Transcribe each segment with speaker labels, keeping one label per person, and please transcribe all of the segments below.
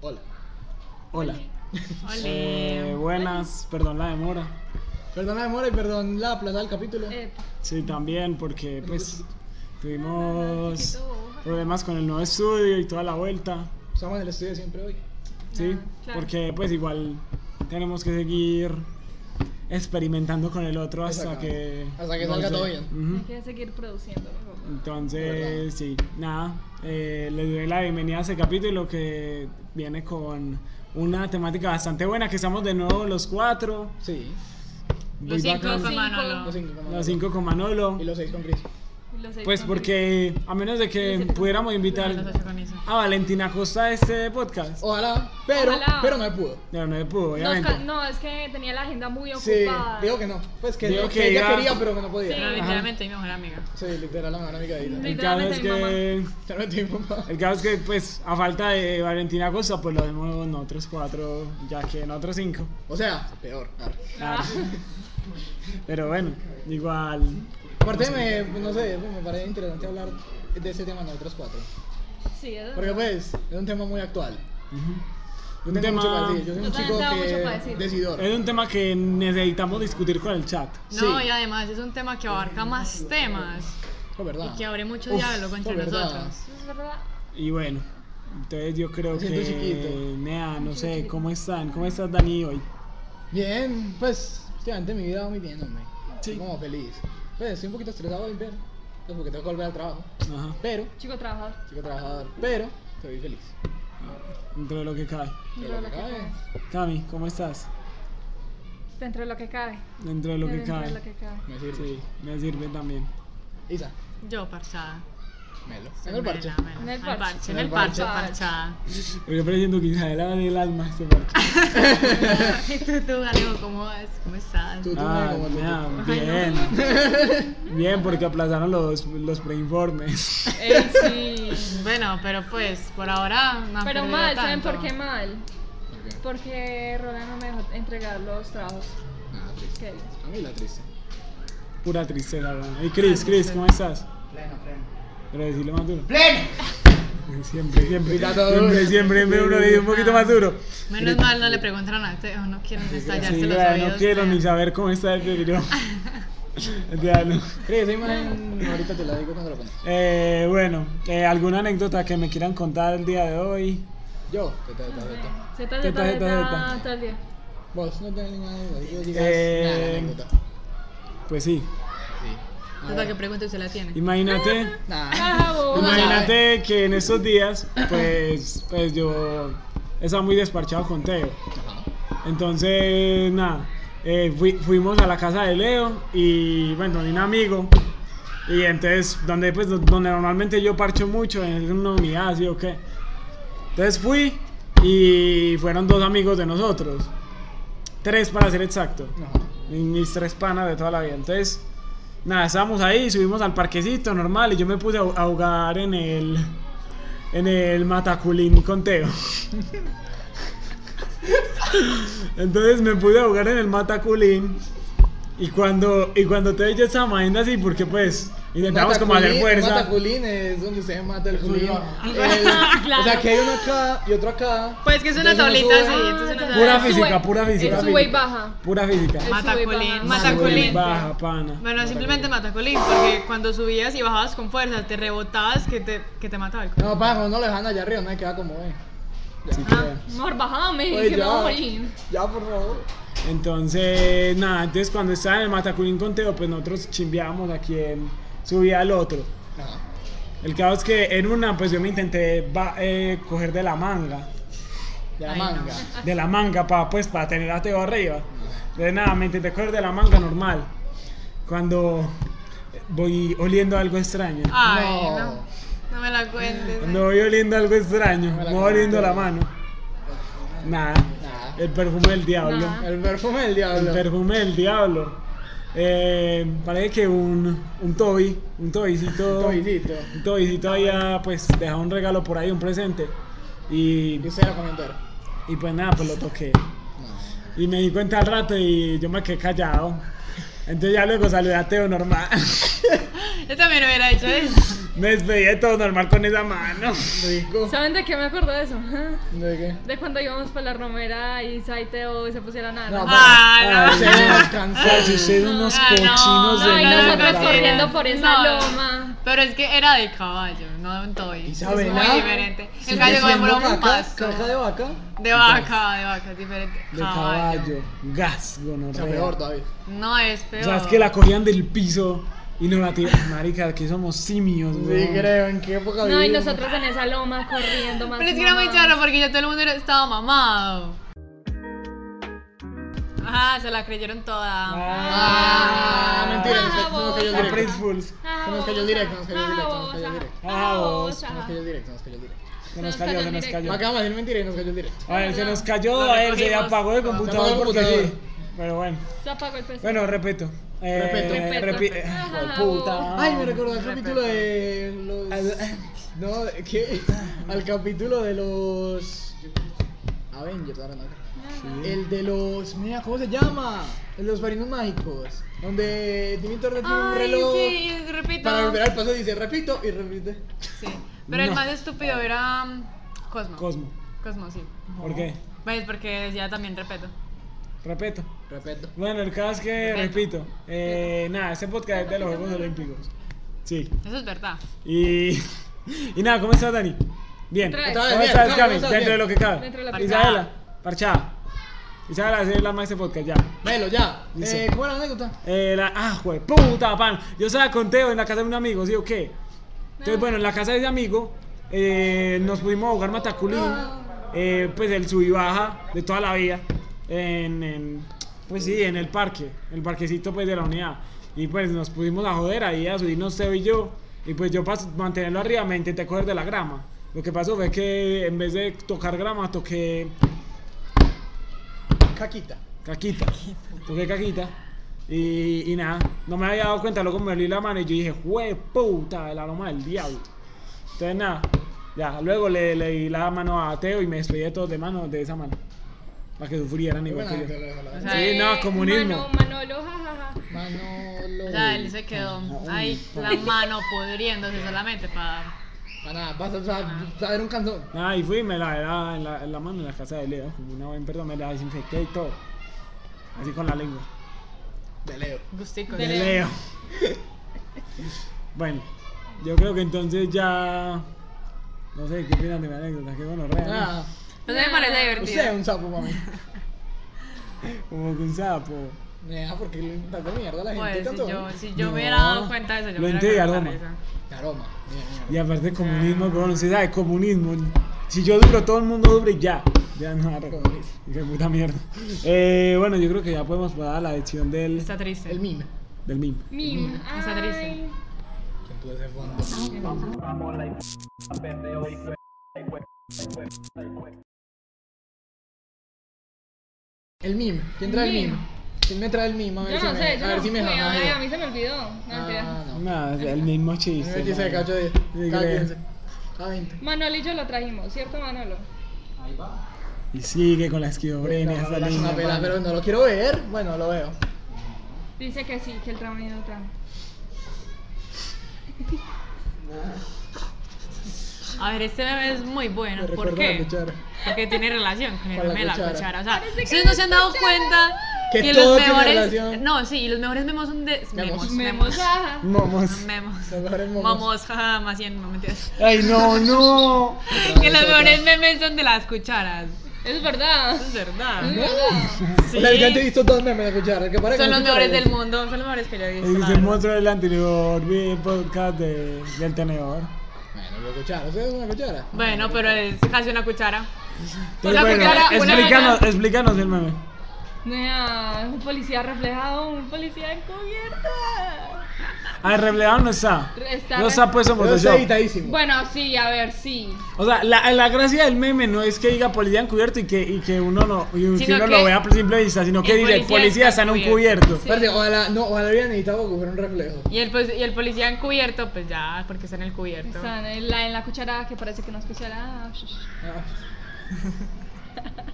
Speaker 1: Hola.
Speaker 2: Hola. Eh, buenas, perdón la demora.
Speaker 1: Perdón la demora y perdón la plata del capítulo.
Speaker 3: Eh,
Speaker 2: Sí, también porque pues tuvimos problemas con el nuevo estudio y toda la vuelta.
Speaker 1: Estamos en el estudio de siempre hoy.
Speaker 2: Sí,
Speaker 3: claro.
Speaker 2: porque pues igual tenemos que seguir experimentando con el otro hasta
Speaker 1: Exacto.
Speaker 2: que...
Speaker 1: Hasta que salga todo bien.
Speaker 2: Ujú.
Speaker 3: Hay que seguir produciendo. mejor.
Speaker 1: Verdad.
Speaker 2: Entonces, sí, nada, eh, les doy la bienvenida a este capítulo que viene con una temática bastante buena, que estamos de nuevo los cuatro.
Speaker 1: Sí.
Speaker 2: muy
Speaker 4: Los cinco
Speaker 2: bacán.
Speaker 4: con
Speaker 3: Cinco.
Speaker 4: Manolo.
Speaker 1: Los cinco con
Speaker 2: Los cinco con Manolo.
Speaker 1: Y los seis con Chris.
Speaker 3: Y los seis
Speaker 2: Pues
Speaker 3: con-
Speaker 2: porque a menos de que pudiéramos
Speaker 4: Los
Speaker 2: invitar
Speaker 4: ocho con Isa.
Speaker 2: a Valentina Costa a este podcast.
Speaker 1: Ojalá, pero,
Speaker 3: Ojalá.
Speaker 1: pero no pudo.
Speaker 2: Pero no se pudo,
Speaker 3: No, es que-
Speaker 2: obviamente.
Speaker 3: no, es que tenía la agenda muy
Speaker 1: Sí,
Speaker 3: ocupada.
Speaker 1: digo que no. Pues que,
Speaker 2: Digo
Speaker 1: que
Speaker 2: que
Speaker 1: ella
Speaker 2: ya-
Speaker 1: quería, pero que no
Speaker 4: Pero
Speaker 1: podía.
Speaker 2: Sí.
Speaker 4: literalmente mi mejor amiga.
Speaker 1: Sí, literal, la mejor amiga de ella.
Speaker 2: El caso es
Speaker 3: Literalmente
Speaker 2: que...
Speaker 1: Ya no tengo más.
Speaker 2: El caso es que, pues, a falta de Valentina Costa, pues lo hacemos nosotros cuatro, ya que nosotros cinco.
Speaker 1: O sea, peor. Ah.
Speaker 2: Ah. Pero bueno, igual.
Speaker 1: Aparte, me, no sé, me parece interesante hablar de ese tema nosotros cuatro.
Speaker 3: Sí, es
Speaker 1: Porque pues, es un tema muy actual. Yo
Speaker 2: Un
Speaker 1: tengo mucho para
Speaker 2: tema- Eh,
Speaker 1: decir. Yo soy un
Speaker 3: Yo
Speaker 1: chico
Speaker 3: también tengo mucho para
Speaker 1: que
Speaker 3: decir.
Speaker 1: decidor.
Speaker 2: Es un tema que necesitamos discutir con el chat.
Speaker 4: No,
Speaker 1: Sí.
Speaker 4: y además es un tema que abarca más temas
Speaker 1: Es verdad.
Speaker 4: y que abre mucho
Speaker 2: Uf,
Speaker 4: diálogo entre
Speaker 1: es verdad.
Speaker 4: nosotros.
Speaker 3: es verdad.
Speaker 2: Y bueno, entonces yo creo
Speaker 1: Me siento
Speaker 2: que.
Speaker 1: chiquito.
Speaker 2: Nea, no sé, ¿cómo están? ¿Cómo estás, Dani, hoy?
Speaker 1: Bien, pues, últimamente mi vida va muy bien, hombre.
Speaker 2: Sí.
Speaker 1: Estoy como feliz. Pues, estoy un poquito estresado hoy, pero. Pues porque tengo que volver al trabajo.
Speaker 2: Ajá.
Speaker 1: Pero,
Speaker 3: Chico trabajador.
Speaker 1: chico trabajador, pero estoy feliz.
Speaker 2: Dentro de lo que cabe.
Speaker 3: Dentro de lo que
Speaker 1: cabe.
Speaker 3: cabe.
Speaker 2: Cami, ¿cómo estás?
Speaker 3: Dentro de lo que cabe.
Speaker 2: Dentro de lo que
Speaker 3: Dentro de lo
Speaker 2: cabe.
Speaker 3: que cabe.
Speaker 1: Me sirve.
Speaker 2: Sí, me sirve también.
Speaker 1: Isa,
Speaker 4: Yo parchada.
Speaker 1: Melo. En el parche.
Speaker 4: Mela, mela.
Speaker 3: En el
Speaker 4: Al
Speaker 3: parche.
Speaker 4: En el parche,
Speaker 3: Parche.
Speaker 4: parchada.
Speaker 2: Pero yo presiento que Isabela vale el alma este parche.
Speaker 4: Y tú, tú, Alejo, ¿cómo vas? ¿Cómo estás?
Speaker 1: Tú, tú,
Speaker 2: Ah,
Speaker 1: como tú.
Speaker 2: Nea, bien. Bien, porque aplazaron los, los preinformes.
Speaker 3: Ey, sí.
Speaker 4: Bueno, pero pues, por ahora no han
Speaker 3: Pero
Speaker 4: perdido
Speaker 3: mal, ¿saben
Speaker 4: tanto.
Speaker 3: por qué mal?
Speaker 1: Ok.
Speaker 3: Porque Roland no me dejó entregar los trabajos
Speaker 1: Nada, triste.
Speaker 3: que él hizo.
Speaker 1: A mí la triste.
Speaker 2: Pura tristeza, ¿verdad? Y Chris, Chris, ¿cómo estás?
Speaker 5: Pleno, pleno.
Speaker 2: Pero decirle más duro.
Speaker 5: ¡Pleno!
Speaker 2: Siempre, siempre.
Speaker 1: Grita todo
Speaker 2: Siempre,
Speaker 1: duro.
Speaker 2: siempre, siempre uno le dice un poquito más duro.
Speaker 4: Menos mal no le preguntaron a Teo, no quieren estallarse
Speaker 2: Sí,
Speaker 4: los
Speaker 2: vea,
Speaker 4: oídos.
Speaker 2: no quiero
Speaker 4: Teo.
Speaker 2: ni saber cómo está el peligro. Ya, no.
Speaker 1: Cris, esa imagen ahorita te la digo cuando la pones.
Speaker 2: Eh, bueno, eh, ¿alguna anécdota que me quieran contar el día de hoy?
Speaker 1: Yo, te te te te.
Speaker 3: Zeta,
Speaker 2: Zeta, zeta,
Speaker 3: zeta, zeta,
Speaker 2: zeta.
Speaker 3: todo el día.
Speaker 1: Vos no tenés ninguna anécdota. Yo digas
Speaker 2: Eh,
Speaker 1: nada, de anécdota.
Speaker 2: Pues sí.
Speaker 1: Sí. A
Speaker 4: Total, que
Speaker 1: ver.
Speaker 4: pregunte usted la tiene.
Speaker 2: Imagínate,
Speaker 1: Nah.
Speaker 3: Bravo.
Speaker 1: Una-
Speaker 2: imagínate que en estos días, pues, pues yo estaba muy desparchado con Teo.
Speaker 1: Ajá.
Speaker 2: Entonces, nada, eh, fui- fuimos a la casa de Leo y, bueno, de un amigo. Y entonces, donde, pues, do- donde normalmente yo parcho mucho, en una unidad, así o qué. Entonces fui y fueron dos amigos de nosotros. Tres para ser exacto.
Speaker 1: Ajá.
Speaker 2: mi- Mis tres panas de toda la vida. Entonces, nada, estábamos ahí, subimos al parquecito normal y yo me puse a, a jugar en el, en el mataculín con Teo. Entonces me pude ahogar en el mataculín. Y cuando, y cuando te yo estaba manejando así, porque pues intentamos como hacer
Speaker 1: Mataculín-
Speaker 2: fuerza.
Speaker 1: Mataculín es donde se mata el culín. El-
Speaker 4: Claro.
Speaker 1: O sea, que hay uno acá y otro acá.
Speaker 4: Pues que es una
Speaker 1: Entonces uno
Speaker 4: tablita así,
Speaker 1: sube.
Speaker 4: entonces una
Speaker 2: Pura
Speaker 4: tablita.
Speaker 2: física,
Speaker 3: Sube.
Speaker 2: pura física.
Speaker 3: Él sube y baja.
Speaker 2: Pura física.
Speaker 3: Él sube y
Speaker 4: Mataculín,
Speaker 3: baja.
Speaker 2: Sube
Speaker 4: mataculín.
Speaker 2: y Baja, pana.
Speaker 4: Bueno, simplemente matacolín, porque cuando subías y bajabas con fuerza, te rebotabas que te, que te mataba el culo.
Speaker 1: No, para, no lo dejan allá arriba, no me queda como, eh.
Speaker 2: Sí,
Speaker 4: Ah.
Speaker 3: Mejor bajame,
Speaker 1: Oye,
Speaker 3: que me voy a morir.
Speaker 1: Ya, por favor.
Speaker 2: Entonces, nada, antes cuando estaba en el Mataculín con Teo, pues nosotros chimbeábamos a quien subía al otro.
Speaker 1: Ajá.
Speaker 2: El caso es que en una, pues yo me intenté ba- eh, coger de la manga.
Speaker 1: De la
Speaker 4: Ay, no.
Speaker 1: manga.
Speaker 2: De la manga, pa, pues para tener a Teo arriba. Entonces, nada, me intenté coger de la manga normal. Cuando voy oliendo algo extraño.
Speaker 4: Ay,
Speaker 1: No.
Speaker 4: no. no. me la cuentes.
Speaker 2: Cuando voy oliendo algo extraño,
Speaker 1: Me la
Speaker 2: voy oliendo la
Speaker 1: comiste.
Speaker 2: mano. Nada.
Speaker 1: Nah.
Speaker 2: El perfume del diablo.
Speaker 3: Nah.
Speaker 1: El perfume del
Speaker 2: El
Speaker 1: diablo.
Speaker 2: perfume del diablo. Eh, parece que un, un toy, un toycito.
Speaker 1: Tobillito.
Speaker 2: Un toycito había pues dejado un regalo por ahí, un presente. Y,
Speaker 1: Y se lo comentó. No.
Speaker 2: y pues nada, pues lo toqué. Y me di cuenta al rato y yo me quedé callado. Entonces ya luego saludé a Teo normal.
Speaker 4: Yo también hubiera hecho eso.
Speaker 2: Me despedí de todo normal con esa mano.
Speaker 1: Rico.
Speaker 3: ¿Saben de qué me acuerdo de eso?
Speaker 1: ¿De qué?
Speaker 3: De cuando íbamos para la romera y Saiteo y se pusieron a
Speaker 1: No,
Speaker 3: nada.
Speaker 4: Ah,
Speaker 1: pero-
Speaker 4: no.
Speaker 1: Ay, se nos cansó.
Speaker 2: Si ustedes son unos
Speaker 4: Ah, no,
Speaker 2: cochinos
Speaker 4: no,
Speaker 2: de
Speaker 3: Ay,
Speaker 4: no,
Speaker 2: mierda.
Speaker 3: nosotros
Speaker 4: no, no.
Speaker 3: corriendo por esa
Speaker 4: No.
Speaker 3: loma.
Speaker 4: Pero es que era de caballo, no de un toy. Es muy
Speaker 1: Isabela,
Speaker 4: diferente. El
Speaker 1: sigue
Speaker 4: caballo
Speaker 1: siendo
Speaker 4: demoró un
Speaker 1: vaca,
Speaker 4: paso.
Speaker 1: caja de vaca.
Speaker 4: De vaca, de vaca, es diferente.
Speaker 2: De caballo. Gas, gonorrea.
Speaker 1: O sea, peor todavía.
Speaker 4: No es peor.
Speaker 2: O sea, es que la cogían del piso y nos la tiraban. Marica, que somos simios,
Speaker 1: Sí,
Speaker 2: weón.
Speaker 1: creo, ¿en qué época
Speaker 3: No, y
Speaker 1: vivimos?
Speaker 3: nosotros en esa loma corriendo más.
Speaker 4: Pero es que era muy
Speaker 3: mamados.
Speaker 4: charro porque ya todo el mundo era- estaba mamado. Ajá, se la creyeron toda.
Speaker 1: Ah, mentira,
Speaker 3: Ah,
Speaker 1: nos ca- se nos cayó el
Speaker 3: vos.
Speaker 2: La Prince
Speaker 1: directo.
Speaker 2: Fools.
Speaker 3: Ah,
Speaker 1: Se
Speaker 3: oh,
Speaker 1: nos cayó el directo, nos cayó el directo, nos cayó el directo. oh,
Speaker 2: Ah, vos.
Speaker 1: Se nos cayó el directo, se nos cayó el directo.
Speaker 2: Se nos cayó, se nos
Speaker 1: Me
Speaker 2: cayó.
Speaker 1: acaba de decir mentira y nos cayó el directo.
Speaker 2: A ver, se nos cayó,
Speaker 4: Lo
Speaker 2: a ver, se
Speaker 4: recogimos.
Speaker 2: apagó el
Speaker 4: Se apagó
Speaker 1: el
Speaker 2: computador porque
Speaker 1: computador.
Speaker 2: sí. Pero bueno.
Speaker 3: Se apagó el PC.
Speaker 2: Bueno, repito.
Speaker 1: Repeto.
Speaker 2: Eh,
Speaker 3: Repeto.
Speaker 2: repi-
Speaker 3: Ajá,
Speaker 2: Hijo de puta.
Speaker 1: Ay, me recordó al capítulo de los. No, ¿qué? Al capítulo de los. Avengers, ahora no. El de los. Mira, ¿cómo se llama? El de los marinos mágicos. Donde Dimitor le tiene un
Speaker 4: Ay,
Speaker 1: reloj.
Speaker 4: sí, repito.
Speaker 1: Para volver al paso dice repito y repite.
Speaker 4: Sí. Pero el
Speaker 2: No.
Speaker 4: más estúpido era um, Cosmo.
Speaker 2: Cosmo.
Speaker 4: Cosmo, sí.
Speaker 2: ¿Por qué?
Speaker 4: Pues porque decía también repeto.
Speaker 2: Repeto.
Speaker 1: Repito.
Speaker 2: Bueno, el caso es que, repito, eh, nada, este podcast es de los Juegos Olímpicos. Sí.
Speaker 4: Eso es verdad.
Speaker 2: Y, y nada, ¿cómo estás, Dani? Bien.
Speaker 3: Otra vez.
Speaker 2: ¿Cómo
Speaker 1: Otra vez,
Speaker 2: estás,
Speaker 1: bien,
Speaker 2: Cami?
Speaker 1: ¿cómo estás?
Speaker 2: Dentro de
Speaker 1: Bien.
Speaker 2: lo que cabe.
Speaker 3: Dentro de la
Speaker 2: Isabela, parchada. Isabela, es la más de este podcast, ya.
Speaker 1: Melo, ya.
Speaker 2: Listo.
Speaker 1: Eh, ¿Cómo era la anécdota?
Speaker 2: Eh, la, ah, jue puta, pan. Yo estaba con Teo en la casa de un amigo, ¿sí o qué? Entonces, bueno, en la casa de ese amigo eh, nos pudimos jugar mataculín. eh, pues el sub y baja de toda la vida. En, en- pues sí, en el parque. El parquecito pues de la unidad. Y pues nos pudimos a joder ahí a subirnos Teo y yo. Y pues yo para mantenerlo arriba me intenté coger de la grama. Lo que pasó fue que en vez de tocar grama toqué
Speaker 1: Caquita.
Speaker 2: Caquita. Toqué caquita. Y, y nada, no me había dado cuenta, luego me olí la mano y yo dije, jue puta, el aroma del diablo. Entonces nada, ya, luego le, le di la mano a Teo y me despedí de todos de mano de esa mano. Para que sufrieran igual que yo.
Speaker 1: Manolo.
Speaker 4: sea,
Speaker 2: Sí, no, comunismo.
Speaker 3: Mano, Manolo, jajaja.
Speaker 4: O sea, él se quedó
Speaker 1: Ah,
Speaker 4: ahí la mano pudriéndose solamente para.
Speaker 1: Maná, vas a, vas a- vas a ver un canzón.
Speaker 2: Nada, y fui y me la la, la, la mano en la casa de Leo, como una buena perdón, me la desinfecté y todo. Así con la lengua.
Speaker 1: De Leo.
Speaker 4: Gustico.
Speaker 2: De Leo. bueno, yo creo que entonces ya... No sé, ¿qué opinan de mi anécdota? Qué bueno, real.
Speaker 1: Nada.
Speaker 4: Pues me parece divertido.
Speaker 1: Usted es un sapo, mami.
Speaker 2: Como que un sapo.
Speaker 1: Nea, porque le tanta mierda a la gente
Speaker 4: Pues si
Speaker 1: tanto.
Speaker 4: yo, si yo
Speaker 2: No.
Speaker 4: me hubiera dado cuenta de eso, yo
Speaker 2: Lo
Speaker 4: me
Speaker 2: entiendo,
Speaker 4: hubiera
Speaker 2: aroma.
Speaker 4: dado cuenta
Speaker 1: Aroma. Mira,
Speaker 2: Y
Speaker 1: mira.
Speaker 2: aparte comunismo, pero no se sabe, comunismo. Si yo duro, todo el mundo dura y ya. Ya no arre.
Speaker 1: Comunismo.
Speaker 2: Qué puta mierda. Eh, bueno, yo creo que ya podemos pasar a la edición del,
Speaker 4: Está triste.
Speaker 1: El mime.
Speaker 2: del meme.
Speaker 3: Mim.
Speaker 4: Esa triste.
Speaker 3: Ay.
Speaker 1: ¿Quién pudo ese fondo? El mime. ¿Quién trae el
Speaker 3: Mime.
Speaker 1: mime? ¿Quién me trae el mime? A ver
Speaker 3: Yo
Speaker 1: si
Speaker 3: no
Speaker 1: me,
Speaker 3: sé, yo
Speaker 1: a ver
Speaker 3: no
Speaker 1: si
Speaker 3: fui,
Speaker 1: me jala.
Speaker 3: ay, a mí se me olvidó. No, mentira.
Speaker 1: Ah, no.
Speaker 2: Nada, el mismo chiste.
Speaker 1: Me quise de
Speaker 2: madre.
Speaker 1: cacho de.
Speaker 2: Sí,
Speaker 1: Cállense.
Speaker 2: creo.
Speaker 1: Cállense.
Speaker 3: Manolo y yo lo trajimos, ¿cierto Manolo?
Speaker 2: Y sigue con la
Speaker 1: No,
Speaker 2: esquizofrenia esta
Speaker 1: la
Speaker 2: niña.
Speaker 1: zona pela, pero no lo quiero ver. Bueno, lo veo.
Speaker 3: Dice que sí, que el tramo lo trajo.
Speaker 4: A ver, este meme es muy bueno.
Speaker 1: Me
Speaker 4: ¿Por
Speaker 1: recuerda a la
Speaker 4: qué?
Speaker 1: cuchara.
Speaker 4: Porque tiene relación con el
Speaker 1: Con la
Speaker 4: meme de la
Speaker 1: cuchara.
Speaker 4: cuchara. O sea, ustedes no se han dado cuenta
Speaker 1: Que
Speaker 4: que,
Speaker 1: todo
Speaker 4: los
Speaker 1: tiene
Speaker 4: mejores.
Speaker 1: relación.
Speaker 4: No, sí, y los mejores memes son de.
Speaker 1: Memos.
Speaker 4: Memos.
Speaker 3: Memos,
Speaker 4: Memos.
Speaker 3: jaja.
Speaker 2: Momos.
Speaker 4: Memos.
Speaker 1: Los mejores momos.
Speaker 4: Mamos, jaja, más bien, no mentiras.
Speaker 2: Ay, no, no.
Speaker 4: Que los
Speaker 1: otra.
Speaker 4: mejores memes son de las cucharas.
Speaker 3: Es verdad.
Speaker 4: Eso es
Speaker 3: Es
Speaker 4: verdad.
Speaker 3: verdad.
Speaker 1: O sea, yo antes he visto dos memes de cuchara. Que parece
Speaker 4: Son
Speaker 1: como
Speaker 4: los
Speaker 1: cuchara,
Speaker 4: mejores del
Speaker 1: güey.
Speaker 4: mundo. Son los mejores que yo he visto.
Speaker 2: Es
Speaker 4: la
Speaker 2: el
Speaker 4: verdad.
Speaker 2: monstruo del anterior vi- podcast de, del tenedor.
Speaker 1: Bueno, la cuchara. ¿Ustedes son una cuchara?
Speaker 4: Bueno, pero es casi una cuchara.
Speaker 2: Entonces, bueno,
Speaker 4: cuchara, una
Speaker 2: explícanos,
Speaker 4: banana.
Speaker 2: explícanos el meme.
Speaker 3: Nea, es un policía reflejado, un policía encubierto.
Speaker 2: Ah, el revelado no está.
Speaker 3: Está
Speaker 2: no
Speaker 3: re-
Speaker 2: está pues, puesto en
Speaker 1: Pero está
Speaker 2: Photoshop.
Speaker 1: editadísimo.
Speaker 3: Bueno, sí, a ver, sí.
Speaker 2: O sea, la, la gracia del meme no es que diga policía encubierto y que, y que uno no y que
Speaker 4: Sino
Speaker 2: uno
Speaker 4: que
Speaker 2: lo vea a simple vista, sino que
Speaker 4: el
Speaker 2: dice
Speaker 4: policía
Speaker 2: policía
Speaker 4: está
Speaker 2: está en un
Speaker 4: encubierto".
Speaker 2: cubierto.
Speaker 1: Espérate, ojalá, no, ojalá hubieran editado que fuera un reflejo.
Speaker 4: Y el, pues- y el policía encubierto, pues ya, porque está en el cubierto.
Speaker 3: Está en el- la, en la cuchara que parece que no es cuchara.
Speaker 1: Ah.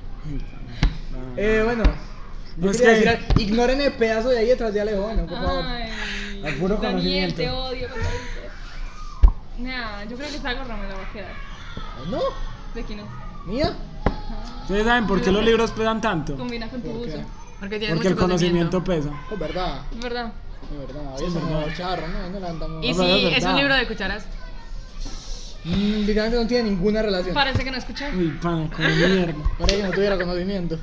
Speaker 2: Ah.
Speaker 1: Eh, bueno. Yo
Speaker 2: No, es
Speaker 1: quería
Speaker 2: que-
Speaker 1: decir, al- ignoren el pedazo de ahí detrás de Alejo, bueno, por favor.
Speaker 3: Ay,
Speaker 2: Al puro
Speaker 3: Daniel,
Speaker 2: conocimiento.
Speaker 3: te odio. cuando dices. Nah, yo creo que esa gorra me la voy a quedar.
Speaker 1: ¿No?
Speaker 3: De aquí no.
Speaker 1: ¿Mía?
Speaker 3: Ajá.
Speaker 2: ¿Ustedes saben por qué los libros pesan tanto?
Speaker 3: Combina con tu
Speaker 1: ¿Por qué?
Speaker 3: buzo.
Speaker 4: Porque tiene
Speaker 2: Porque el
Speaker 4: mucho
Speaker 2: conocimiento pesa.
Speaker 1: Es verdad.
Speaker 3: Es verdad.
Speaker 1: Es verdad.
Speaker 2: Sí,
Speaker 1: Eso
Speaker 2: es
Speaker 1: no,
Speaker 2: verdad.
Speaker 1: charro, no, no la andamos.
Speaker 4: Y
Speaker 2: No, pero
Speaker 4: sí,
Speaker 2: es
Speaker 4: es un
Speaker 2: verdad.
Speaker 4: libro de cucharas.
Speaker 1: Mm, digamos que no tiene ninguna relación.
Speaker 3: Parece que no escuché.
Speaker 2: Uy, pana, como mierda.
Speaker 1: Para que no tuviera conocimiento.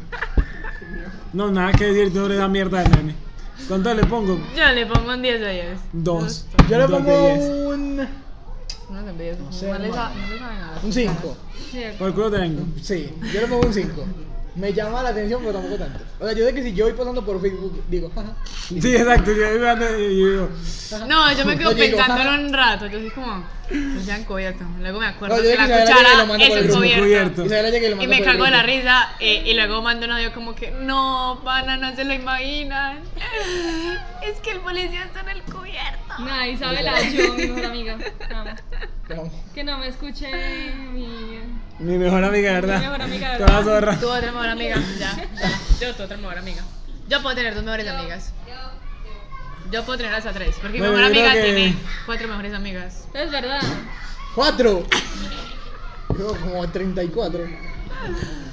Speaker 2: No, nada que decir sobre esa mierda de meme. ¿Cuánto le pongo?
Speaker 4: Yo le pongo un 10 de 10.
Speaker 2: Dos.
Speaker 1: Yo le
Speaker 2: Dos de
Speaker 1: pongo
Speaker 2: diez.
Speaker 1: un.
Speaker 4: No se envidia. No,
Speaker 1: sé,
Speaker 4: le sa-
Speaker 1: hermano.
Speaker 4: no le saben a las
Speaker 1: Un
Speaker 4: cucharas.
Speaker 1: 5.
Speaker 3: Cierto.
Speaker 2: ¿Por culo tengo?
Speaker 1: Sí, yo le pongo un 5. Me llama la atención, pero tampoco tanto. O sea, yo sé que si yo voy pasando por Facebook, digo, jaja.
Speaker 2: Sí, exacto. Yo iba a yo digo,
Speaker 4: No, yo me quedo
Speaker 1: Yo digo,
Speaker 4: pensándolo un rato. Yo soy como, no sean cubierto. Luego me acuerdo
Speaker 1: No, yo
Speaker 4: que
Speaker 1: digo
Speaker 4: la
Speaker 1: que se vaya la
Speaker 4: cuchara
Speaker 1: mano por
Speaker 4: es
Speaker 1: el
Speaker 4: un
Speaker 1: grupo.
Speaker 4: cubierto.
Speaker 2: Cubierto.
Speaker 1: Isabela llega y le
Speaker 4: Y
Speaker 1: manda
Speaker 4: me
Speaker 1: por el
Speaker 4: cago en la
Speaker 1: grupo.
Speaker 4: risa eh, y luego mando un audio como que no, pana, no se lo imaginan. Es que el policía está en el cubierto.
Speaker 3: Nah, Isabela, yo, mi mejor amiga. Nada más.
Speaker 1: Pero,
Speaker 3: Que no me escuche mi.
Speaker 2: mi mejor amiga, ¿verdad?
Speaker 3: Mi mejor amiga,
Speaker 2: Te
Speaker 3: ¿verdad?
Speaker 2: vas a ahorrar.
Speaker 4: Tu otra mejor amiga, ya. ya. Yo tu otra mejor amiga. Yo puedo tener dos mejores amigas. Yo puedo tener hasta tres, porque mi
Speaker 2: Bueno,
Speaker 4: mejor
Speaker 2: yo creo
Speaker 4: amiga
Speaker 2: que-
Speaker 4: tiene cuatro mejores amigas.
Speaker 3: Es verdad.
Speaker 1: ¡Cuatro! Yo como 34.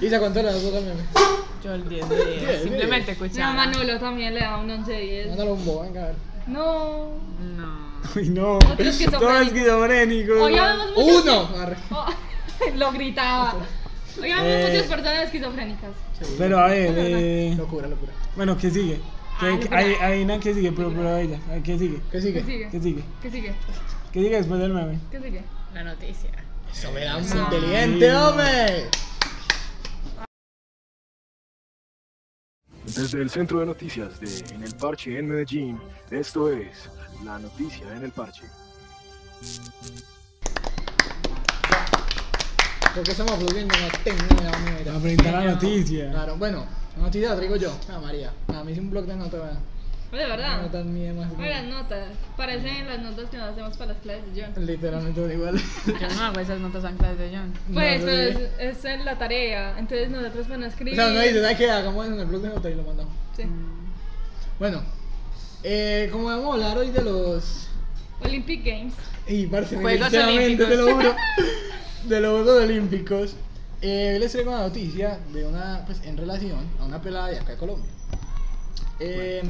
Speaker 1: Isa, ¿cuánto le das vos al meme?
Speaker 4: Yo el 10 de 10.
Speaker 1: Diez,
Speaker 4: Simplemente
Speaker 1: diez.
Speaker 4: escuchar.
Speaker 3: No, Manolo también le da un 11 de 10.
Speaker 1: Mándalo un bo, venga a ver.
Speaker 3: No.
Speaker 4: No.
Speaker 2: Uy, no.
Speaker 3: Otro
Speaker 2: Todo
Speaker 3: esquizofrénico.
Speaker 2: esquizofrénico.
Speaker 3: Hoy hablamos mucho.
Speaker 1: ¡Uno! Arre.
Speaker 3: Oh, lo gritaba. Hoy hablamos
Speaker 2: Eh.
Speaker 3: muchas personas esquizofrénicas.
Speaker 1: Sí.
Speaker 2: Pero a ver, eh,
Speaker 1: Locura, locura.
Speaker 2: bueno, ¿qué sigue?
Speaker 3: Ah,
Speaker 2: ¿Qué,
Speaker 3: locura.
Speaker 2: hay, hay una que sigue, pero, pero ella. ay, ¿Qué sigue?
Speaker 1: ¿Qué
Speaker 3: ¿Qué
Speaker 1: sigue?
Speaker 3: sigue?
Speaker 2: ¿Qué sigue?
Speaker 3: ¿Qué sigue?
Speaker 2: ¿Qué sigue después del meme?
Speaker 3: ¿Qué sigue?
Speaker 4: La noticia.
Speaker 1: Eso me da un
Speaker 3: Ah.
Speaker 1: inteligente, hombre.
Speaker 5: Desde el centro de noticias de En el Parche en Medellín, esto es La Noticia en el Parche.
Speaker 1: Porque estamos aplaudiendo, no tengo la
Speaker 2: Para
Speaker 1: manera.
Speaker 2: presentar la noticia.
Speaker 1: Claro, bueno, la noticia la traigo yo. Ah, María. A mí hice un blog de notas.
Speaker 3: De verdad.
Speaker 1: Notas mías más.
Speaker 3: Buenas notas. Parecen las notas que nos hacemos para las clases de John.
Speaker 1: Literalmente son iguales.
Speaker 4: Yo no hago esas notas anclas de John.
Speaker 3: Pues,
Speaker 1: No,
Speaker 3: pero
Speaker 1: no,
Speaker 3: es,
Speaker 1: no.
Speaker 3: es en la tarea. Entonces nosotros van a
Speaker 1: O
Speaker 3: escribir.
Speaker 1: sea, no "Ah, dice, ¿sabes qué? Hagamos en el blog de notas y lo mandamos.
Speaker 3: Sí.
Speaker 1: Bueno, eh, como vamos a hablar hoy de los.
Speaker 3: Olympic Games.
Speaker 1: Y parce, me
Speaker 4: Juegos
Speaker 1: grité la mente,
Speaker 4: Olímpicos.
Speaker 1: te lo juro. De los Juegos Olímpicos. Eh, hoy les traigo una noticia de una, pues, en relación a una pelada de acá de Colombia. Eh,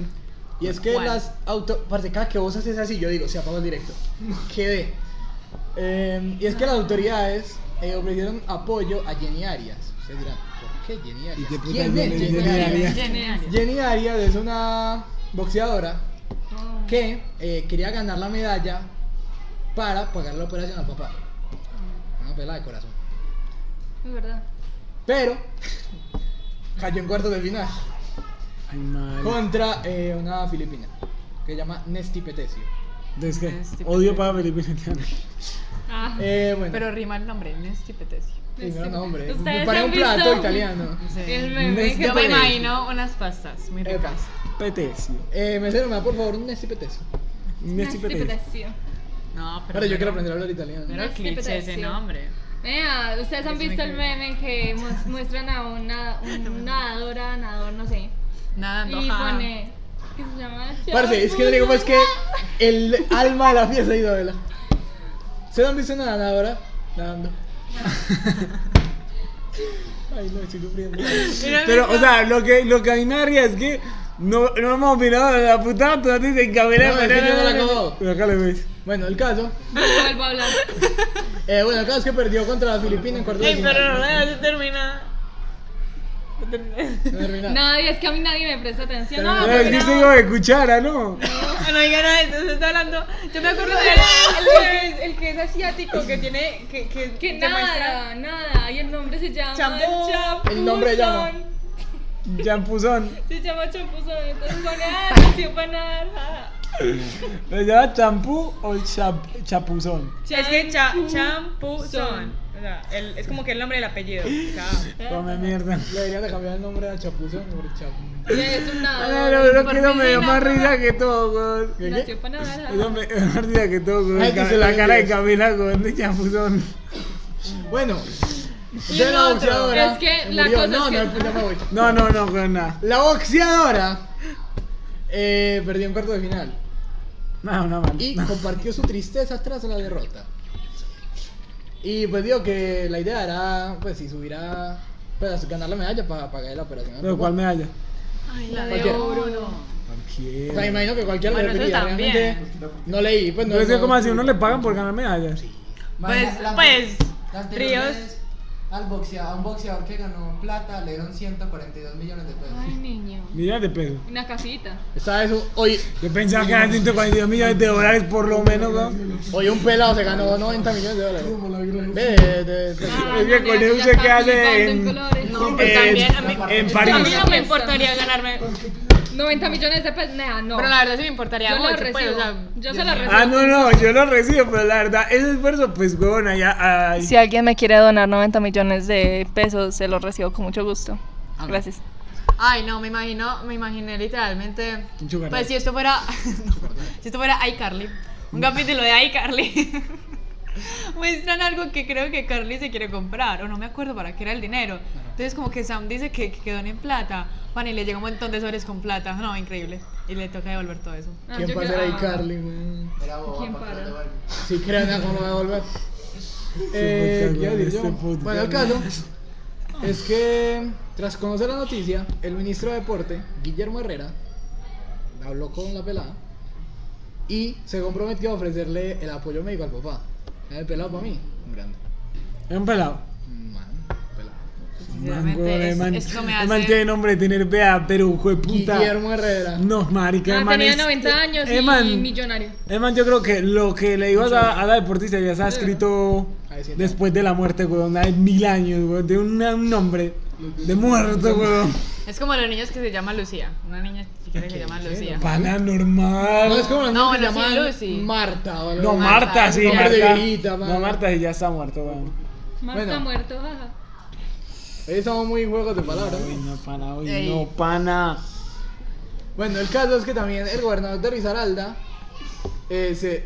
Speaker 1: y es que
Speaker 4: ¿Cuál?
Speaker 1: las auto. Parce, cada que vos haces así, yo digo, se apagó el directo. Quedé. Eh, y es que las autoridades eh, ofrecieron apoyo a Jenny Arias. Ustedes dirán, ¿por qué Jenny Arias?
Speaker 2: qué puta
Speaker 1: ¿Quién es
Speaker 2: Jenny-
Speaker 1: Jenny,
Speaker 2: Jenny
Speaker 1: Arias?
Speaker 2: Arias?
Speaker 1: Jenny Arias es una boxeadora
Speaker 3: Oh.
Speaker 1: que eh, quería ganar la medalla para pagar la operación al papá. Una pelada de corazón.
Speaker 3: Oh, Es verdad.
Speaker 1: Pero cayó en cuartos de final
Speaker 2: Ay, madre.
Speaker 1: contra eh, una filipina que se llama Nesti Petesio.
Speaker 2: ¿Ves qué?
Speaker 4: Este
Speaker 2: Odio
Speaker 4: pendejo.
Speaker 2: para Felipe Gentiano.
Speaker 3: Ah.
Speaker 1: Eh, bueno,
Speaker 4: Pero rima el nombre, Nesti Petesio.
Speaker 1: sí, no, no, hombre,
Speaker 3: ¿Ustedes
Speaker 1: para
Speaker 3: han
Speaker 1: un plato
Speaker 3: visto?
Speaker 1: italiano.
Speaker 4: No
Speaker 3: El
Speaker 4: sé.
Speaker 3: meme
Speaker 2: Nesti
Speaker 3: que
Speaker 4: Yo me
Speaker 2: Petesio.
Speaker 4: imagino unas pastas muy
Speaker 1: Epa.
Speaker 4: ricas.
Speaker 2: Petecio.
Speaker 1: Eh, mesero, me da por favor un Nesti Petesio.
Speaker 2: Nesti Petecio.
Speaker 4: No, pero.
Speaker 1: Ahora yo quiero aprender a hablar italiano.
Speaker 4: Pero
Speaker 3: Nesti
Speaker 4: cliché ese
Speaker 3: Petesio.
Speaker 4: nombre.
Speaker 3: Vea, ustedes han
Speaker 4: Eso me
Speaker 3: visto el
Speaker 4: encanta.
Speaker 3: meme que mues- muestran a una un nadadora, nadador, no sé.
Speaker 4: Nadando.
Speaker 3: Y
Speaker 4: ajá.
Speaker 3: pone. ¿Qué se llama?
Speaker 1: Parce, es que no digo
Speaker 2: pues,
Speaker 1: más que el alma de la fiesta de Isabela. ¿Se han visto nadando ahora? Nadando. Ay, no, estoy sufriendo.
Speaker 4: Mira,
Speaker 2: Pero,
Speaker 4: mira.
Speaker 2: o sea, lo que, lo que a mí me haría es que no, no hemos mirado la puta, tú antes de
Speaker 1: No, es que yo no la acabo.
Speaker 2: Pero acá le ves.
Speaker 1: Bueno, el caso.
Speaker 3: Vuelvo a hablar.
Speaker 1: Eh, bueno, el caso es que perdió contra la Filipina en cuartos de
Speaker 4: Ey, pero no
Speaker 1: final.
Speaker 4: me dejaste terminar. No terminé.
Speaker 1: No termina.
Speaker 3: Nadie, es que a mí nadie me presta atención. No,
Speaker 2: Pero
Speaker 3: porque
Speaker 2: es que
Speaker 3: Ah, no.
Speaker 2: se iba de cuchara, ¿no?
Speaker 4: Ah, No diga nada, entonces está hablando. Yo me acuerdo del el, el que, es- el que es asiático, que tiene. que, que,
Speaker 3: Que
Speaker 4: te
Speaker 3: nada,
Speaker 4: muestra
Speaker 3: nada. Y el nombre se llama.
Speaker 4: Champú.
Speaker 3: Champuzón.
Speaker 1: El nombre llama.
Speaker 2: Champuzón.
Speaker 3: Se llama Champuzón. Entonces pone, ah, no sirve para nada.
Speaker 2: ¿Le llama champú o chap- chapuzón?
Speaker 4: Es que cha,
Speaker 3: Champú.
Speaker 4: champuzón. O sea, el- es como que el nombre del apellido. o sea,
Speaker 2: Come mierda.
Speaker 1: Le deberían de cambiar el nombre a Chapuzón por Chapuzón.
Speaker 3: Y es un
Speaker 2: Ah,
Speaker 3: nadador.
Speaker 2: No, no,
Speaker 3: Por
Speaker 2: que eso
Speaker 3: fin
Speaker 2: me dio
Speaker 3: se
Speaker 2: más
Speaker 3: enamora.
Speaker 2: risa que todo, weón.
Speaker 1: ¿Qué,
Speaker 3: Nació
Speaker 1: qué?
Speaker 3: para
Speaker 2: Eso
Speaker 3: nadar.
Speaker 2: me dio más risa que todo, weón.
Speaker 1: Ay, que se
Speaker 2: La
Speaker 1: lo
Speaker 2: cara de
Speaker 1: digas.
Speaker 2: Camila con el chapuzón.
Speaker 1: Bueno,
Speaker 4: Y
Speaker 1: de la
Speaker 4: el otro.
Speaker 1: boxeadora.
Speaker 3: Es que
Speaker 1: se
Speaker 3: la
Speaker 1: murió.
Speaker 3: cosa
Speaker 1: no, no,
Speaker 3: es que-
Speaker 1: pues ya me voy.
Speaker 2: No, no, no, con nada.
Speaker 1: La boxeadora eh, perdió en cuartos de final
Speaker 2: No, no, man.
Speaker 1: y compartió su tristeza tras la derrota. Y pues digo que la idea era, pues si subiera, pues ganar la medalla para pagar la operación.
Speaker 2: Pero ¿cuál medalla?
Speaker 4: Ay, la de
Speaker 1: Cualquiera.
Speaker 4: oro.
Speaker 1: O sea,
Speaker 2: Cualquiera.
Speaker 1: imagino que cualquiera
Speaker 4: Bueno,
Speaker 1: lo
Speaker 4: eso
Speaker 1: repetiría.
Speaker 4: también.
Speaker 1: Realmente no leí, pues no.
Speaker 2: No es que
Speaker 1: no-
Speaker 2: como así uno le pagan por ganar medallas.
Speaker 4: Pues,
Speaker 6: Bueno, la-
Speaker 4: pues,
Speaker 6: la anterior
Speaker 4: Ríos.
Speaker 6: vez, Al boxeador, a un boxeador que ganó plata le dieron 142 millones de pesos.
Speaker 3: Ay, niño.
Speaker 2: Millones de pesos.
Speaker 3: Una casita.
Speaker 1: ¿Sabes? Hoy,
Speaker 2: Yo pensaba que eran 142 millones de dólares por lo menos, weón.
Speaker 1: hoy un pelado se ganó 90 millones de dólares. Ve, de, de- de-
Speaker 4: Ah,
Speaker 2: Es que con eso
Speaker 3: Ah, ya
Speaker 2: se
Speaker 3: está
Speaker 2: queda
Speaker 3: flipando
Speaker 2: en-
Speaker 3: en colores.
Speaker 4: No, pues también a mí,
Speaker 2: en
Speaker 4: a mí
Speaker 2: París.
Speaker 4: no me importaría ganarme.
Speaker 3: 90 millones de pesos. Nah, no.
Speaker 4: Pero la verdad sí me importaría
Speaker 3: yo lo
Speaker 4: mucho.
Speaker 3: recibo.
Speaker 4: Pues, o sea,
Speaker 3: yo se la recibo.
Speaker 2: Ah, no, no, yo lo recibo, pero la verdad, ese esfuerzo, pues, weón, allá. ay.
Speaker 7: Si alguien me quiere donar 90 millones de pesos, se los recibo con mucho gusto.
Speaker 4: Ah,
Speaker 7: Gracias.
Speaker 4: Ay, no, me imagino, me imaginé literalmente.
Speaker 2: Un sugar
Speaker 4: Pues
Speaker 2: daddy.
Speaker 4: si esto fuera. no, si esto fuera iCarly. Un capítulo de iCarly. Muestran algo que creo que Carly se quiere comprar, o no me acuerdo para qué era el dinero. Entonces, como que Sam dice que, que quedó en plata. Van y le llega un montón de sobres con plata. No, increíble. Y le toca devolver todo eso.
Speaker 3: Ah,
Speaker 1: ¿Quién
Speaker 3: yo
Speaker 1: va a
Speaker 3: creo-
Speaker 1: ser ahí,
Speaker 3: ah.
Speaker 1: Carly? man?
Speaker 6: Era boba,
Speaker 3: ¿Quién
Speaker 6: para que
Speaker 3: para?
Speaker 6: lo devuelvan.
Speaker 1: Si crean algo no va a volver. Eh,
Speaker 2: podcast,
Speaker 1: ¿qué iba a decir
Speaker 2: este
Speaker 1: yo?
Speaker 2: podcast.
Speaker 1: Bueno, el caso es que tras conocer la noticia, el ministro de Deporte, Guillermo Herrera, habló con la pelada y se comprometió a ofrecerle el apoyo médico al papá. El pelado para mí, un grande.
Speaker 2: Es un pelado.
Speaker 1: Man, pelado.
Speaker 4: Sinceramente, es- esto me hace.
Speaker 2: eh, mantiene nombre de tener vea, pero hijo de puta. Mm.
Speaker 1: Guillermo Herrera.
Speaker 2: No, marica,
Speaker 3: Ah,
Speaker 2: el man
Speaker 3: tenía
Speaker 2: es-
Speaker 3: 90 años
Speaker 2: el
Speaker 3: y
Speaker 2: man-
Speaker 3: millonario.
Speaker 2: el man, yo creo que lo que le digo a la, a la deportista ya se ha escrito
Speaker 1: Ahí sí,
Speaker 2: después de la muerte, weón, de mil años, weón, de una- un nombre de muerto, weón.
Speaker 4: Es como los niños que se llama Lucía. Una niña chiquita que se llama Lucía.
Speaker 2: Pana normal.
Speaker 1: No, es como los
Speaker 4: No,
Speaker 1: niños que
Speaker 4: bueno, sí,
Speaker 1: llaman
Speaker 4: Lucy.
Speaker 1: Marta o algo
Speaker 2: No,
Speaker 1: así.
Speaker 4: Marta,
Speaker 2: Marta, sí,
Speaker 1: nombre de
Speaker 2: Marta.
Speaker 1: viejita, man.
Speaker 2: no, Marta sí ya está muerto, weón.
Speaker 3: Marta
Speaker 1: Bueno.
Speaker 3: muerto, ajá.
Speaker 1: Hoy estamos muy juegos de palabras. ¿no?
Speaker 2: Uy, no, pana, uy,
Speaker 4: Ey.
Speaker 2: no, pana.
Speaker 1: Bueno, el caso es que también el gobernador de Risaralda eh, se.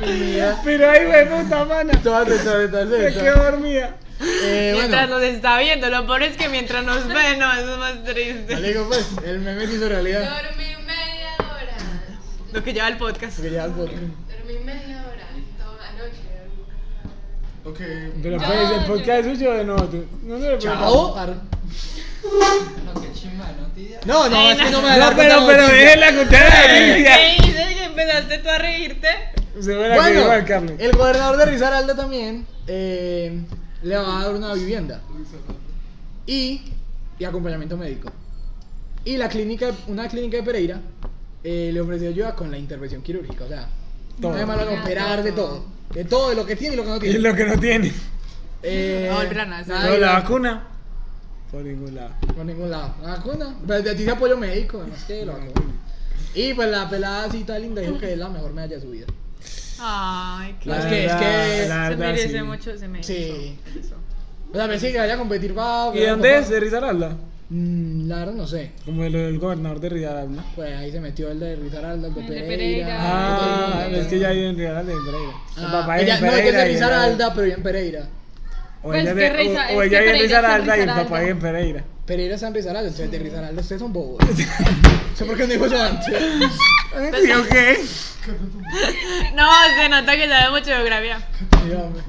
Speaker 1: Mira,
Speaker 2: Pero ahí, weón, puta, pana.
Speaker 1: todas de todas de todas
Speaker 2: Me
Speaker 1: de
Speaker 2: quedo
Speaker 1: todas.
Speaker 2: dormida.
Speaker 1: Eh,
Speaker 4: Mientras
Speaker 1: bueno,
Speaker 4: nos está viendo, lo peor es que mientras nos ve, no, eso es más triste.
Speaker 1: Marico, pues, el meme se hizo realidad.
Speaker 8: Dormí media hora.
Speaker 4: Lo que lleva el podcast.
Speaker 1: Porque ya el bot-
Speaker 8: Dormí media hora. Toda la noche.
Speaker 2: Pero pues, el podcast es suyo o de nosotros. No se le
Speaker 1: Chao.
Speaker 6: No, qué chimba de noticia.
Speaker 1: No, no, es que no me
Speaker 2: No,
Speaker 1: adelanto
Speaker 2: pero,
Speaker 1: tanto.
Speaker 2: pero déjenla contar la
Speaker 4: ¿Qué
Speaker 2: noticia.
Speaker 4: hice que empezaste tú a reírte?
Speaker 2: Se ve la que
Speaker 1: Bueno,
Speaker 2: lleva el Carlos.
Speaker 1: el gobernador de Risaralda también eh, le va a dar una vivienda y, y acompañamiento médico. Y la clínica, una clínica de Pereira eh, le ofreció ayuda con la intervención quirúrgica, o sea,
Speaker 2: Todo.
Speaker 1: no es malo de operar de todo, de todo, de lo que tiene y lo que no
Speaker 2: Y
Speaker 1: tiene.
Speaker 2: lo que no tiene.
Speaker 1: Eh,
Speaker 4: No volverá nada,
Speaker 1: nada,
Speaker 2: Pero la
Speaker 1: nada,
Speaker 2: vacuna. Por ningún lado.
Speaker 1: Por ningún lado. La vacuna. Pero de ti se apoyo médico, además que la vacuna. Y pues la pelada así toda linda dijo que es la mejor medalla de su vida.
Speaker 4: Ay, qué.
Speaker 1: La- Es
Speaker 2: La
Speaker 1: que- es que
Speaker 2: verdad, la
Speaker 4: se
Speaker 2: verdad,
Speaker 4: merece
Speaker 2: sí.
Speaker 4: mucho, se merece.
Speaker 1: Sí. O sea, me sigue que vaya a competir va.
Speaker 2: ¿Y de dónde es? ¿De Risaralda?
Speaker 1: Mm, la verdad no sé.
Speaker 2: Como el, el gobernador de Risaralda.
Speaker 1: Pues ahí se metió el de Risaralda, el de
Speaker 3: El de
Speaker 1: Pereira.
Speaker 3: Pereira.
Speaker 2: Ah,
Speaker 1: el de-
Speaker 2: es que ella vive en Risaralda, en Pereira. El
Speaker 1: Ah,
Speaker 2: papá vive
Speaker 1: ella-
Speaker 2: en
Speaker 1: no, es que es
Speaker 2: Pereira
Speaker 1: de
Speaker 2: y ella-
Speaker 1: Risaralda, pero bien Pereira.
Speaker 2: O
Speaker 3: Pues
Speaker 2: ella
Speaker 3: que
Speaker 2: de-
Speaker 3: Risa-
Speaker 2: o- o
Speaker 3: es que
Speaker 2: ella vive en
Speaker 3: Pereira es en
Speaker 2: Risaralda y el papá
Speaker 3: Risaralda.
Speaker 2: vive en Pereira.
Speaker 1: Pereira es en Risaralda, entonces de Risaralda ustedes son bobos. sé por qué no dijo eso antes.
Speaker 2: ¿Sí o qué?
Speaker 4: No, se nota que sabe mucho de geografía.
Speaker 1: Dígame.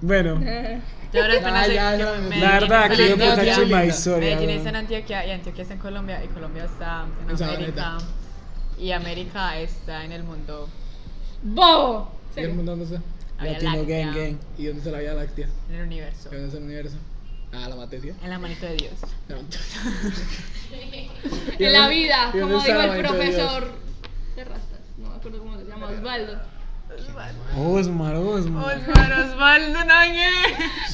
Speaker 2: Bueno,
Speaker 4: Yo ahora
Speaker 1: Ya,
Speaker 4: estoy
Speaker 1: ya,
Speaker 4: en
Speaker 1: ya.
Speaker 4: Medellín.
Speaker 2: Ah, la verdad, que yo
Speaker 1: Medellín,
Speaker 2: pensé
Speaker 1: Antioquia.
Speaker 2: que es una
Speaker 4: Medellín está en
Speaker 2: historia.
Speaker 4: Antioquia y Antioquia está en Colombia y Colombia está en
Speaker 1: En
Speaker 4: América
Speaker 1: Sabaneta.
Speaker 4: y América está en el mundo.
Speaker 3: ¡Bobo!
Speaker 1: ¿Y el mundo dónde está?
Speaker 4: Vía
Speaker 2: Latino
Speaker 4: Láctea,
Speaker 2: Gang Gang.
Speaker 1: ¿Y dónde está la Vía Láctea?
Speaker 4: En el universo.
Speaker 1: ¿Y ¿Dónde está el universo? Ah, la materia.
Speaker 4: En la manito de Dios.
Speaker 1: No. ¿Y
Speaker 3: En la
Speaker 1: dónde-
Speaker 3: vida,
Speaker 1: y dónde
Speaker 3: como
Speaker 1: está
Speaker 3: dijo
Speaker 1: la
Speaker 3: el
Speaker 1: manito de Dios?
Speaker 3: profesor de Rastas. No me acuerdo cómo se llama, Osvaldo.
Speaker 2: Osmar, Osmar.
Speaker 4: Osmar, Osvaldo Nangue.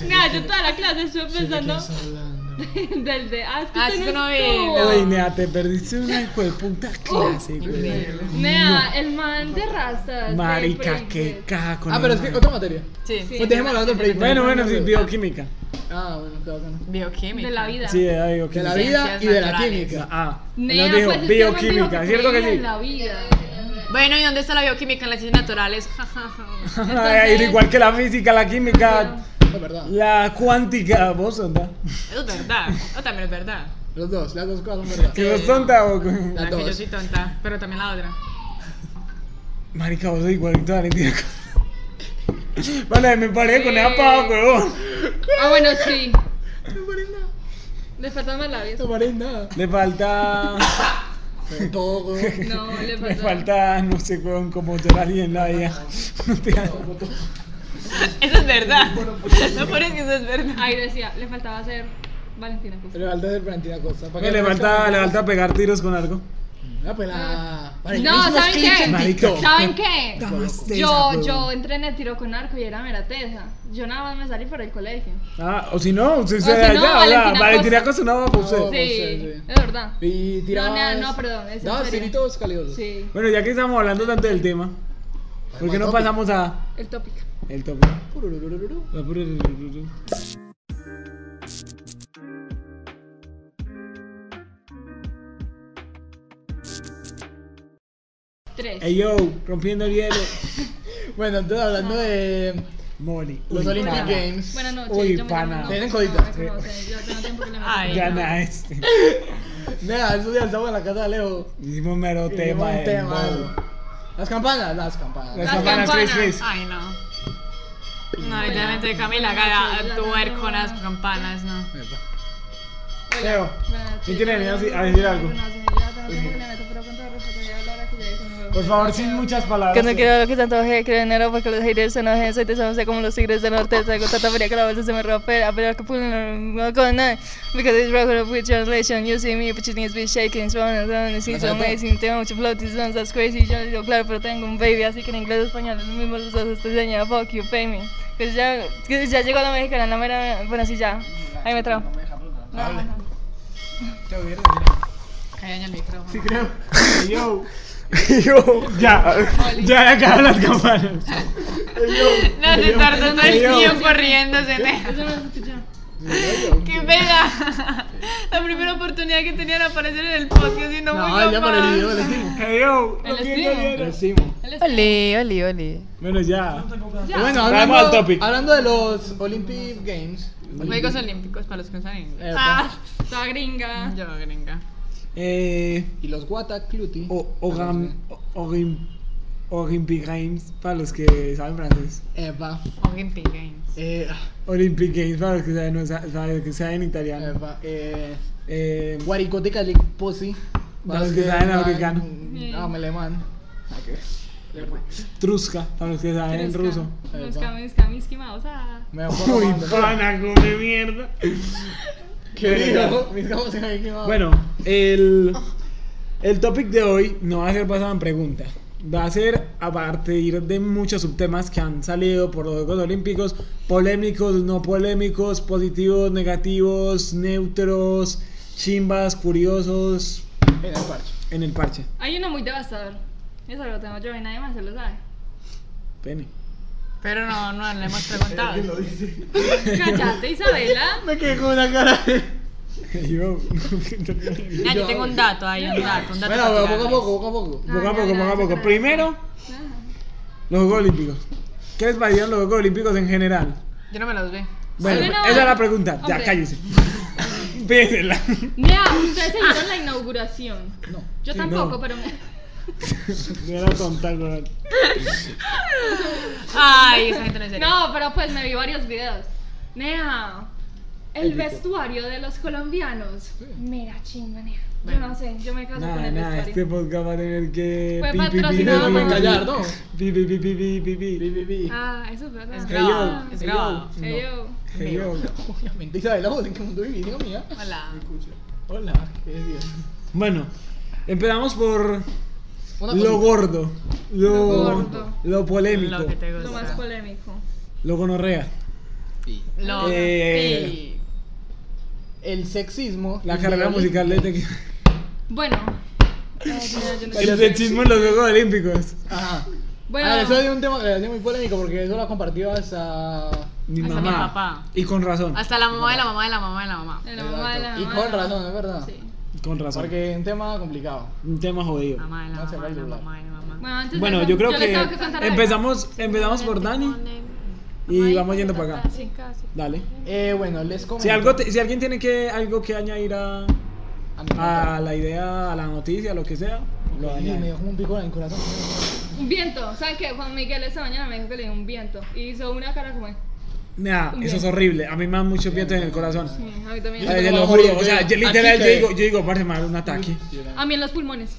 Speaker 3: Nada, yo toda la clase estuve pensando del de. Ah, es que
Speaker 4: Ah,
Speaker 3: usted
Speaker 4: es que
Speaker 3: no
Speaker 4: no vino.
Speaker 3: estuvo.
Speaker 2: Uy, nea, te perdiste una hijo de puta clase, güey.
Speaker 4: Increíble.
Speaker 3: Nea, el man de Rastas. de
Speaker 2: Marica, qué
Speaker 3: Princes.
Speaker 2: caja con
Speaker 1: Ah,
Speaker 2: el
Speaker 1: pero es que
Speaker 2: man.
Speaker 1: otra materia.
Speaker 4: Sí.
Speaker 3: Sí.
Speaker 1: Pues dejemos hablando del proyecto.
Speaker 2: Bueno, bueno, sí, bioquímica.
Speaker 1: Ah, bueno, qué bacano.
Speaker 4: Bioquímica.
Speaker 3: De la vida.
Speaker 2: Sí, era
Speaker 1: De
Speaker 2: bioquímica.
Speaker 1: la vida y de la
Speaker 4: naturales.
Speaker 1: química.
Speaker 2: Ah,
Speaker 3: Nea,
Speaker 2: nos dijo
Speaker 3: pues, este man dijo
Speaker 2: bioquímica, ¿cierto que
Speaker 3: creía
Speaker 2: sí?
Speaker 3: en la vida.
Speaker 4: Bueno, ¿y dónde está la bioquímica en las ciencias naturales?
Speaker 2: Ay, Igual que la física, la química,
Speaker 1: Es verdad.
Speaker 2: la cuántica, vos onda.
Speaker 4: Eso es verdad. Eso también es verdad.
Speaker 1: Los dos, las dos cosas son verdad.
Speaker 2: ¿Que vos tonta o qué?
Speaker 1: Las
Speaker 4: La que yo
Speaker 1: dos.
Speaker 4: soy tonta, pero también la otra.
Speaker 2: Marica, vos sos igualito a Valentina. Vale, me paré con esa
Speaker 3: Sí.
Speaker 2: pava, huevón.
Speaker 3: Ah, bueno, sí.
Speaker 1: No paré nada.
Speaker 3: Le faltan más labios.
Speaker 1: No paré nada.
Speaker 2: Le falta.
Speaker 1: Pero Todo, weón.
Speaker 3: No, le
Speaker 2: Le
Speaker 3: faltan.
Speaker 2: falta, no sé, huevón, como ser alguien en la vida. No te hagas.
Speaker 4: Eso es verdad.
Speaker 1: pues,
Speaker 4: No parece que eso es verdad.
Speaker 3: Ahí decía, le faltaba hacer Valentina Costa.
Speaker 1: Le falta hacer plantina cosa. ¿Para qué
Speaker 2: Le
Speaker 1: no
Speaker 2: falta,
Speaker 1: está?
Speaker 2: le falta pegar tiros con algo.
Speaker 1: Ah, pues la. Vale,
Speaker 3: No,
Speaker 1: hicimos
Speaker 3: ¿saben
Speaker 1: clips
Speaker 3: qué?
Speaker 1: en
Speaker 2: Marica.
Speaker 1: TikTok.
Speaker 3: ¿Saben qué?
Speaker 2: Damas de esa,
Speaker 3: Yo, yo
Speaker 2: huevón.
Speaker 3: entrené tiro con arco y era mera tesa. Yo nada más me salí por el colegio.
Speaker 2: Ah, o si no, si se
Speaker 3: si
Speaker 2: allá,
Speaker 3: no,
Speaker 2: o sea,
Speaker 3: Valentina
Speaker 2: Valentina
Speaker 3: Costa.
Speaker 2: Costa no pues, va a
Speaker 1: No.
Speaker 2: usted.
Speaker 1: sí, sí.
Speaker 3: Sí, es verdad.
Speaker 1: Y tirabas.
Speaker 3: no, no, perdón, es en
Speaker 1: Dabas
Speaker 3: serio.
Speaker 1: tiritos calidosos.
Speaker 3: Sí,
Speaker 2: Bueno, ya que estamos hablando tanto del tema, ¿por qué no pasamos a
Speaker 3: el tópico.
Speaker 2: el tope?
Speaker 1: Purururururu.
Speaker 3: Tres.
Speaker 2: Ey yo, rompiendo el hielo.
Speaker 1: Bueno, entonces hablando de
Speaker 2: Moni.
Speaker 1: los
Speaker 2: Uy,
Speaker 1: Olympic
Speaker 2: pana.
Speaker 1: Games.
Speaker 3: Buenas noches.
Speaker 2: Uy,
Speaker 3: yo me
Speaker 2: pana.
Speaker 3: llamo-
Speaker 1: Tienen
Speaker 3: no,
Speaker 1: coditas.
Speaker 3: me conocen, Yo tengo tiempo que le
Speaker 4: Ay.
Speaker 2: Gana este.
Speaker 1: Mira, esos días estamos en la casa de Leo.
Speaker 2: Hicimos mero
Speaker 1: y
Speaker 2: tema.
Speaker 1: hicimos
Speaker 2: del
Speaker 1: un tema.
Speaker 2: bobo.
Speaker 1: Las campanas, las campanas.
Speaker 2: Las
Speaker 3: Las
Speaker 2: campanas Chris
Speaker 3: campanas.
Speaker 2: Chris.
Speaker 4: Ay, no. No, literalmente Camila gana tuer con las campanas, no.
Speaker 2: Leo, ¿quién tiene miedo a decir algo? Por favor, sin muchas palabras.
Speaker 7: Que no quiero lo que se antoje, quiero dinero porque los haters se enojen, soy desahogarse como los tigres del norte, traigo tanta furia que la bolsa se me rompe, a pelear que pulen, no con nada, because it's rock of with translation, you see me, but you need to be shaking, strong and strong, it's so
Speaker 4: pues.
Speaker 7: amazing, tengo mucho flow, these songs, that's crazy, yo digo claro, pero tengo un baby, así que en inglés, español, es lo mismo, los dos, estoy señora, fuck you, pay me, que ya, que ya llegó la mexicana, la mera, bueno, sí, ya, ahí me trajo.
Speaker 4: Cállate el micrófono.
Speaker 1: Sí, creo.
Speaker 2: Yo. Yo. Ya. Ya acabaron las campanas.
Speaker 4: No, se tardó todo el
Speaker 2: yo-
Speaker 4: tío corriéndose. ne.
Speaker 3: Eso no se escucha.
Speaker 4: ¡Qué pena! La primera oportunidad que tenía era aparecer en el podcast y no
Speaker 1: No,
Speaker 4: voy a
Speaker 1: ya para el video del estimo.
Speaker 2: Ey yo,
Speaker 3: El
Speaker 2: rompiendo
Speaker 3: estilo.
Speaker 1: El
Speaker 2: hielo.
Speaker 1: estimo.
Speaker 4: Oli, oli, oli.
Speaker 2: Bueno, ya.
Speaker 1: Y Bueno,
Speaker 2: Vamos
Speaker 1: hablando,
Speaker 2: al topic.
Speaker 1: hablando de los Olympic Games.
Speaker 4: Juegos Olímpicos para los que usan inglés.
Speaker 1: Eh,
Speaker 3: Ah, toda gringa.
Speaker 4: Yo, gringa.
Speaker 2: Eh.
Speaker 1: Y los Watacluti.
Speaker 2: O, o, gam- o, gim- Olympic Games para los que saben francés.
Speaker 1: Eva.
Speaker 4: Olympic Games.
Speaker 1: Eh,
Speaker 2: Olympic Games para los que saben, no sa- saben- que saben italiano.
Speaker 1: Eva. Eh,
Speaker 2: Eh,
Speaker 1: Guaricote Cali Posi.
Speaker 2: Para los que saben africano.
Speaker 1: Ah, alemán.
Speaker 2: Trusca para los que saben
Speaker 3: Tres
Speaker 2: ruso.
Speaker 3: cam- Los camis, camis quemados. Ah.
Speaker 1: Me acuerdo
Speaker 2: Uy,
Speaker 1: cuando-
Speaker 2: pana, come mierda.
Speaker 1: ¿Qué digo? Mis cabos se me han quemado.
Speaker 2: Bueno, el, el topic de hoy no va a ser basado en pregunta. Va a ser a partir de muchos subtemas que han salido por los Juegos Olímpicos, polémicos, no polémicos, positivos, negativos, neutros, chimbas, curiosos,
Speaker 1: En el parche.
Speaker 2: en el parche.
Speaker 3: Hay uno muy devastador. Eso lo tengo yo y nadie más se lo sabe.
Speaker 2: Pene.
Speaker 4: Pero no, no le hemos preguntado.
Speaker 3: Cállate, Isabela.
Speaker 1: Me quedé con una cara de.
Speaker 2: Yo-
Speaker 4: Ya, yo tengo un dato ahí, un dato, un
Speaker 1: Bueno,
Speaker 4: dato. para
Speaker 1: pero poco a
Speaker 4: tirarles.
Speaker 1: poco, poco a poco.
Speaker 2: poco a poco, poco a poco. Primero, los Juegos Olímpicos. ¿Qué les parecieron los Juegos Olímpicos en general?
Speaker 4: Yo no me los vi.
Speaker 2: Bueno,
Speaker 3: Sí, no,
Speaker 2: esa es la pregunta. Ya,
Speaker 3: hombre.
Speaker 2: cállese. Piénsela.
Speaker 3: Mira, ustedes se vieron la inauguración.
Speaker 1: No.
Speaker 3: Yo
Speaker 2: Sí,
Speaker 3: tampoco,
Speaker 2: no.
Speaker 3: pero.
Speaker 2: Era tonta, weón.
Speaker 4: Ay, esa gente no es seria.
Speaker 3: No, pero pues me vi varios videos. Nea, el vestuario de los colombianos. Mira, chimba, nea. Yo
Speaker 4: Bueno.
Speaker 3: no sé, yo me caso con
Speaker 2: Nada,
Speaker 3: el
Speaker 2: nada, este
Speaker 3: vestuario.
Speaker 2: podcast va a tener que.
Speaker 3: Fue
Speaker 2: pi, pi, pi,
Speaker 3: patrocinado
Speaker 2: pi,
Speaker 1: por-
Speaker 2: pi,
Speaker 1: Callar, ¿no?
Speaker 2: Pi, pi, pi, pi, pi, pi, pi.
Speaker 1: Vi, vi, vi.
Speaker 3: Ah, eso es verdad.
Speaker 4: Es
Speaker 2: grabado,
Speaker 4: grabado,
Speaker 2: es
Speaker 4: es
Speaker 2: Hey, yo. grabado.
Speaker 4: grabado.
Speaker 3: Ey, yo.
Speaker 2: Hey, yo.
Speaker 1: Obviamente, Isabela, ¿vos en qué mundo vivís, hija mía?
Speaker 4: Hola.
Speaker 1: Hola, ¿qué decías?
Speaker 2: Bueno, empezamos por
Speaker 1: Una
Speaker 2: lo
Speaker 1: cosita.
Speaker 2: gordo. Lo,
Speaker 3: Lo gordo.
Speaker 2: lo polémico.
Speaker 4: Lo que te
Speaker 3: Lo más
Speaker 4: gusta.
Speaker 3: polémico.
Speaker 2: Lo gonorrea.
Speaker 4: Lo
Speaker 2: Eh,
Speaker 4: Sí.
Speaker 1: El sexismo.
Speaker 2: La carrera musical de este Tequila.
Speaker 3: Bueno. Ay, nea, yo no sé.
Speaker 2: El sexismo este en los Juegos Olímpicos.
Speaker 1: Ajá.
Speaker 3: Bueno,
Speaker 1: Ahora, eso es Ah, un tema que es muy polémico porque eso lo ha compartido hasta.
Speaker 2: Mi
Speaker 4: Hasta
Speaker 2: mamá.
Speaker 4: mi papá.
Speaker 2: Y con razón.
Speaker 4: Hasta la mamá de la mamá de la mamá de la mamá.
Speaker 3: de la mamá de la
Speaker 1: Y
Speaker 3: mamá de
Speaker 1: con
Speaker 3: la
Speaker 1: razón,
Speaker 3: mamá.
Speaker 1: es verdad.
Speaker 3: Sí.
Speaker 2: Con razón.
Speaker 1: Porque es un tema complicado.
Speaker 2: Un tema jodido.
Speaker 4: Mamá de la
Speaker 1: No se
Speaker 4: mamá de la
Speaker 1: vale.
Speaker 4: mamá de la mamá.
Speaker 3: Bueno, antes de
Speaker 2: Bueno,
Speaker 3: eso,
Speaker 2: yo creo
Speaker 3: les
Speaker 2: que,
Speaker 3: tengo contar algo.
Speaker 2: empezamos, empezamos por Dani y vamos yendo para acá.
Speaker 3: Sí, casi.
Speaker 2: Dale.
Speaker 1: Eh, bueno, les comento.
Speaker 2: Si, algo te- si alguien tiene que, algo que añadir a,
Speaker 1: A mi
Speaker 2: Ah. a la idea, a la noticia, a lo que sea, lo
Speaker 1: Ay, me
Speaker 2: añade.
Speaker 1: dejó un pico en el corazón.
Speaker 3: Un viento. ¿Saben qué? Juan Miguel esta mañana me dijo que le dio un viento. Y hizo una cara como. Sí,
Speaker 2: Nah, eso es horrible. A mí me dan muchos vientos en el corazón.
Speaker 3: "Mm, a mí
Speaker 2: Ay,
Speaker 3: también.
Speaker 1: me
Speaker 2: te
Speaker 1: voy
Speaker 2: lo
Speaker 1: a morir,
Speaker 2: juro. O sea,
Speaker 1: yo-
Speaker 2: yo,
Speaker 1: aquí
Speaker 2: literal, yo
Speaker 1: cae.
Speaker 2: digo, yo digo, parce, me va a dar un ataque.
Speaker 3: A mí en los pulmones.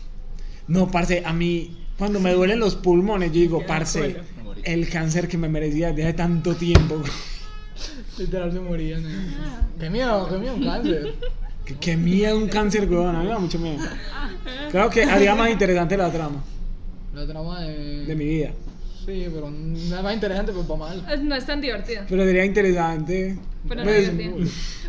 Speaker 2: No, parce, a mí, cuando me duelen los pulmones, yo digo, parce, el cáncer que me merecía desde hace tanto tiempo.
Speaker 1: Literal se morían. ¿no? Qué miedo, qué miedo, un cáncer.
Speaker 2: Qué, qué miedo un cáncer, weón. A mí me da mucho miedo. Creo que haría más interesante la trama
Speaker 1: La trama de.
Speaker 2: de mi vida.
Speaker 1: Sí, pero nada más interesante, pero para mal.
Speaker 3: Es- No es tan divertido.
Speaker 2: Pero sería interesante.
Speaker 3: Pero no
Speaker 2: Pues,
Speaker 3: es divertido.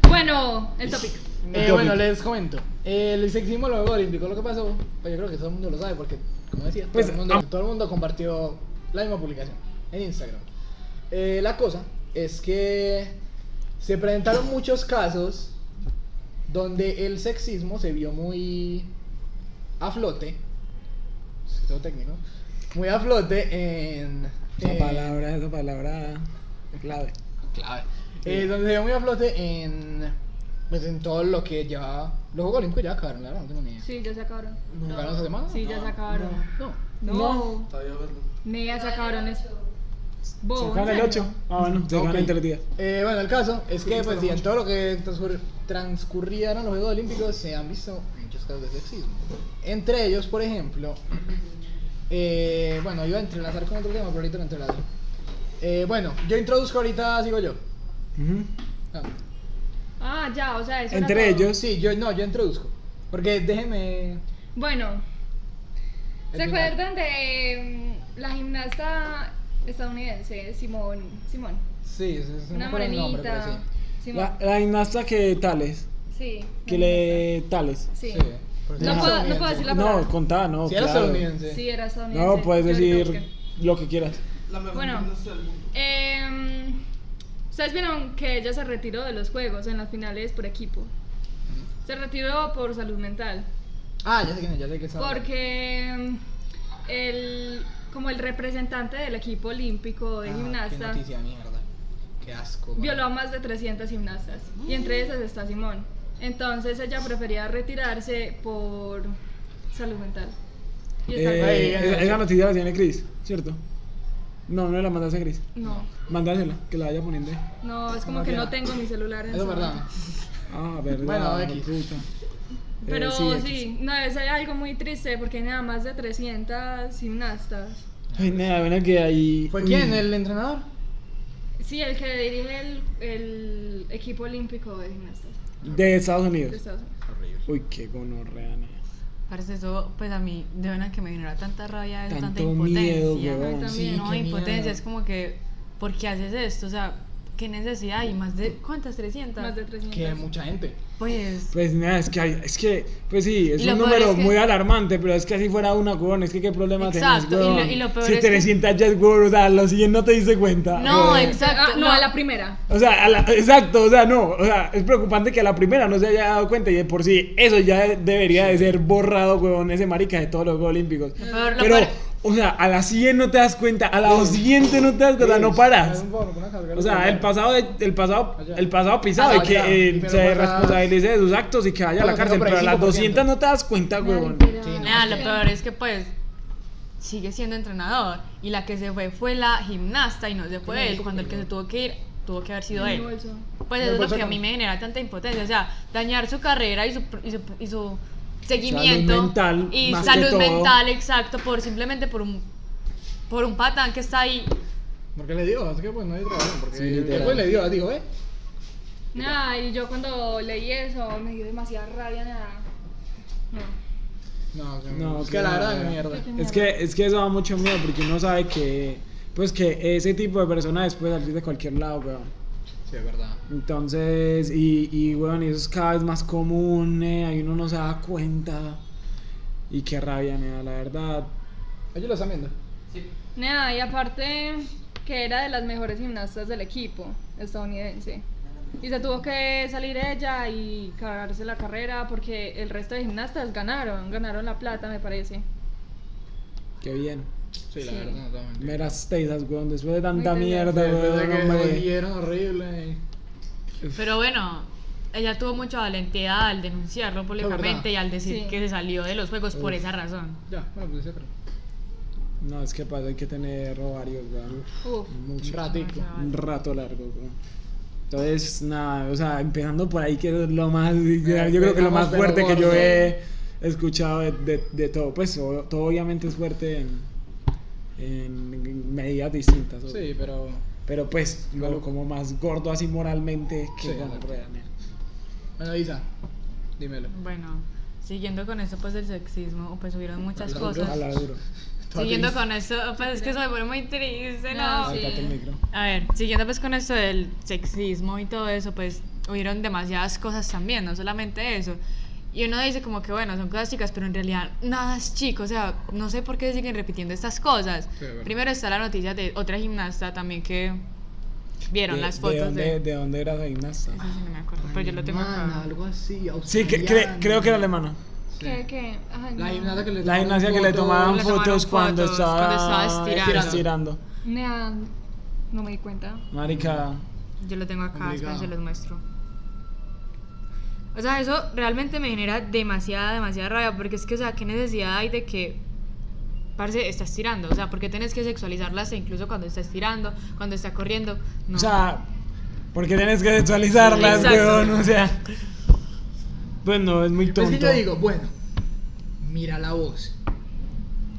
Speaker 3: Bueno, el topic.
Speaker 1: Eh, bueno, les comento. El sexismo luego olímpico, lo que pasó, pues yo creo que todo el mundo lo sabe, porque, como decía,
Speaker 2: Pues,
Speaker 1: todo, el mundo,
Speaker 2: am-
Speaker 1: todo el mundo compartió la misma publicación en Instagram. Eh, la cosa es que se presentaron muchos casos donde el sexismo se vio muy a flote, es todo técnico, muy a flote en...
Speaker 2: esa
Speaker 1: en-
Speaker 2: palabra, esa palabra clave.
Speaker 1: clave. Eh, donde se ve muy a flote en, pues, en todo lo que ya. Los Juegos Olímpicos ya acabaron, ¿verdad? No tengo ni idea.
Speaker 3: Sí, ya se acabaron.
Speaker 1: ¿Acabaron esta semana?
Speaker 3: Sí, ya se acabaron.
Speaker 1: No.
Speaker 2: No.
Speaker 3: Nea, se acabaron. Es...
Speaker 2: Se
Speaker 3: Bobo,
Speaker 2: gana el
Speaker 3: ¿no?
Speaker 2: 8. Ah, bueno, se
Speaker 1: Ok.
Speaker 2: gana entre los días.
Speaker 1: Eh, bueno, el caso es que, pues, sí, en todo lo que transcur- transcurrieron los Juegos Olímpicos se han visto muchos casos de sexismo. Entre ellos, por ejemplo, eh, bueno, iba a entrelazar con otro tema, pero ahorita lo entrelazo. Eh, bueno, yo introduzco ahorita, sigo yo.
Speaker 2: Ujú.
Speaker 1: Ah,
Speaker 3: Ah, ya, o sea, eso.
Speaker 2: Entre
Speaker 3: era todo.
Speaker 2: ellos.
Speaker 1: sí, yo no, yo introduzco. Porque déjeme.
Speaker 3: Bueno, ¿se
Speaker 1: el final.
Speaker 3: acuerdan de mm, la gimnasta estadounidense, Simón? Simón.
Speaker 1: Sí, sí, sí, no me
Speaker 3: Una
Speaker 1: acuerdo el nombre, pero
Speaker 3: morenita.
Speaker 2: La,
Speaker 3: Simón.
Speaker 2: la gimnasta que tales.
Speaker 3: Sí.
Speaker 2: Que
Speaker 3: una
Speaker 2: le tales.
Speaker 3: gimnasta. Sí.
Speaker 1: Sí, pero
Speaker 3: No
Speaker 1: sí.
Speaker 3: puedo- no puedo decir la
Speaker 2: No,
Speaker 3: palabra.
Speaker 2: contá, no.
Speaker 1: Si era
Speaker 2: claro.
Speaker 1: estadounidense.
Speaker 3: Sí, era estadounidense.
Speaker 2: No, puedes
Speaker 3: Yo ahorita
Speaker 2: decir
Speaker 3: busqué.
Speaker 2: lo que quieras.
Speaker 3: Bueno, em, ustedes vieron que ella se retiró de los juegos en las finales por equipo. Se retiró por salud mental.
Speaker 1: Ah, ya sé quién es, ya sé que es.
Speaker 3: Porque em, el, como el representante del equipo olímpico de
Speaker 1: Ah, Qué
Speaker 3: gimnasta
Speaker 1: noticia, mierda. Qué asco. güey.
Speaker 3: violó a más de 300 gimnastas. Y entre esas está Simón. Entonces ella prefería retirarse por salud mental. Y está-
Speaker 2: Eh,
Speaker 1: Ay,
Speaker 2: esa,
Speaker 1: ay,
Speaker 2: esa
Speaker 1: ay.
Speaker 2: noticia la tiene Chris, ¿cierto? No, no la mandaste a Chris.
Speaker 3: No,
Speaker 2: Mándasela, que la vaya poniendo. ahí.
Speaker 3: no, es como que no tengo mi celular en
Speaker 1: Eso es
Speaker 3: ese
Speaker 1: verdad.
Speaker 3: momento.
Speaker 2: Ah, verdad.
Speaker 1: Bueno,
Speaker 2: hijo de
Speaker 1: X.
Speaker 2: puta. Eh,
Speaker 3: Pero
Speaker 2: sí, X.
Speaker 3: sí, no, es algo muy triste porque hay nada más de 300 gimnastas.
Speaker 2: Ay, nada, ven que ahí.
Speaker 1: ¿Fue
Speaker 2: Uy.
Speaker 1: quién? ¿El entrenador?
Speaker 3: Sí, el que dirige el, el equipo olímpico de gimnastas
Speaker 2: De Estados
Speaker 3: de
Speaker 2: Unidos.
Speaker 3: Estados Unidos.
Speaker 2: Uy, qué gonorrea, nea.
Speaker 4: Parece eso, pues a mí, de verdad que me genera tanta rabia, eso, tanta
Speaker 2: Tanto
Speaker 4: impotencia.
Speaker 2: miedo,
Speaker 3: Ay,
Speaker 2: weón.
Speaker 3: también.
Speaker 4: Sí, no,
Speaker 1: qué
Speaker 4: impotencia,
Speaker 1: miedo.
Speaker 4: es como que, ¿por qué haces esto? O sea, ¿qué necesidad? Y más de, ¿cuántas? ¿300?
Speaker 3: Más de 300.
Speaker 1: Que mucha gente.
Speaker 4: Pues,
Speaker 2: Pues nada, es que hay, es que, pues sí, es
Speaker 4: Y lo
Speaker 2: un
Speaker 4: peor
Speaker 2: número
Speaker 4: es que-
Speaker 2: muy alarmante, pero es que así fuera una, weón, es que qué problema
Speaker 4: Exacto, y
Speaker 2: tenés,
Speaker 4: lo-
Speaker 2: weón.
Speaker 4: y lo peor
Speaker 2: Si
Speaker 4: es
Speaker 2: te
Speaker 4: que-
Speaker 2: resientas ya, weón, o sea, lo siguiente no te diste cuenta.
Speaker 4: No, eh.
Speaker 2: weón.
Speaker 4: exacto.
Speaker 3: Ah, no, a la primera.
Speaker 2: O sea, a la- exacto, o sea, no, o sea, es preocupante que a la primera no se haya dado cuenta y de por sí eso ya de- debería de ser borrado, weón, ese marica de todos los Juegos Olímpicos.
Speaker 4: Lo peor, lo
Speaker 2: Pero,
Speaker 4: peor-
Speaker 2: o sea, a las 100 no te das cuenta, a la 200 no te das cuenta, no paras. O sea, el pasado, de- el pasado, el pasado pisado
Speaker 1: Ah,
Speaker 2: y que
Speaker 1: ya.
Speaker 2: eh,
Speaker 1: Pero
Speaker 2: se
Speaker 1: pasa-
Speaker 2: responsabilice de sus actos y que vaya a la
Speaker 1: Bueno,
Speaker 2: cárcel,
Speaker 1: pero por ahí
Speaker 2: pero a las
Speaker 1: 5%.
Speaker 2: 200 no te das cuenta, weón.
Speaker 1: Sí, no.
Speaker 4: nada, lo peor es que pues sigue siendo entrenador y la que se fue fue la gimnasta y no se fue él, cuando el que se tuvo que ir tuvo que haber sido
Speaker 3: Mi
Speaker 4: él.
Speaker 3: bolso.
Speaker 4: Pues
Speaker 1: Me
Speaker 4: eso es
Speaker 1: bolsa
Speaker 4: lo que a mí
Speaker 1: con-
Speaker 4: me genera tanta impotencia, o sea, dañar su carrera y su, pr- y su, y su seguimiento
Speaker 2: Salud mental,
Speaker 4: y
Speaker 2: más que
Speaker 4: salud
Speaker 2: todo.
Speaker 4: mental, exacto, por simplemente por un por un patán que está ahí.
Speaker 1: ¿Por qué le dio? Es que pues no hay trabajo. Porque
Speaker 2: Sí, literal.
Speaker 1: después le dio, dijo, ¿eh?
Speaker 3: Nada, y yo cuando leí eso me dio demasiada rabia, nada. No.
Speaker 1: No, que-
Speaker 2: No,
Speaker 1: es
Speaker 2: que
Speaker 1: que la verdad
Speaker 2: no,
Speaker 1: es
Speaker 2: no.
Speaker 1: mierda.
Speaker 2: Es que, es que eso da mucho miedo porque uno sabe que, pues que ese tipo de personas después salir de cualquier lado, weón.
Speaker 1: Sí, es verdad.
Speaker 2: Entonces, y, y bueno, y eso es cada vez más común, eh, ahí uno no se da cuenta. Y qué rabia me da, la verdad.
Speaker 1: Ellos lo están viendo.
Speaker 3: Nada, y aparte que era de las mejores gimnastas del equipo estadounidense. Y se tuvo que salir ella y cargarse la carrera porque el resto de gimnastas ganaron, ganaron la plata, me parece.
Speaker 2: Qué bien.
Speaker 1: Sí, la
Speaker 3: Sí.
Speaker 1: verdad, no totalmente.
Speaker 2: Meras teitas, weón, después de tanta
Speaker 3: Muy bien.
Speaker 2: mierda, weón,
Speaker 1: que le
Speaker 2: hombre.
Speaker 1: dieron horrible. y-
Speaker 4: Pero bueno, ella tuvo mucha valentía al denunciarlo públicamente y al decir
Speaker 3: Sí.
Speaker 4: que se salió de los juegos por
Speaker 2: Uf.
Speaker 4: esa razón.
Speaker 1: Ya, bueno, pues ya creo.
Speaker 2: No, es que pasa, hay que tener ovarios, weón.
Speaker 3: Uf.
Speaker 2: Mucho.
Speaker 1: Un ratico.
Speaker 2: Un rato largo, weón. Entonces, nada, o sea, empezando por ahí, que es lo más,
Speaker 4: Eh,
Speaker 2: yo creo que lo más
Speaker 1: empezamos, pero
Speaker 2: fuerte que yo
Speaker 1: gordo.
Speaker 2: he escuchado de, de- de todo. Pues, o- todo obviamente es fuerte en, en medidas distintas. obvio.
Speaker 1: Sí, pero.
Speaker 2: Pero pues,
Speaker 1: No.
Speaker 2: algo como más gordo así moralmente que
Speaker 1: Sí,
Speaker 2: con
Speaker 1: exacto.
Speaker 2: realmente.
Speaker 1: Bueno, Isa, dímelo.
Speaker 4: Bueno, siguiendo con eso, pues el sexismo, pues hubieron muchas
Speaker 1: Habla duro,
Speaker 4: cosas.
Speaker 2: A la duro.
Speaker 1: Toda
Speaker 4: Siguiendo
Speaker 1: triste.
Speaker 4: con eso, pues es que eso me pone muy triste,
Speaker 3: No,
Speaker 4: ¿no?
Speaker 3: sí.
Speaker 2: Acá el micro.
Speaker 4: A ver, siguiendo pues con esto del sexismo y todo eso, pues hubieron demasiadas cosas también, no solamente eso. Y uno dice como que bueno, son cosas chicas, pero en realidad nada es chico, o sea, no sé por qué siguen repitiendo estas cosas.
Speaker 1: Sí, es verdad.
Speaker 4: Primero está la noticia de otra gimnasta también que vieron
Speaker 2: De-
Speaker 4: las
Speaker 2: de
Speaker 4: fotos
Speaker 2: dónde-
Speaker 4: de...
Speaker 2: de dónde era la gimnasta?
Speaker 4: Eso sí no me acuerdo, pero pues yo lo tengo
Speaker 6: Alemana,
Speaker 4: acá.
Speaker 6: algo así.
Speaker 2: Sí, que, cre-
Speaker 6: australiana.
Speaker 2: creo que era alemana.
Speaker 3: ¿Qué, qué? Ay,
Speaker 6: La
Speaker 3: no.
Speaker 6: gimnasia que le
Speaker 2: La
Speaker 6: tomaron
Speaker 2: gimnasia que le
Speaker 6: fotos.
Speaker 2: tomaban
Speaker 4: le tomaron
Speaker 2: fotos cuando
Speaker 4: fotos,
Speaker 2: estaba,
Speaker 4: cuando estaba estirando.
Speaker 2: estirando.
Speaker 3: Nea, no me di cuenta.
Speaker 2: Marica,
Speaker 4: Yo lo tengo acá,
Speaker 6: Obligado.
Speaker 4: esperen, se los muestro. O sea, eso realmente me genera demasiada, demasiada rabia, porque es que, o sea, ¿qué necesidad hay de que, parce, estás tirando? O sea, porque tenés que sexualizarlas e incluso cuando estás tirando, cuando está corriendo? No.
Speaker 2: o sea, porque tienes que sexualizarlas,
Speaker 4: Exacto.
Speaker 2: weón, o sea. Bueno, es muy
Speaker 6: Pues
Speaker 2: tonto.
Speaker 6: que yo digo, bueno, mira la voz.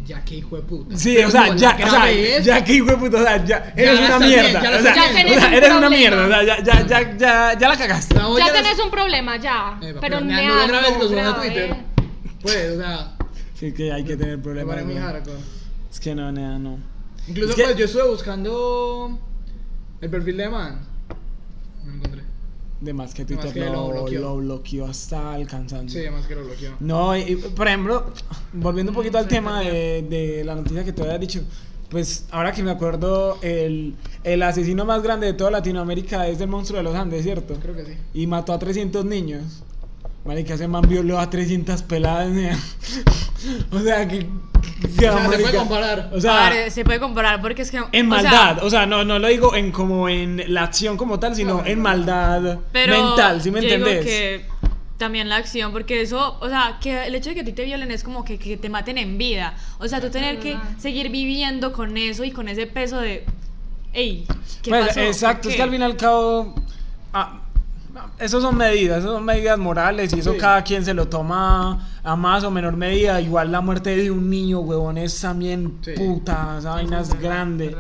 Speaker 6: Ya que hijo de puta.
Speaker 2: Sí,
Speaker 6: Pero
Speaker 2: o sea,
Speaker 6: no, la
Speaker 2: ya, o sea,
Speaker 6: grave es-
Speaker 2: ya que hijo de puta, o sea, ya,
Speaker 6: Ya
Speaker 2: eres
Speaker 6: la
Speaker 2: una
Speaker 6: estás
Speaker 2: mierda.
Speaker 6: bien, ya la
Speaker 2: o sea,
Speaker 3: estás
Speaker 2: o
Speaker 3: bien. Ya
Speaker 2: sea,
Speaker 3: tenés un
Speaker 2: eres una
Speaker 3: problema.
Speaker 2: mierda, o sea, ya, ya, ya, ya, ya la cagaste.
Speaker 6: La voz
Speaker 3: Ya
Speaker 6: la-
Speaker 3: tenés un problema, ya.
Speaker 6: Eva,
Speaker 3: pero
Speaker 6: pero
Speaker 3: nea,
Speaker 6: nea, no lo
Speaker 3: no, ¿eh?
Speaker 6: grabes, lo subas a
Speaker 3: grabes.
Speaker 6: Twitter. Pues, o sea,
Speaker 2: Sí, que hay que tener
Speaker 6: me
Speaker 2: problemas.
Speaker 6: parece muy
Speaker 2: weón.
Speaker 6: hardcore.
Speaker 2: Es que no, nada, no.
Speaker 6: Incluso
Speaker 2: Es que-
Speaker 6: pues yo estuve buscando el perfil de Man. No lo encontré.
Speaker 2: De más que
Speaker 6: De más
Speaker 2: Twitter
Speaker 6: que
Speaker 2: lo,
Speaker 6: lo
Speaker 2: lo bloqueó.
Speaker 6: bloqueó.
Speaker 2: hasta alcanzando.
Speaker 6: Sí, además que lo bloqueó.
Speaker 2: No, y- y, por ejemplo, volviendo un poquito al tema de, de la noticia que te había dicho, pues ahora que me acuerdo, el, el asesino más grande de toda Latinoamérica es el monstruo de los Andes, ¿cierto?
Speaker 6: Creo que sí.
Speaker 2: Y mató a 300 niños. Marica, ese man violó a 300 peladas, nea. O sea, que... que-
Speaker 6: O sea, se
Speaker 2: marica.
Speaker 6: puede comparar.
Speaker 2: O
Speaker 4: A
Speaker 2: sea,
Speaker 4: ver, se puede comparar porque es que... o sea,
Speaker 2: en maldad, o sea, no, no lo digo en como en la acción como tal, sino en maldad
Speaker 4: pero
Speaker 2: mental, ¿sí me
Speaker 4: yo digo
Speaker 2: entendés?
Speaker 4: que también la acción, porque eso, o sea, que el hecho de que a ti te violen es como que, que te maten en vida. O sea, tú tener que
Speaker 3: verdad.
Speaker 4: seguir viviendo con eso y con ese peso de... Ey, ¿qué
Speaker 2: Pues,
Speaker 4: pasó?
Speaker 2: Exacto,
Speaker 4: ¿Por
Speaker 2: es
Speaker 4: qué?"
Speaker 2: que al fin y al cabo, ah, eso son medidas, eso son medidas morales y eso
Speaker 6: Sí.
Speaker 2: cada quien se lo toma a más o menor medida. Igual la muerte de un niño, huevón, es también
Speaker 6: Sí.
Speaker 2: puta, esa vaina es grande.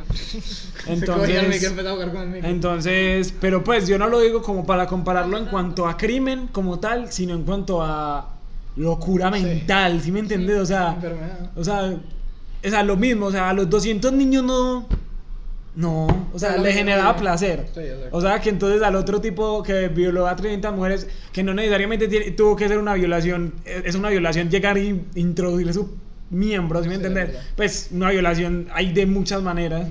Speaker 6: Se cogía el
Speaker 2: Entonces,
Speaker 6: micro, empezó a jugar con el micro.
Speaker 2: entonces, pero pues yo no lo digo como para compararlo en cuanto a crimen como tal, sino en cuanto a locura mental, ¿sí me entendés? O sea,
Speaker 6: Enfermedad.
Speaker 2: o sea, o sea, lo mismo, o sea, a los 200 niños no. No, o sea,
Speaker 6: Lo
Speaker 2: le
Speaker 6: mismo,
Speaker 2: generaba
Speaker 6: sí.
Speaker 2: placer.
Speaker 6: Sí, exacto.
Speaker 2: O sea, que entonces al otro tipo que violó a 30 mujeres, que no necesariamente tiene- tuvo que ser una violación, eh, es una violación llegar y introducir su miembro, ¿sí me
Speaker 6: Sí,
Speaker 2: entiendes?
Speaker 6: verdad.
Speaker 2: Pues una violación hay de muchas maneras.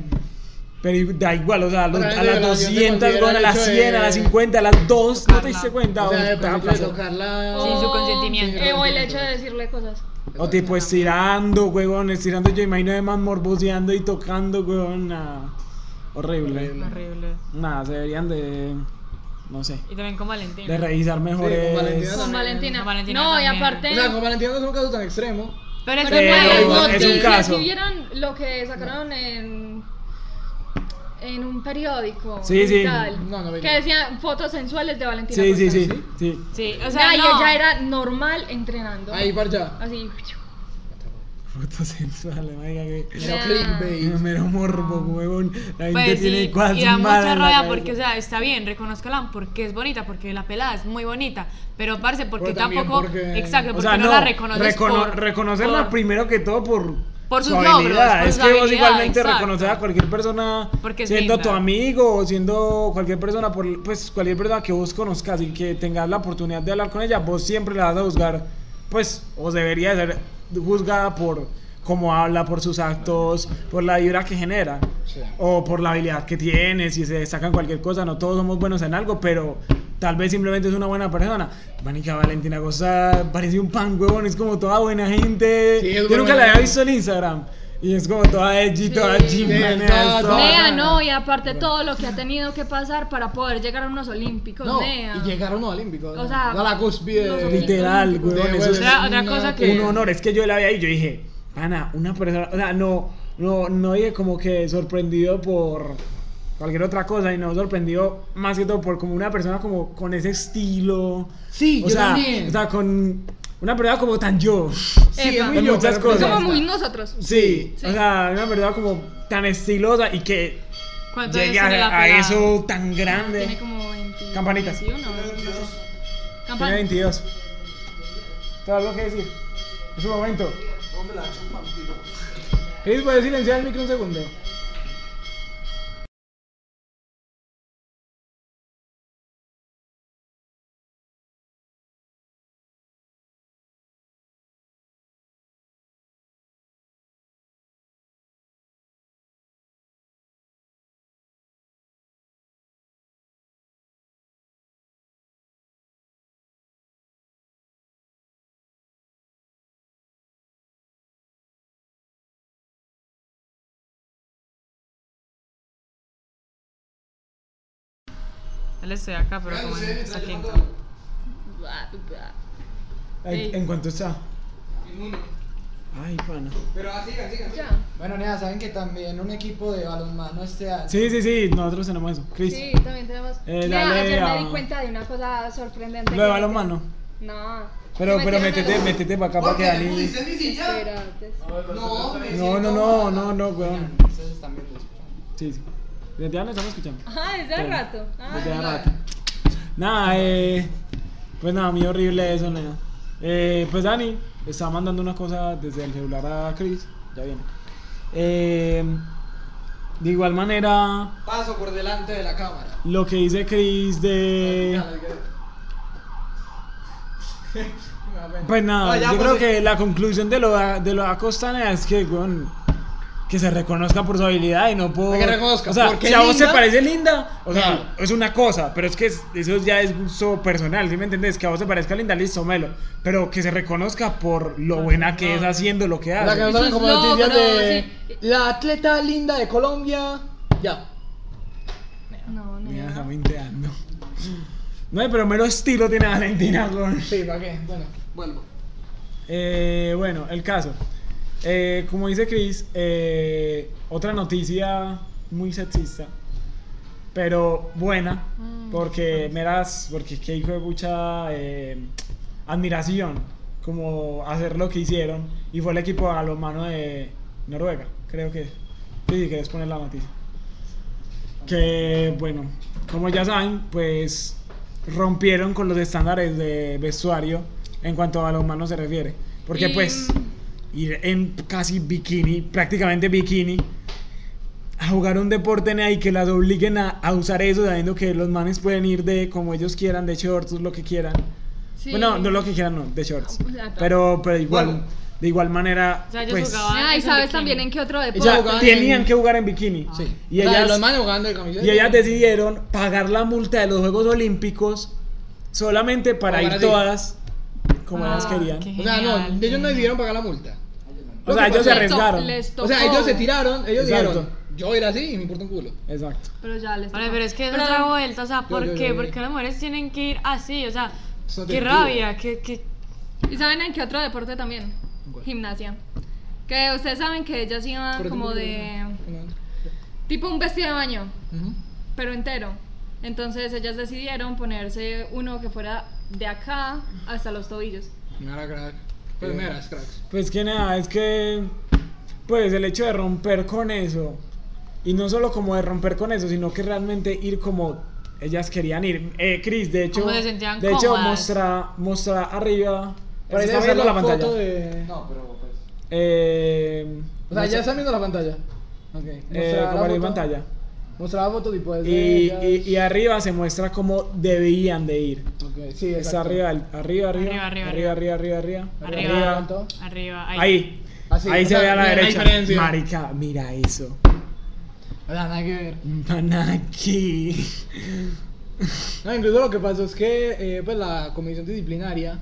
Speaker 2: Pero da igual, o sea, a, los-
Speaker 6: Pero
Speaker 2: a
Speaker 6: esa
Speaker 2: las
Speaker 6: violación se
Speaker 2: 200,
Speaker 6: considera
Speaker 2: bueno, a las
Speaker 6: el hecho
Speaker 2: 100, a las
Speaker 6: de-
Speaker 2: 50, a las 2, no te
Speaker 4: Tocarla.
Speaker 2: diste cuenta.
Speaker 6: O sea,
Speaker 2: te
Speaker 6: por
Speaker 2: da
Speaker 6: ejemplo, de
Speaker 2: placer.
Speaker 6: tocarla.
Speaker 4: Sí, Sin su
Speaker 3: O-
Speaker 4: consentimiento.
Speaker 3: eh, o el hecho de decirle cosas.
Speaker 2: O tipo estirando, huevón, estirando. Yo imagino además morboseando y tocando, huevón. nah. Horrible.
Speaker 4: Horrible.
Speaker 2: Nada, se deberían de. No sé.
Speaker 4: Y también con Valentín.
Speaker 2: De revisar mejor.
Speaker 6: Sí, con Valentina
Speaker 2: es-
Speaker 3: Con
Speaker 6: Con
Speaker 3: Valentina.
Speaker 4: Valentina
Speaker 3: no, y
Speaker 4: también.
Speaker 3: aparte.
Speaker 6: O sea, como Valentina no es un caso tan extremo.
Speaker 4: Pero es
Speaker 3: Pero
Speaker 4: que-
Speaker 2: Pero
Speaker 3: no,
Speaker 2: bueno, es un
Speaker 3: si-
Speaker 2: caso.
Speaker 3: Si vieran lo que sacaron en en un periódico
Speaker 2: Sí, sí.
Speaker 3: digital,
Speaker 6: No, no vi
Speaker 3: que
Speaker 6: nada.
Speaker 3: decían fotos sensuales de Valentina
Speaker 2: Sí, sí,
Speaker 3: Cortés.
Speaker 2: sí, sí.
Speaker 4: Sí, o
Speaker 3: O
Speaker 4: sea,
Speaker 3: sea, y
Speaker 4: no.
Speaker 3: ella era normal entrenando.
Speaker 6: Ahí parcha.
Speaker 3: Así.
Speaker 2: Fotos sensuales, marica, que.
Speaker 6: Pero
Speaker 3: Ya.
Speaker 6: clickbait.
Speaker 2: Mero morbo, huevón. La gente
Speaker 4: Pues
Speaker 2: tiene
Speaker 4: sí,
Speaker 2: cosas
Speaker 4: y
Speaker 2: malas
Speaker 4: da mucha
Speaker 2: en la
Speaker 4: rabia
Speaker 2: cabeza.
Speaker 4: porque, o sea, está bien, reconozcalan porque es bonita, porque la pelada es muy bonita, pero parce, porque
Speaker 6: Pero también
Speaker 4: tampoco,
Speaker 6: porque-
Speaker 4: exacto,
Speaker 2: O
Speaker 4: porque
Speaker 2: sea,
Speaker 4: no,
Speaker 2: no,
Speaker 4: la reconoces
Speaker 2: recono-
Speaker 4: por-
Speaker 2: reconocerla
Speaker 4: por-
Speaker 2: primero que todo por,
Speaker 4: por
Speaker 2: su
Speaker 4: sus
Speaker 2: habilidad.
Speaker 4: logros, por
Speaker 2: es
Speaker 4: su
Speaker 2: que vos
Speaker 4: habilidad,
Speaker 2: igualmente
Speaker 4: exacto.
Speaker 2: reconoces a cualquier persona,
Speaker 4: Porque es
Speaker 2: siendo
Speaker 4: linda.
Speaker 2: tu amigo o siendo cualquier persona, por, pues cualquier persona que vos conozcas y que tengas la oportunidad de hablar con ella, vos siempre la vas a juzgar, pues, o debería de ser juzgada por cómo habla, por sus actos, por la vibra que genera.
Speaker 6: Sí.
Speaker 2: O por la habilidad que tiene, si se destaca en cualquier cosa, no todos somos buenos en algo, pero tal vez simplemente es una buena persona. Manica Valentina Cosa parece un pan huevón, es como toda buena gente.
Speaker 6: Sí,
Speaker 2: Yo
Speaker 6: es buena
Speaker 2: nunca la había
Speaker 6: gente.
Speaker 2: visto en Instagram. Y es como toda edgy, toda
Speaker 3: Sí.
Speaker 2: chimpanea,
Speaker 6: toda-
Speaker 2: toda-
Speaker 3: Nea, no, y aparte todo lo que ha tenido que pasar para poder llegar a unos olímpicos,
Speaker 6: No,
Speaker 3: nea.
Speaker 6: y llegaron a olímpicos.
Speaker 3: O sea,
Speaker 6: a la cúspide.
Speaker 3: los
Speaker 6: de-
Speaker 2: Literal,
Speaker 6: de-
Speaker 2: huevón,
Speaker 6: de-
Speaker 2: eso es
Speaker 4: Otra- otra cosa que-
Speaker 2: un honor. Es que yo la vi ahí y yo dije, pana, una persona, o sea, no, no, no dije como que sorprendido por cualquier otra cosa, y no sorprendido más que todo por como una persona como con ese estilo.
Speaker 1: Sí,
Speaker 2: o
Speaker 1: yo
Speaker 2: sea,
Speaker 1: también.
Speaker 2: o sea, con una persona como tan yo.
Speaker 1: Sí, es
Speaker 3: Epa.
Speaker 1: muy
Speaker 2: De
Speaker 1: yo,
Speaker 2: muchas
Speaker 1: pero-
Speaker 2: cosas.
Speaker 6: pues,
Speaker 3: Como muy nosotros.
Speaker 2: Sí,
Speaker 3: Sí.
Speaker 2: o sea, una persona como tan estilosa y que
Speaker 3: Ah,
Speaker 4: ¿Cuántos años
Speaker 2: llegue a,
Speaker 4: tiene la
Speaker 2: a
Speaker 4: pelada?
Speaker 2: eso tan
Speaker 3: Tiene
Speaker 2: grande.
Speaker 3: como 20.
Speaker 2: Campanita.
Speaker 3: 21, 22.
Speaker 2: Tiene
Speaker 3: Campanita.
Speaker 2: 22. ¿Tengo algo que decir? Es un momento. Chris, ¿puedes silenciar el micro un segundo?
Speaker 4: Él estoy acá, pero como en- está aquí.
Speaker 3: Bla, bla.
Speaker 2: Ay,
Speaker 3: Ey.
Speaker 2: ¿En cuánto está? Ay, pana.
Speaker 3: Ya.
Speaker 6: Bueno, nada, saben que también un equipo de balonmano este año.
Speaker 2: Sí, sí, sí, nosotros tenemos eso. Chris,
Speaker 3: Sí, también tenemos.
Speaker 2: Eh,
Speaker 3: Mira,
Speaker 2: dale
Speaker 3: ayer
Speaker 2: a-
Speaker 3: me di cuenta de una cosa sorprendente.
Speaker 2: lo de
Speaker 3: que-
Speaker 2: balonmano.
Speaker 3: No.
Speaker 2: Pero,
Speaker 3: Que
Speaker 2: pero
Speaker 3: metieron
Speaker 2: métete,
Speaker 3: a-
Speaker 2: métete para acá para que Dani.
Speaker 6: ¿Pusiste mi silla?
Speaker 3: Espérate.
Speaker 6: No, me
Speaker 2: No, no,
Speaker 6: siento
Speaker 2: no,
Speaker 6: mal.
Speaker 2: no, no, weón.
Speaker 6: Ustedes están viendo eso.
Speaker 2: Sí, sí. Desde ahora estamos escuchando.
Speaker 3: Ajá, desde hace
Speaker 2: Sí.
Speaker 3: rato. Ah,
Speaker 2: Desde hace rato. Nada, eh. Pues nada, muy horrible eso, nada. Eh, pues Dani estaba mandando una cosa desde el celular a Chris. Ya viene. Eh, de igual manera,
Speaker 6: Paso por delante de la cámara.
Speaker 2: lo que dice Chris
Speaker 1: Eh.
Speaker 2: de. Pues nada,
Speaker 6: Ah, ya,
Speaker 2: yo
Speaker 6: pues,
Speaker 2: creo
Speaker 6: sí.
Speaker 2: que la conclusión de lo da- de lo da Costanera es que, weón, que se reconozca por su habilidad y no por.
Speaker 6: Que reconozca,
Speaker 2: o sea,
Speaker 6: porque
Speaker 2: si a vos
Speaker 6: linda.
Speaker 2: te parece linda, o sea,
Speaker 6: Melo.
Speaker 2: es una cosa, pero es que es- eso ya es gusto personal, ¿sí me entendés? Que a vos te parezca linda, listo, melo. Pero que se reconozca por
Speaker 6: Ah,
Speaker 2: lo buena que es haciendo lo que
Speaker 1: La que
Speaker 2: hace.
Speaker 1: nos salen
Speaker 3: Sus
Speaker 1: como noticias
Speaker 3: logros,
Speaker 1: de la atleta linda de Colombia. Ya.
Speaker 3: No, no.
Speaker 2: Mira, está minteando. No, pero mero estilo tiene Valentina, weón.
Speaker 1: Sí, ¿para qué? Bueno, vuelvo.
Speaker 2: Eh, bueno, el caso. Eh, como dice Chris, eh, otra noticia muy sexista, pero buena, porque meras, porque que hijo de mucha admiración, como hacer lo que hicieron, y fue el equipo a los manos de Noruega, creo que. Sí, si quieres poner la noticia. Que bueno, como ya saben, pues rompieron con los estándares de vestuario en cuanto a los manos se refiere. Porque
Speaker 3: Y-
Speaker 2: pues ir en casi bikini, prácticamente bikini, a jugar un deporte en ahí que las obliguen a, a usar eso, sabiendo que los manes pueden ir de como ellos quieran, de shorts, lo que quieran.
Speaker 3: Sí.
Speaker 2: Bueno, no lo que quieran, no, de shorts.
Speaker 3: Ah, pues, ya está.
Speaker 2: Pero, pero igual,
Speaker 6: Bueno.
Speaker 2: de igual manera,
Speaker 4: O sea, ellos
Speaker 2: pues,
Speaker 4: jugaban-
Speaker 3: Ah, y
Speaker 4: Es un
Speaker 3: sabes
Speaker 4: bikini.
Speaker 3: también en qué otro
Speaker 2: o
Speaker 3: deporte.
Speaker 2: sea,
Speaker 1: jugaban
Speaker 2: tenían
Speaker 1: en-
Speaker 2: que jugar en
Speaker 4: Ah.
Speaker 2: bikini.
Speaker 6: Sí.
Speaker 2: Y
Speaker 1: O sea,
Speaker 2: ellas-
Speaker 1: los manes jugando Ah. de camiseta.
Speaker 2: Y ellas decidieron pagar la multa de los Juegos Olímpicos solamente para
Speaker 1: Ahora
Speaker 2: ir
Speaker 1: sí.
Speaker 2: todas como
Speaker 4: Ah,
Speaker 2: ellas querían.
Speaker 4: qué
Speaker 1: O sea, no,
Speaker 4: genial,
Speaker 1: ellos no
Speaker 4: qué
Speaker 1: decidieron pagar la multa.
Speaker 2: O sea, ellos se
Speaker 3: Les to-
Speaker 2: arriesgaron.
Speaker 3: les
Speaker 1: O sea,
Speaker 3: tocó.
Speaker 1: ellos se tiraron, ellos
Speaker 2: Exacto.
Speaker 1: dijeron, yo era así y me importa un culo.
Speaker 2: Exacto.
Speaker 3: Pero ya les.
Speaker 4: Vale,
Speaker 3: tocó.
Speaker 4: pero es que es
Speaker 3: Pero-
Speaker 4: otra vuelta, o sea, ¿por
Speaker 1: yo, yo,
Speaker 4: qué?
Speaker 1: yo.
Speaker 4: Porque las mujeres tienen que ir así, o sea,
Speaker 1: Eso no
Speaker 4: qué
Speaker 1: tiene
Speaker 4: rabia, qué, qué...
Speaker 3: ¿Y saben en qué otro deporte también? Gimnasia. Que ustedes saben que ellas iban
Speaker 1: Correcto.
Speaker 3: como de.
Speaker 1: sentido.
Speaker 3: Tipo un vestido de baño,
Speaker 1: Ujú.
Speaker 3: pero entero. Entonces ellas decidieron ponerse uno que fuera de acá hasta los tobillos.
Speaker 1: No era crack. Pues no eras cracks.
Speaker 2: Pues que nada, es que pues el hecho de romper con eso y no solo como de romper con eso, sino que realmente ir como ellas querían ir. Eh, Chris, de hecho,
Speaker 4: Como se sentían
Speaker 2: de hecho
Speaker 4: cómodas.
Speaker 2: mostra mostra arriba
Speaker 1: Para
Speaker 2: ¿Se
Speaker 1: ir
Speaker 2: está
Speaker 1: a ver
Speaker 2: viendo
Speaker 1: la
Speaker 2: la pantalla.
Speaker 1: foto de...
Speaker 6: No, pero pues.
Speaker 2: Eh,
Speaker 1: O sea, ya
Speaker 2: mostra-
Speaker 1: están viendo la pantalla. Ok.
Speaker 2: eh,
Speaker 1: Mostrar la
Speaker 2: como arriba en
Speaker 1: foto.
Speaker 2: pantalla.
Speaker 1: Mostrar la foto y pues, eh, puedes
Speaker 2: Y,
Speaker 1: ver
Speaker 2: y-
Speaker 1: ellas.
Speaker 2: y arriba se muestra cómo debían de ir.
Speaker 1: Ok, sí,
Speaker 2: Está
Speaker 1: exacto.
Speaker 2: arriba, el- arriba, arriba,
Speaker 4: Arriba, arriba,
Speaker 2: arriba, arriba, arriba, arriba,
Speaker 4: Arriba.
Speaker 1: ¿Cuánto?
Speaker 4: Arriba, ahí.
Speaker 2: Ahí,
Speaker 1: Así,
Speaker 2: ahí
Speaker 1: o
Speaker 2: se
Speaker 1: sea,
Speaker 2: ve a la
Speaker 1: mira la
Speaker 2: derecha.
Speaker 1: diferencia.
Speaker 2: Marica, mira eso.
Speaker 1: O sea, nada que ver.
Speaker 2: Manaki.
Speaker 1: No, incluso lo que pasó es que eh, pues la comisión disciplinaria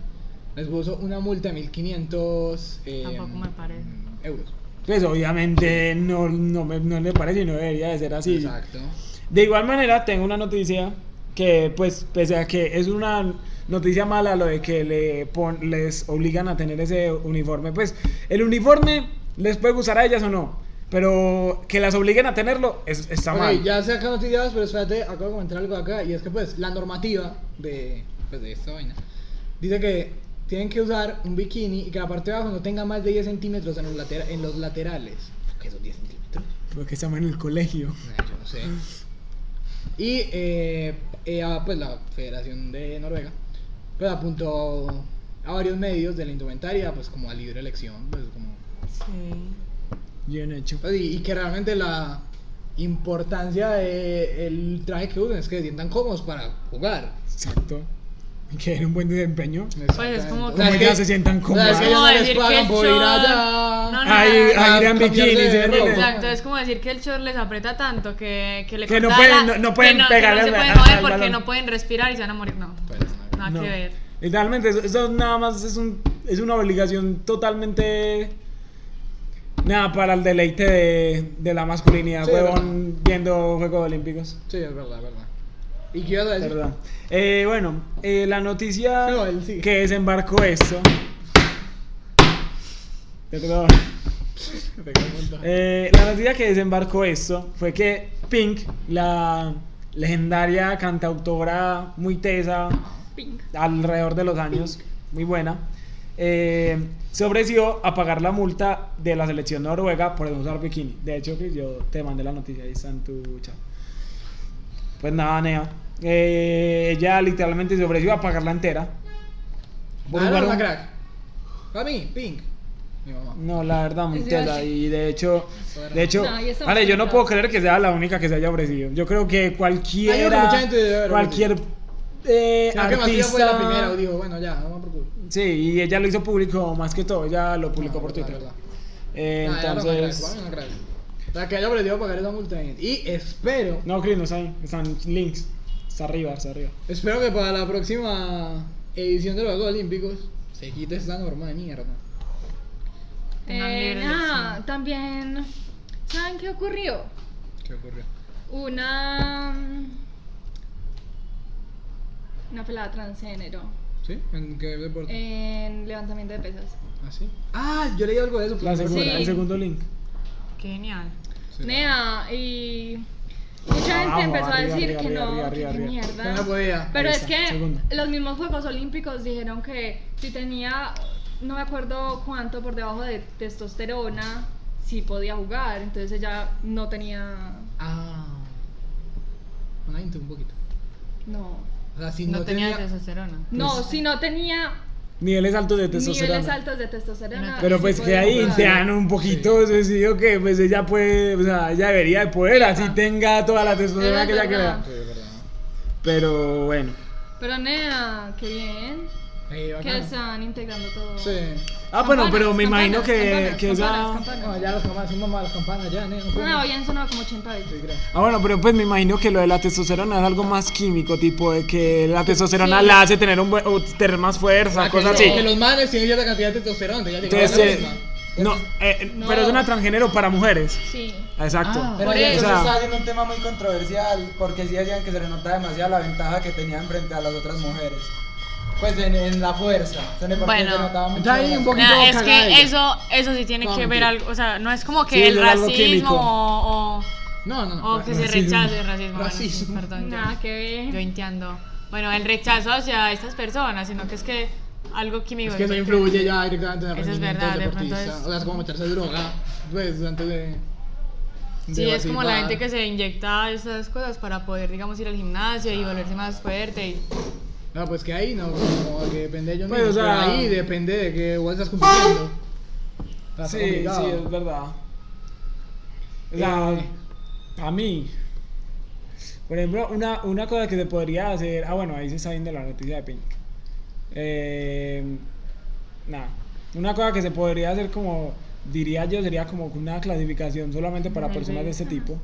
Speaker 1: les puso una multa de 1500 eh,
Speaker 4: Tampoco me parece.
Speaker 1: euros.
Speaker 2: Pues obviamente no, no, me- no le parece y no debería de ser así.
Speaker 1: Exacto.
Speaker 2: De igual manera tengo una noticia que pues pese a que es una noticia mala lo de que le pon- les obligan a tener ese uniforme, pues el uniforme les puede gustar a ellas o no, Pero que las obliguen a tenerlo es- está
Speaker 1: Ok,
Speaker 2: mal.
Speaker 1: ya sé que no estoy ideas, pero espérate, acabo de comentar algo acá. Y es que, pues, la normativa de, pues, de esta vaina dice que tienen que usar un bikini y que la parte de abajo no tenga más de 10 centímetros en los, latera- en los laterales. ¿Qué son 10 centímetros?
Speaker 2: Porque estamos en el colegio.
Speaker 1: Nah, yo no sé. Y, eh, eh, ah, pues, la Federación de Noruega, pues, apuntó a varios medios de la indumentaria, pues, como a libre elección, pues, como
Speaker 4: Sí.
Speaker 2: Bien hecho.
Speaker 1: Pues, Y, y que realmente la importancia del traje que usen es que se sientan cómodos para jugar.
Speaker 2: Exacto. Y que era un buen desempeño.
Speaker 4: Pues, es como
Speaker 1: Exactamente. O
Speaker 4: que-
Speaker 1: sea,
Speaker 2: Como
Speaker 1: es
Speaker 2: ya se sientan
Speaker 1: o sea, es que
Speaker 2: cómodos.
Speaker 1: ya
Speaker 4: Como
Speaker 1: no les
Speaker 4: decir que
Speaker 1: pagan
Speaker 4: el
Speaker 1: por ir
Speaker 4: short-
Speaker 1: allá.
Speaker 4: No, no,
Speaker 2: Ahí,
Speaker 1: Ah,
Speaker 2: ahí eran
Speaker 1: cambiarse
Speaker 2: bikinis.
Speaker 1: de
Speaker 2: se
Speaker 1: ropa.
Speaker 2: miren.
Speaker 4: Exacto, es como decir que el short les aprieta tanto que, que le
Speaker 2: Que no
Speaker 4: corta
Speaker 2: pueden-
Speaker 4: la-
Speaker 2: no- no pueden
Speaker 4: que no,
Speaker 2: pegarle
Speaker 4: que no
Speaker 2: al-
Speaker 4: se pueden
Speaker 2: al-
Speaker 4: mover
Speaker 2: al
Speaker 4: porque
Speaker 2: balón.
Speaker 4: no pueden respirar y se van a morir. No,
Speaker 1: Pues,
Speaker 4: nada
Speaker 2: No.
Speaker 4: que ver.
Speaker 2: Literalmente, eso, eso nada más es, un, es una obligación totalmente. Nada, para el deleite de, de la masculinidad,
Speaker 1: Sí,
Speaker 2: huevón, viendo Juegos Olímpicos.
Speaker 1: Sí, es verdad, es verdad. ¿Y qué ibas a decir?
Speaker 2: Perdón. Eh, bueno, eh, la noticia
Speaker 1: No, él sigue.
Speaker 2: que desembarcó esto. Perdón.
Speaker 1: Te cago en todo.
Speaker 2: Eh, la noticia que desembarcó esto fue que Pink, la legendaria cantautora muy tesa
Speaker 3: Pink.
Speaker 2: alrededor de los años, muy buena, eh, se ofreció a pagar la multa de la selección noruega por no usar bikini. De hecho, Chris, yo te mandé la noticia, ahí está en tu chat. Pues nada, Nea. eh, ella literalmente se ofreció a pagarla entera. Por
Speaker 1: Ah, no,
Speaker 2: jugar
Speaker 1: una
Speaker 2: un-
Speaker 1: crack. Para mí, Pink. Mi mamá.
Speaker 2: no, la verdad, muy
Speaker 3: Es de
Speaker 2: tela.
Speaker 3: Ochi.
Speaker 2: Y de hecho,
Speaker 1: Bueno.
Speaker 2: de hecho,
Speaker 3: No, y estamos
Speaker 2: vale, yo no
Speaker 3: conectados.
Speaker 2: puedo creer que sea la única que se haya ofrecido. Yo creo que cualquiera,
Speaker 1: Hay una mucha gente de verdad,
Speaker 2: cualquier eh,
Speaker 1: Sino que Matías
Speaker 2: artista,
Speaker 1: fue la primera, dijo, bueno, ya, vamos por culo.
Speaker 2: sí, y ella lo hizo público más que todo. Ella lo publicó
Speaker 1: No,
Speaker 2: por
Speaker 1: verdad,
Speaker 2: Twitter.
Speaker 1: Ah, verdad.
Speaker 2: Eh,
Speaker 3: Ah,
Speaker 1: Nah, era una crack,
Speaker 2: entonces,
Speaker 1: para mí una crack. La que haya aprendido a pagar esa multa. Y espero
Speaker 2: no, Chris, no está ahí. Están links. Está arriba, está arriba.
Speaker 1: Espero que para la próxima edición de los Juegos Olímpicos se quite esta norma de mierda.
Speaker 4: Tengan
Speaker 3: Eh,
Speaker 4: libre
Speaker 3: nada,
Speaker 4: elección.
Speaker 3: también. ¿Saben qué ocurrió?
Speaker 1: ¿Qué ocurrió?
Speaker 3: Una. mm, Una pelada transgénero
Speaker 1: ¿Sí? ¿En qué
Speaker 3: Eh.
Speaker 1: deporte?
Speaker 3: en levantamiento de pesas.
Speaker 1: ¿Ah, sí? Ah, yo leí algo de eso. pero
Speaker 2: La
Speaker 1: no me
Speaker 2: segunda,
Speaker 1: acuerdo.
Speaker 2: el segundo link.
Speaker 4: Qué genial.
Speaker 1: Sí.
Speaker 3: Nea, y mucha gente
Speaker 2: Abajo,
Speaker 3: empezó a
Speaker 2: arriba,
Speaker 3: decir
Speaker 2: arriba,
Speaker 3: que
Speaker 2: arriba,
Speaker 3: no,
Speaker 2: arriba,
Speaker 3: que qué
Speaker 2: arriba.
Speaker 1: Que
Speaker 3: mierda.
Speaker 1: no podía.
Speaker 3: Pero
Speaker 2: Ahí
Speaker 3: es
Speaker 2: está,
Speaker 3: que
Speaker 2: segundo.
Speaker 3: los mismos Juegos Olímpicos dijeron que si tenía, no me acuerdo cuánto por debajo de testosterona, sí podía jugar, entonces ella no tenía,
Speaker 1: Ah. Adelante un poquito.
Speaker 3: no,
Speaker 1: O sea, si no,
Speaker 4: No, tenía testosterona.
Speaker 3: no,
Speaker 2: Pues-
Speaker 3: si no tenía
Speaker 2: Niveles altos de testosterona.
Speaker 3: niveles altos de testosterona.
Speaker 2: Pero
Speaker 3: sí
Speaker 2: pues que
Speaker 3: podía
Speaker 2: ahí
Speaker 3: jugar.
Speaker 2: te dan un poquito, se decidió que pues ella puede, o sea, ella debería de poder, así tenga toda la testosterona
Speaker 3: Es
Speaker 2: que ella
Speaker 3: verdad.
Speaker 2: crea. Pero bueno.
Speaker 3: Pero Nea, qué bien,
Speaker 1: Eh,
Speaker 3: que
Speaker 1: bacano.
Speaker 3: están integrando todo.
Speaker 1: Sí.
Speaker 2: Ah, bueno,
Speaker 3: Campanas,
Speaker 2: pero me imagino
Speaker 3: campanas,
Speaker 2: que,
Speaker 3: campanas,
Speaker 2: que
Speaker 3: campanas,
Speaker 2: esa... Ah,
Speaker 3: campanas.
Speaker 1: No, ya las campanas, son mamá las campanas, ya, nena. No,
Speaker 3: No,
Speaker 1: podemos.
Speaker 3: hoy han sonado como 80 veces.
Speaker 1: Sí, creo.
Speaker 2: Ah, bueno, pero pues me imagino que lo de la testosterona es algo más químico, tipo de que la testosterona
Speaker 3: Sí.
Speaker 2: la hace tener un buen- o tener más fuerza,
Speaker 1: Ah, que
Speaker 2: cosas
Speaker 1: no,
Speaker 2: así.
Speaker 1: Que los manes tienen cierta cantidad de testosterona. Ya llegaron
Speaker 2: Entonces,
Speaker 1: a la
Speaker 2: eh,
Speaker 1: misma.
Speaker 2: no, eh, pero es una transgénero para mujeres.
Speaker 3: Sí.
Speaker 2: Exacto.
Speaker 1: Ah,
Speaker 6: Pero
Speaker 2: O
Speaker 3: Por
Speaker 6: ya
Speaker 2: sea,
Speaker 3: eso.
Speaker 6: eso se está haciendo un tema muy controversial porque sí decían que se le notaba demasiado la ventaja que tenían frente a las otras mujeres. Pues en, en la fuerza. Se le
Speaker 4: Bueno.
Speaker 6: se notaba mucho.
Speaker 1: Ya hay
Speaker 6: la-
Speaker 1: un poquito
Speaker 4: Nah, es
Speaker 1: cagada ella.
Speaker 4: que eso, eso sí tiene
Speaker 1: No,
Speaker 4: que ver
Speaker 1: mentira.
Speaker 4: algo. O sea, no es como que
Speaker 2: Sí,
Speaker 4: el
Speaker 2: es algo
Speaker 4: racismo
Speaker 2: químico.
Speaker 4: o,
Speaker 1: No, no,
Speaker 4: o-
Speaker 1: no.
Speaker 4: o Oh, que se
Speaker 2: Racismo.
Speaker 4: rechace el racismo. Bueno, sí,
Speaker 1: Racismo.
Speaker 4: perdón, yo-
Speaker 3: Nada que ver.
Speaker 4: yo entiendo. Bueno, el rechazo hacia estas personas, sino que es que algo químico.
Speaker 1: Es que no influye ya directamente en el
Speaker 4: Eso es
Speaker 1: rendimiento del
Speaker 4: verdad, de pronto
Speaker 1: deportista.
Speaker 4: es-
Speaker 1: O sea, es como meterse droga, pues, antes de...
Speaker 4: Sí, es como la gente que se inyecta esas cosas para poder, digamos, ir al gimnasio y volverse más fuerte. Y...
Speaker 1: No, pues que ahí no, como que depende de ellos
Speaker 2: Pues,
Speaker 1: mismos,
Speaker 2: o sea-
Speaker 1: pero ahí depende de que vos estás compitiendo. O sea, está
Speaker 2: Sí, sí,
Speaker 1: complicado.
Speaker 2: es verdad. O sea,
Speaker 1: Eh.
Speaker 2: a mí, por ejemplo, una, una cosa que se podría hacer. Ah, bueno, ahí se está viendo la noticia de Pink. Eh, nada. Una cosa que se podría hacer, como diría yo, sería como una clasificación solamente para personas de este tipo.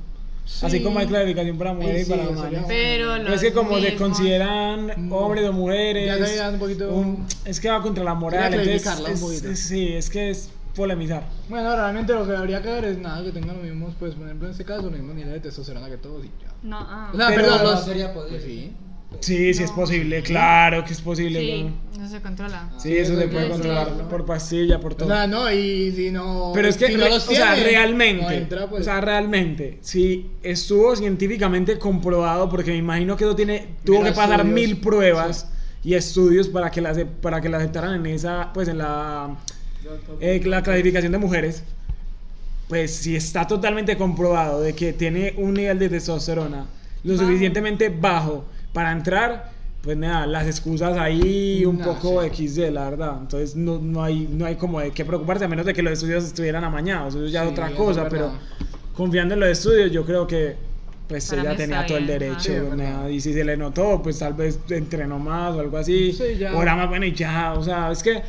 Speaker 2: Así
Speaker 1: Sí.
Speaker 2: como hay clasificación para mujeres
Speaker 1: sí,
Speaker 2: y para
Speaker 1: eso sería
Speaker 2: hombres.
Speaker 4: Pero,
Speaker 2: Pero es que
Speaker 4: los
Speaker 2: como se
Speaker 4: mismos-
Speaker 2: consideran
Speaker 1: Mm.
Speaker 2: hombres
Speaker 1: Ya
Speaker 2: o mujeres,
Speaker 1: se dan un poquito-
Speaker 2: es que va contra la moral,
Speaker 1: Sería
Speaker 2: entonces
Speaker 1: clarificarla un
Speaker 2: es-
Speaker 1: poquito.
Speaker 2: es- sí, es que es polemizar.
Speaker 1: Bueno, realmente lo que habría que ver es nada, que tengan los mismos, pues, por ejemplo, en este caso, los mismos niveles de testosterona que todos y ya.
Speaker 3: No, ah.
Speaker 1: O sea,
Speaker 2: Pero-
Speaker 1: perdón,
Speaker 6: No
Speaker 1: los...
Speaker 6: sería posible.
Speaker 1: Pues sí.
Speaker 2: Sí, sí es posible, claro que es posible.
Speaker 4: Sí,
Speaker 2: weón.
Speaker 4: no se controla.
Speaker 2: Sí, eso se puede
Speaker 4: sí,
Speaker 2: controlar
Speaker 1: ¿no?
Speaker 2: por pastilla, por
Speaker 1: O
Speaker 2: todo.
Speaker 1: sea, no, y si no.
Speaker 2: Pero es que,
Speaker 1: si no
Speaker 2: re-
Speaker 1: los
Speaker 2: o sea,
Speaker 1: tiene,
Speaker 2: realmente,
Speaker 1: no entra, pues.
Speaker 2: o sea, realmente, si estuvo científicamente comprobado, porque me imagino que eso tiene, tuvo
Speaker 1: Mil
Speaker 2: que pasar
Speaker 1: estudios,
Speaker 2: mil pruebas y estudios para que la, ace- para que la aceptaran en esa, pues en la, eh, la clasificación de mujeres, pues si está totalmente comprobado de que tiene un nivel de testosterona lo
Speaker 4: Bajo.
Speaker 2: suficientemente bajo para entrar, pues nada, las excusas ahí un
Speaker 1: Nah,
Speaker 2: poco
Speaker 1: sí.
Speaker 2: XD, la verdad. Entonces no, no, hay, no hay como de qué preocuparse, a menos de que los estudios estuvieran amañados, eso ya es
Speaker 1: Sí,
Speaker 2: otra
Speaker 1: eso
Speaker 2: cosa,
Speaker 1: es
Speaker 2: pero
Speaker 1: verdad.
Speaker 2: confiando en los estudios yo creo que pues
Speaker 4: Para
Speaker 2: ella
Speaker 4: mí
Speaker 2: tenía
Speaker 4: está
Speaker 2: todo el
Speaker 4: bien,
Speaker 2: derecho,
Speaker 4: ah.
Speaker 1: Sí, es
Speaker 2: nada,
Speaker 1: verdad.
Speaker 2: y si se le notó, pues tal vez entrenó más o algo así,
Speaker 1: Sí, ya.
Speaker 2: o era más bueno y ya, o sea, es que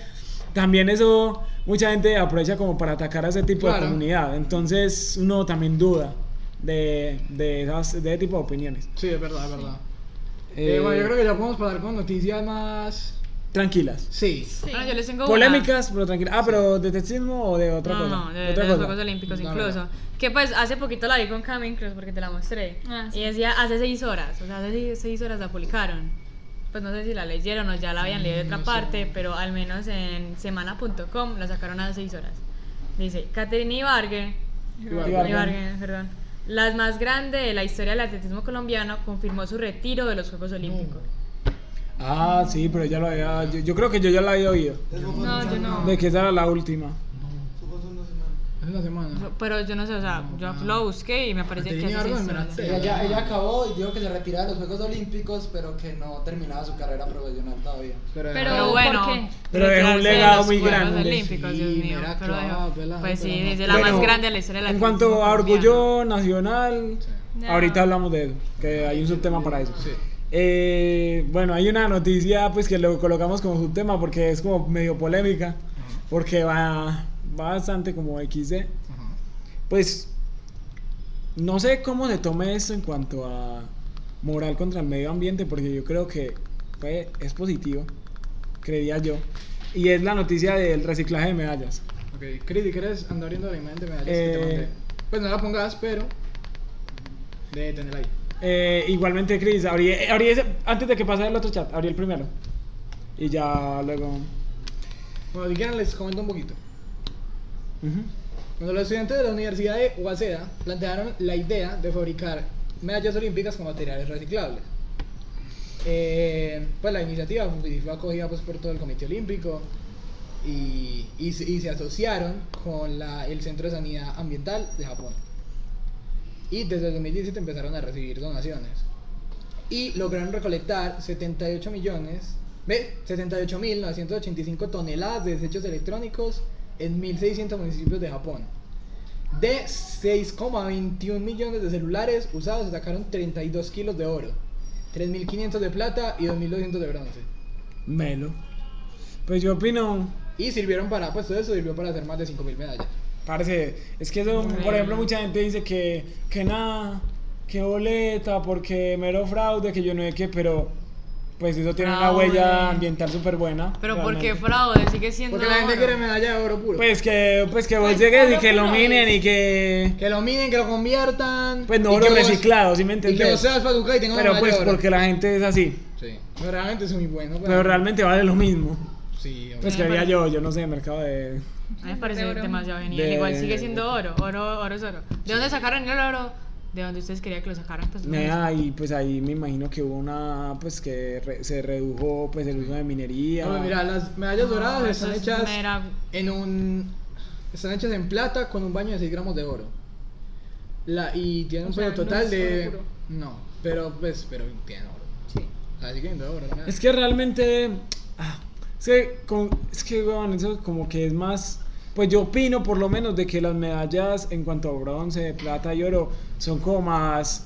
Speaker 2: también eso mucha gente aprovecha como para atacar a ese tipo de
Speaker 1: Claro.
Speaker 2: comunidad, entonces uno también duda de, de, esas, de ese tipo de opiniones.
Speaker 1: Sí, es verdad, es verdad.
Speaker 2: Eh,
Speaker 1: Eh, bueno, yo creo que ya podemos pasar con noticias más.
Speaker 2: Tranquilas.
Speaker 1: Sí.
Speaker 4: Sí. Bueno, Ah, yo les tengo una.
Speaker 2: Polémicas, pero tranquilas. Ah, pero de sexismo o de otra
Speaker 4: no,
Speaker 2: cosa.
Speaker 4: No, de, de los Juegos Olímpicos
Speaker 1: Dame.
Speaker 4: incluso. Que pues hace poquito la vi con Camin Cruz porque te la mostré.
Speaker 3: Ah, sí.
Speaker 4: Y decía hace seis horas, o sea, hace seis, seis horas la publicaron. Pues no sé si la leyeron o ya la habían leído de otra parte, pero al menos en semana.com la sacaron hace seis horas. Dice, Caterina Ibargue,
Speaker 1: Ibargüen.
Speaker 4: Ibargüen, perdón, la más grande de la historia del atletismo colombiano, confirmó su retiro de los Juegos Olímpicos.
Speaker 2: Ah, sí, pero ya lo había. Yo, yo creo que yo ya la había oído.
Speaker 3: No, yo no.
Speaker 2: De que esa era la última.
Speaker 1: Es una semana.
Speaker 4: Pero yo no sé, o sea, yo lo busqué y me parece que
Speaker 1: Caterina
Speaker 4: hace seis
Speaker 1: Ibargüen,
Speaker 4: horas.
Speaker 1: Sí.
Speaker 6: Ella, ya- ella acabó y dijo que se retiraba de los Juegos Olímpicos, pero que no terminaba su carrera profesional todavía.
Speaker 3: Pero-
Speaker 4: Pero
Speaker 3: ¿por
Speaker 4: bueno,
Speaker 3: qué?
Speaker 2: Pero dejó un
Speaker 4: retirarse de
Speaker 2: legado
Speaker 4: los
Speaker 2: muy
Speaker 4: Juegos
Speaker 2: grande.
Speaker 4: Olímpicos,
Speaker 1: Sí,
Speaker 4: Dios mío.
Speaker 1: mira,
Speaker 4: Pero dejó-
Speaker 1: clavado, pelado,
Speaker 4: pues sí,
Speaker 1: pelado.
Speaker 4: desde la
Speaker 2: Bueno,
Speaker 4: más grande de la historia de la
Speaker 2: En cuanto a orgullo nacional,
Speaker 3: Ya.
Speaker 2: ahorita hablamos de eso. Que hay un subtema para eso.
Speaker 1: Sí.
Speaker 2: Eh, bueno, hay una noticia pues que lo colocamos como subtema porque es como medio polémica. Porque va, va bastante como XD.
Speaker 1: Ajá.
Speaker 2: Pues no sé cómo se tome esto en cuanto a moral contra el medio ambiente, porque yo creo que fue- es positivo, creía yo. Y es la noticia del reciclaje de medallas.
Speaker 1: Ok, Cris, ¿y ¿quieres andar abriendo la imagen de medallas que
Speaker 2: Eh.
Speaker 1: te mandé? Pues no la pongas, pero. Debe tenerla ahí.
Speaker 2: Eh, igualmente, Cris, abrí, eh, abrí ese- antes de que pase el otro chat, abrí el primero. Y ya luego...
Speaker 1: Bueno, si quieren, les comento un poquito.
Speaker 2: Ujú.
Speaker 1: Cuando los estudiantes de la Universidad de Waseda plantearon la idea de fabricar medallas olímpicas con materiales reciclables. Eh, pues la iniciativa fue fue acogida pues, por todo el Comité Olímpico y, y se- y se asociaron con la- el Centro de Sanidad Ambiental de Japón. Y desde el 2017 empezaron a recibir donaciones. Y lograron recolectar 78 millones, ve, 78.985 toneladas de desechos electrónicos en 1.600 municipios de Japón. De 6,21 millones de celulares usados se sacaron 32 kilos de oro, 3.500 de plata y 2.200 de bronce.
Speaker 2: Melo. Pues yo opino,
Speaker 1: Y sirvieron para, pues todo eso sirvió para hacer más de 5.000 medallas.
Speaker 2: Parce, es que eso, por ejemplo, mucha gente dice que, que nada, que boleta, porque mero fraude, que yo no sé qué, pero pues eso tiene una
Speaker 4: Fraude.
Speaker 2: huella ambiental súper buena.
Speaker 4: Ah, Pero ¿por qué
Speaker 2: realmente.
Speaker 4: fraude? Sigue siendo.
Speaker 1: Porque la gente
Speaker 4: oro.
Speaker 1: quiere medalla de oro puro.
Speaker 2: Pues que, pues que vos
Speaker 3: Pues,
Speaker 2: llegues y
Speaker 3: oro
Speaker 2: que lo
Speaker 3: puro
Speaker 2: minen
Speaker 3: es.
Speaker 2: y que...
Speaker 1: que lo minen, que lo conviertan.
Speaker 2: Pues no
Speaker 1: y
Speaker 2: oro
Speaker 1: que vos-
Speaker 2: reciclado, ¿sí me
Speaker 1: Y que vos
Speaker 2: entendés?
Speaker 1: seas paduca y tengas
Speaker 2: Pero
Speaker 1: medalla
Speaker 2: pues
Speaker 1: de oro.
Speaker 2: porque la gente es así,
Speaker 1: Sí. Pero realmente es muy bueno. pues.
Speaker 2: pero realmente vale lo mismo.
Speaker 1: Sí,
Speaker 2: Pues que había yo, yo no sé, mercado de...
Speaker 4: A mí me parece
Speaker 3: Oro.
Speaker 4: demasiado genial.
Speaker 2: De-
Speaker 4: Igual sigue siendo oro. Oro, oro es oro. ¿De dónde sacaron el oro? De donde ustedes querían que lo sacaran. Pues, no.
Speaker 2: Nada, y pues ahí me imagino que hubo una, pues que re- se redujo pues el uso de minería.
Speaker 1: No, mira, las medallas
Speaker 4: No,
Speaker 1: doradas
Speaker 4: Ah,
Speaker 1: están
Speaker 4: eso es
Speaker 1: hechas
Speaker 4: mera-
Speaker 1: en un. Están hechas en plata con un baño de 6 gramos de oro. La, y tiene un
Speaker 3: O sea,
Speaker 1: peso
Speaker 3: no
Speaker 1: total
Speaker 3: es
Speaker 1: de.
Speaker 3: oro puro.
Speaker 1: No, pero pues, pero tiene oro.
Speaker 3: Sí.
Speaker 1: Así que no es oro, no es nada.
Speaker 2: Es que realmente. ah, es que, con- es que, weón, eso como que es más. Pues yo opino, por lo menos, de que las medallas en cuanto a bronce, plata y oro son como más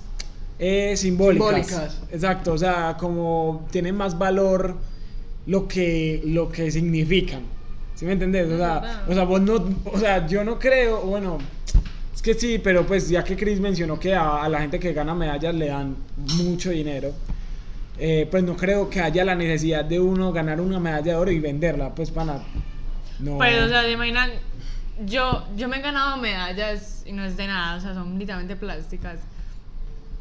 Speaker 2: eh, simbólicas.
Speaker 1: Simbólicas.
Speaker 2: Exacto, o sea, como tienen más valor lo que, lo que significan. ¿Sí me entendés? O sea,
Speaker 3: Ajá.
Speaker 2: o sea, vos no, o sea, yo no creo, bueno, es que sí, pero pues ya que Chris mencionó que a, a la gente que gana medallas le dan mucho dinero, eh, pues no creo que haya la necesidad de uno ganar una medalla de oro y venderla, pues para no.
Speaker 4: Pues, o sea, ¿se imaginan. Yo, yo me he ganado medallas y no es de nada, o sea, son literalmente plásticas.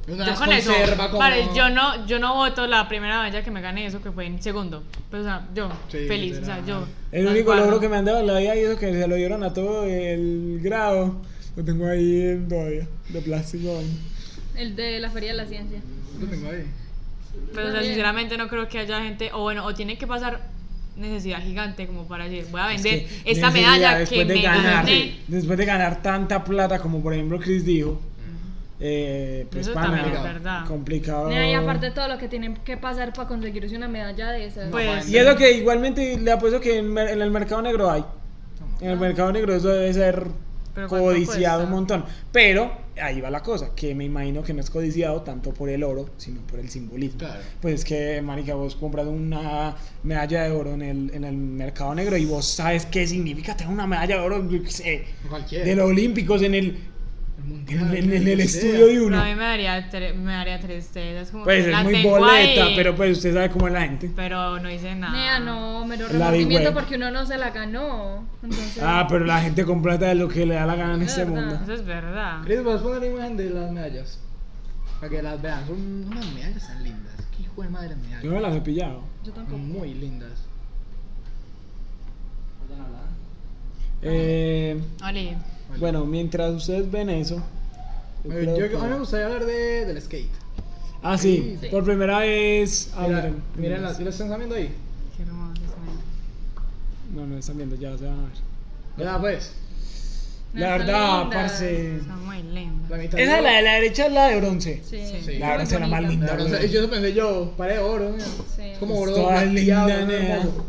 Speaker 1: Una
Speaker 4: Yo
Speaker 1: las
Speaker 4: con eso,
Speaker 1: conserva como-
Speaker 4: vale, yo no, yo no voto la primera valla que me gané eso que fue en segundo. Pues, o sea, yo,
Speaker 1: Sí,
Speaker 4: feliz, o sea,
Speaker 1: literal.
Speaker 4: yo.
Speaker 2: El
Speaker 4: las
Speaker 2: único
Speaker 4: guardo.
Speaker 2: logro que me han dado en la vida y eso que se lo dieron a todo el grado. Lo tengo ahí en- todavía, de plástico. aún.
Speaker 3: El de la Feria de la Ciencia.
Speaker 1: Yo tengo ahí.
Speaker 4: Pero, o sea, sinceramente no creo que haya gente, o bueno, o tiene que pasar necesidad gigante como para decir, voy a vender
Speaker 2: Es que
Speaker 4: esta
Speaker 2: necesidad,
Speaker 4: medalla que
Speaker 2: después de
Speaker 4: me
Speaker 2: ganar,
Speaker 4: gané.
Speaker 2: Después de ganar tanta plata, como por ejemplo Chris dijo, eh, pues
Speaker 4: Eso
Speaker 2: pana,
Speaker 4: también es verdad.
Speaker 2: complicado.
Speaker 3: Mira, y aparte todo lo que tienen que pasar para conseguirse una medalla de esas.
Speaker 4: Pues,
Speaker 2: Y es lo que igualmente le apuesto que en, mer- en el mercado negro hay. En el mercado negro eso debe ser
Speaker 4: Pero ¿cuánto
Speaker 2: codiciado
Speaker 4: cuesta?
Speaker 2: un montón. Pero ahí va la cosa, que me imagino que no es codiciado tanto por el oro, sino por el simbolismo.
Speaker 1: Claro.
Speaker 2: Pues es que, marica, vos compras una medalla de oro en el, en el mercado negro y vos sabes qué significa tener una medalla de oro yo qué sé,
Speaker 1: Cualquiera.
Speaker 2: de los olímpicos en el,
Speaker 1: El
Speaker 2: en,
Speaker 1: mundial.
Speaker 2: en- en el
Speaker 1: lo que
Speaker 2: estudio
Speaker 1: sea.
Speaker 2: de
Speaker 4: pero
Speaker 2: uno.
Speaker 4: a mí me daría, tre- me daría tristeza. Es como
Speaker 2: Pues
Speaker 4: que
Speaker 2: es
Speaker 4: la
Speaker 2: muy
Speaker 4: tengo
Speaker 2: boleta,
Speaker 4: ahí,
Speaker 2: pero pues usted sabe cómo es la gente.
Speaker 4: pero no hice nada.
Speaker 3: Nea, no, me lo
Speaker 2: La Big
Speaker 3: remordimiento
Speaker 2: Web.
Speaker 3: porque uno no se la ganó. Entonces,
Speaker 2: Ah, pero la gente completa de lo que le da la gana en este
Speaker 3: Verdad.
Speaker 2: mundo.
Speaker 4: Eso es verdad.
Speaker 1: Chris, vas a poner la imagen de las medallas. Para que las vean. Son unas medallas tan lindas. Qué hijo de madre medallas.
Speaker 2: Yo me las he pillado.
Speaker 3: yo tampoco.
Speaker 2: mm,
Speaker 1: Muy lindas.
Speaker 2: Eh,
Speaker 4: Oli,
Speaker 2: bueno, mientras ustedes ven eso. yo
Speaker 1: Eh,
Speaker 2: creo
Speaker 1: yo-
Speaker 2: que-
Speaker 1: a mí me gustaría hablar de, del skate.
Speaker 2: Ah, sí,
Speaker 3: Sí.
Speaker 2: por primera vez. ah,
Speaker 1: Mira,
Speaker 2: miren,
Speaker 1: miren
Speaker 2: miren.
Speaker 1: las, ¿sí las están viendo ahí?
Speaker 4: qué hermoso es mío.
Speaker 2: No, no están viendo, ya se van a ver.
Speaker 1: Ya, pues.
Speaker 3: No,
Speaker 2: la
Speaker 3: están
Speaker 2: verdad,
Speaker 3: lindas.
Speaker 2: parce.
Speaker 4: Está muy lindo.
Speaker 1: La mitad
Speaker 2: Esa de la
Speaker 1: oro.
Speaker 2: de la derecha es la de bronce.
Speaker 3: Sí.
Speaker 4: Sí.
Speaker 1: Sí.
Speaker 2: La de bronce es la más
Speaker 3: bonita.
Speaker 1: La
Speaker 2: linda.
Speaker 1: bronce-
Speaker 2: güey.
Speaker 1: yo pensé yo, paré de oro. mira. Es como oro.
Speaker 2: Toda
Speaker 1: plateado,
Speaker 2: linda,
Speaker 1: ¿no?
Speaker 2: nena.
Speaker 1: Hermoso.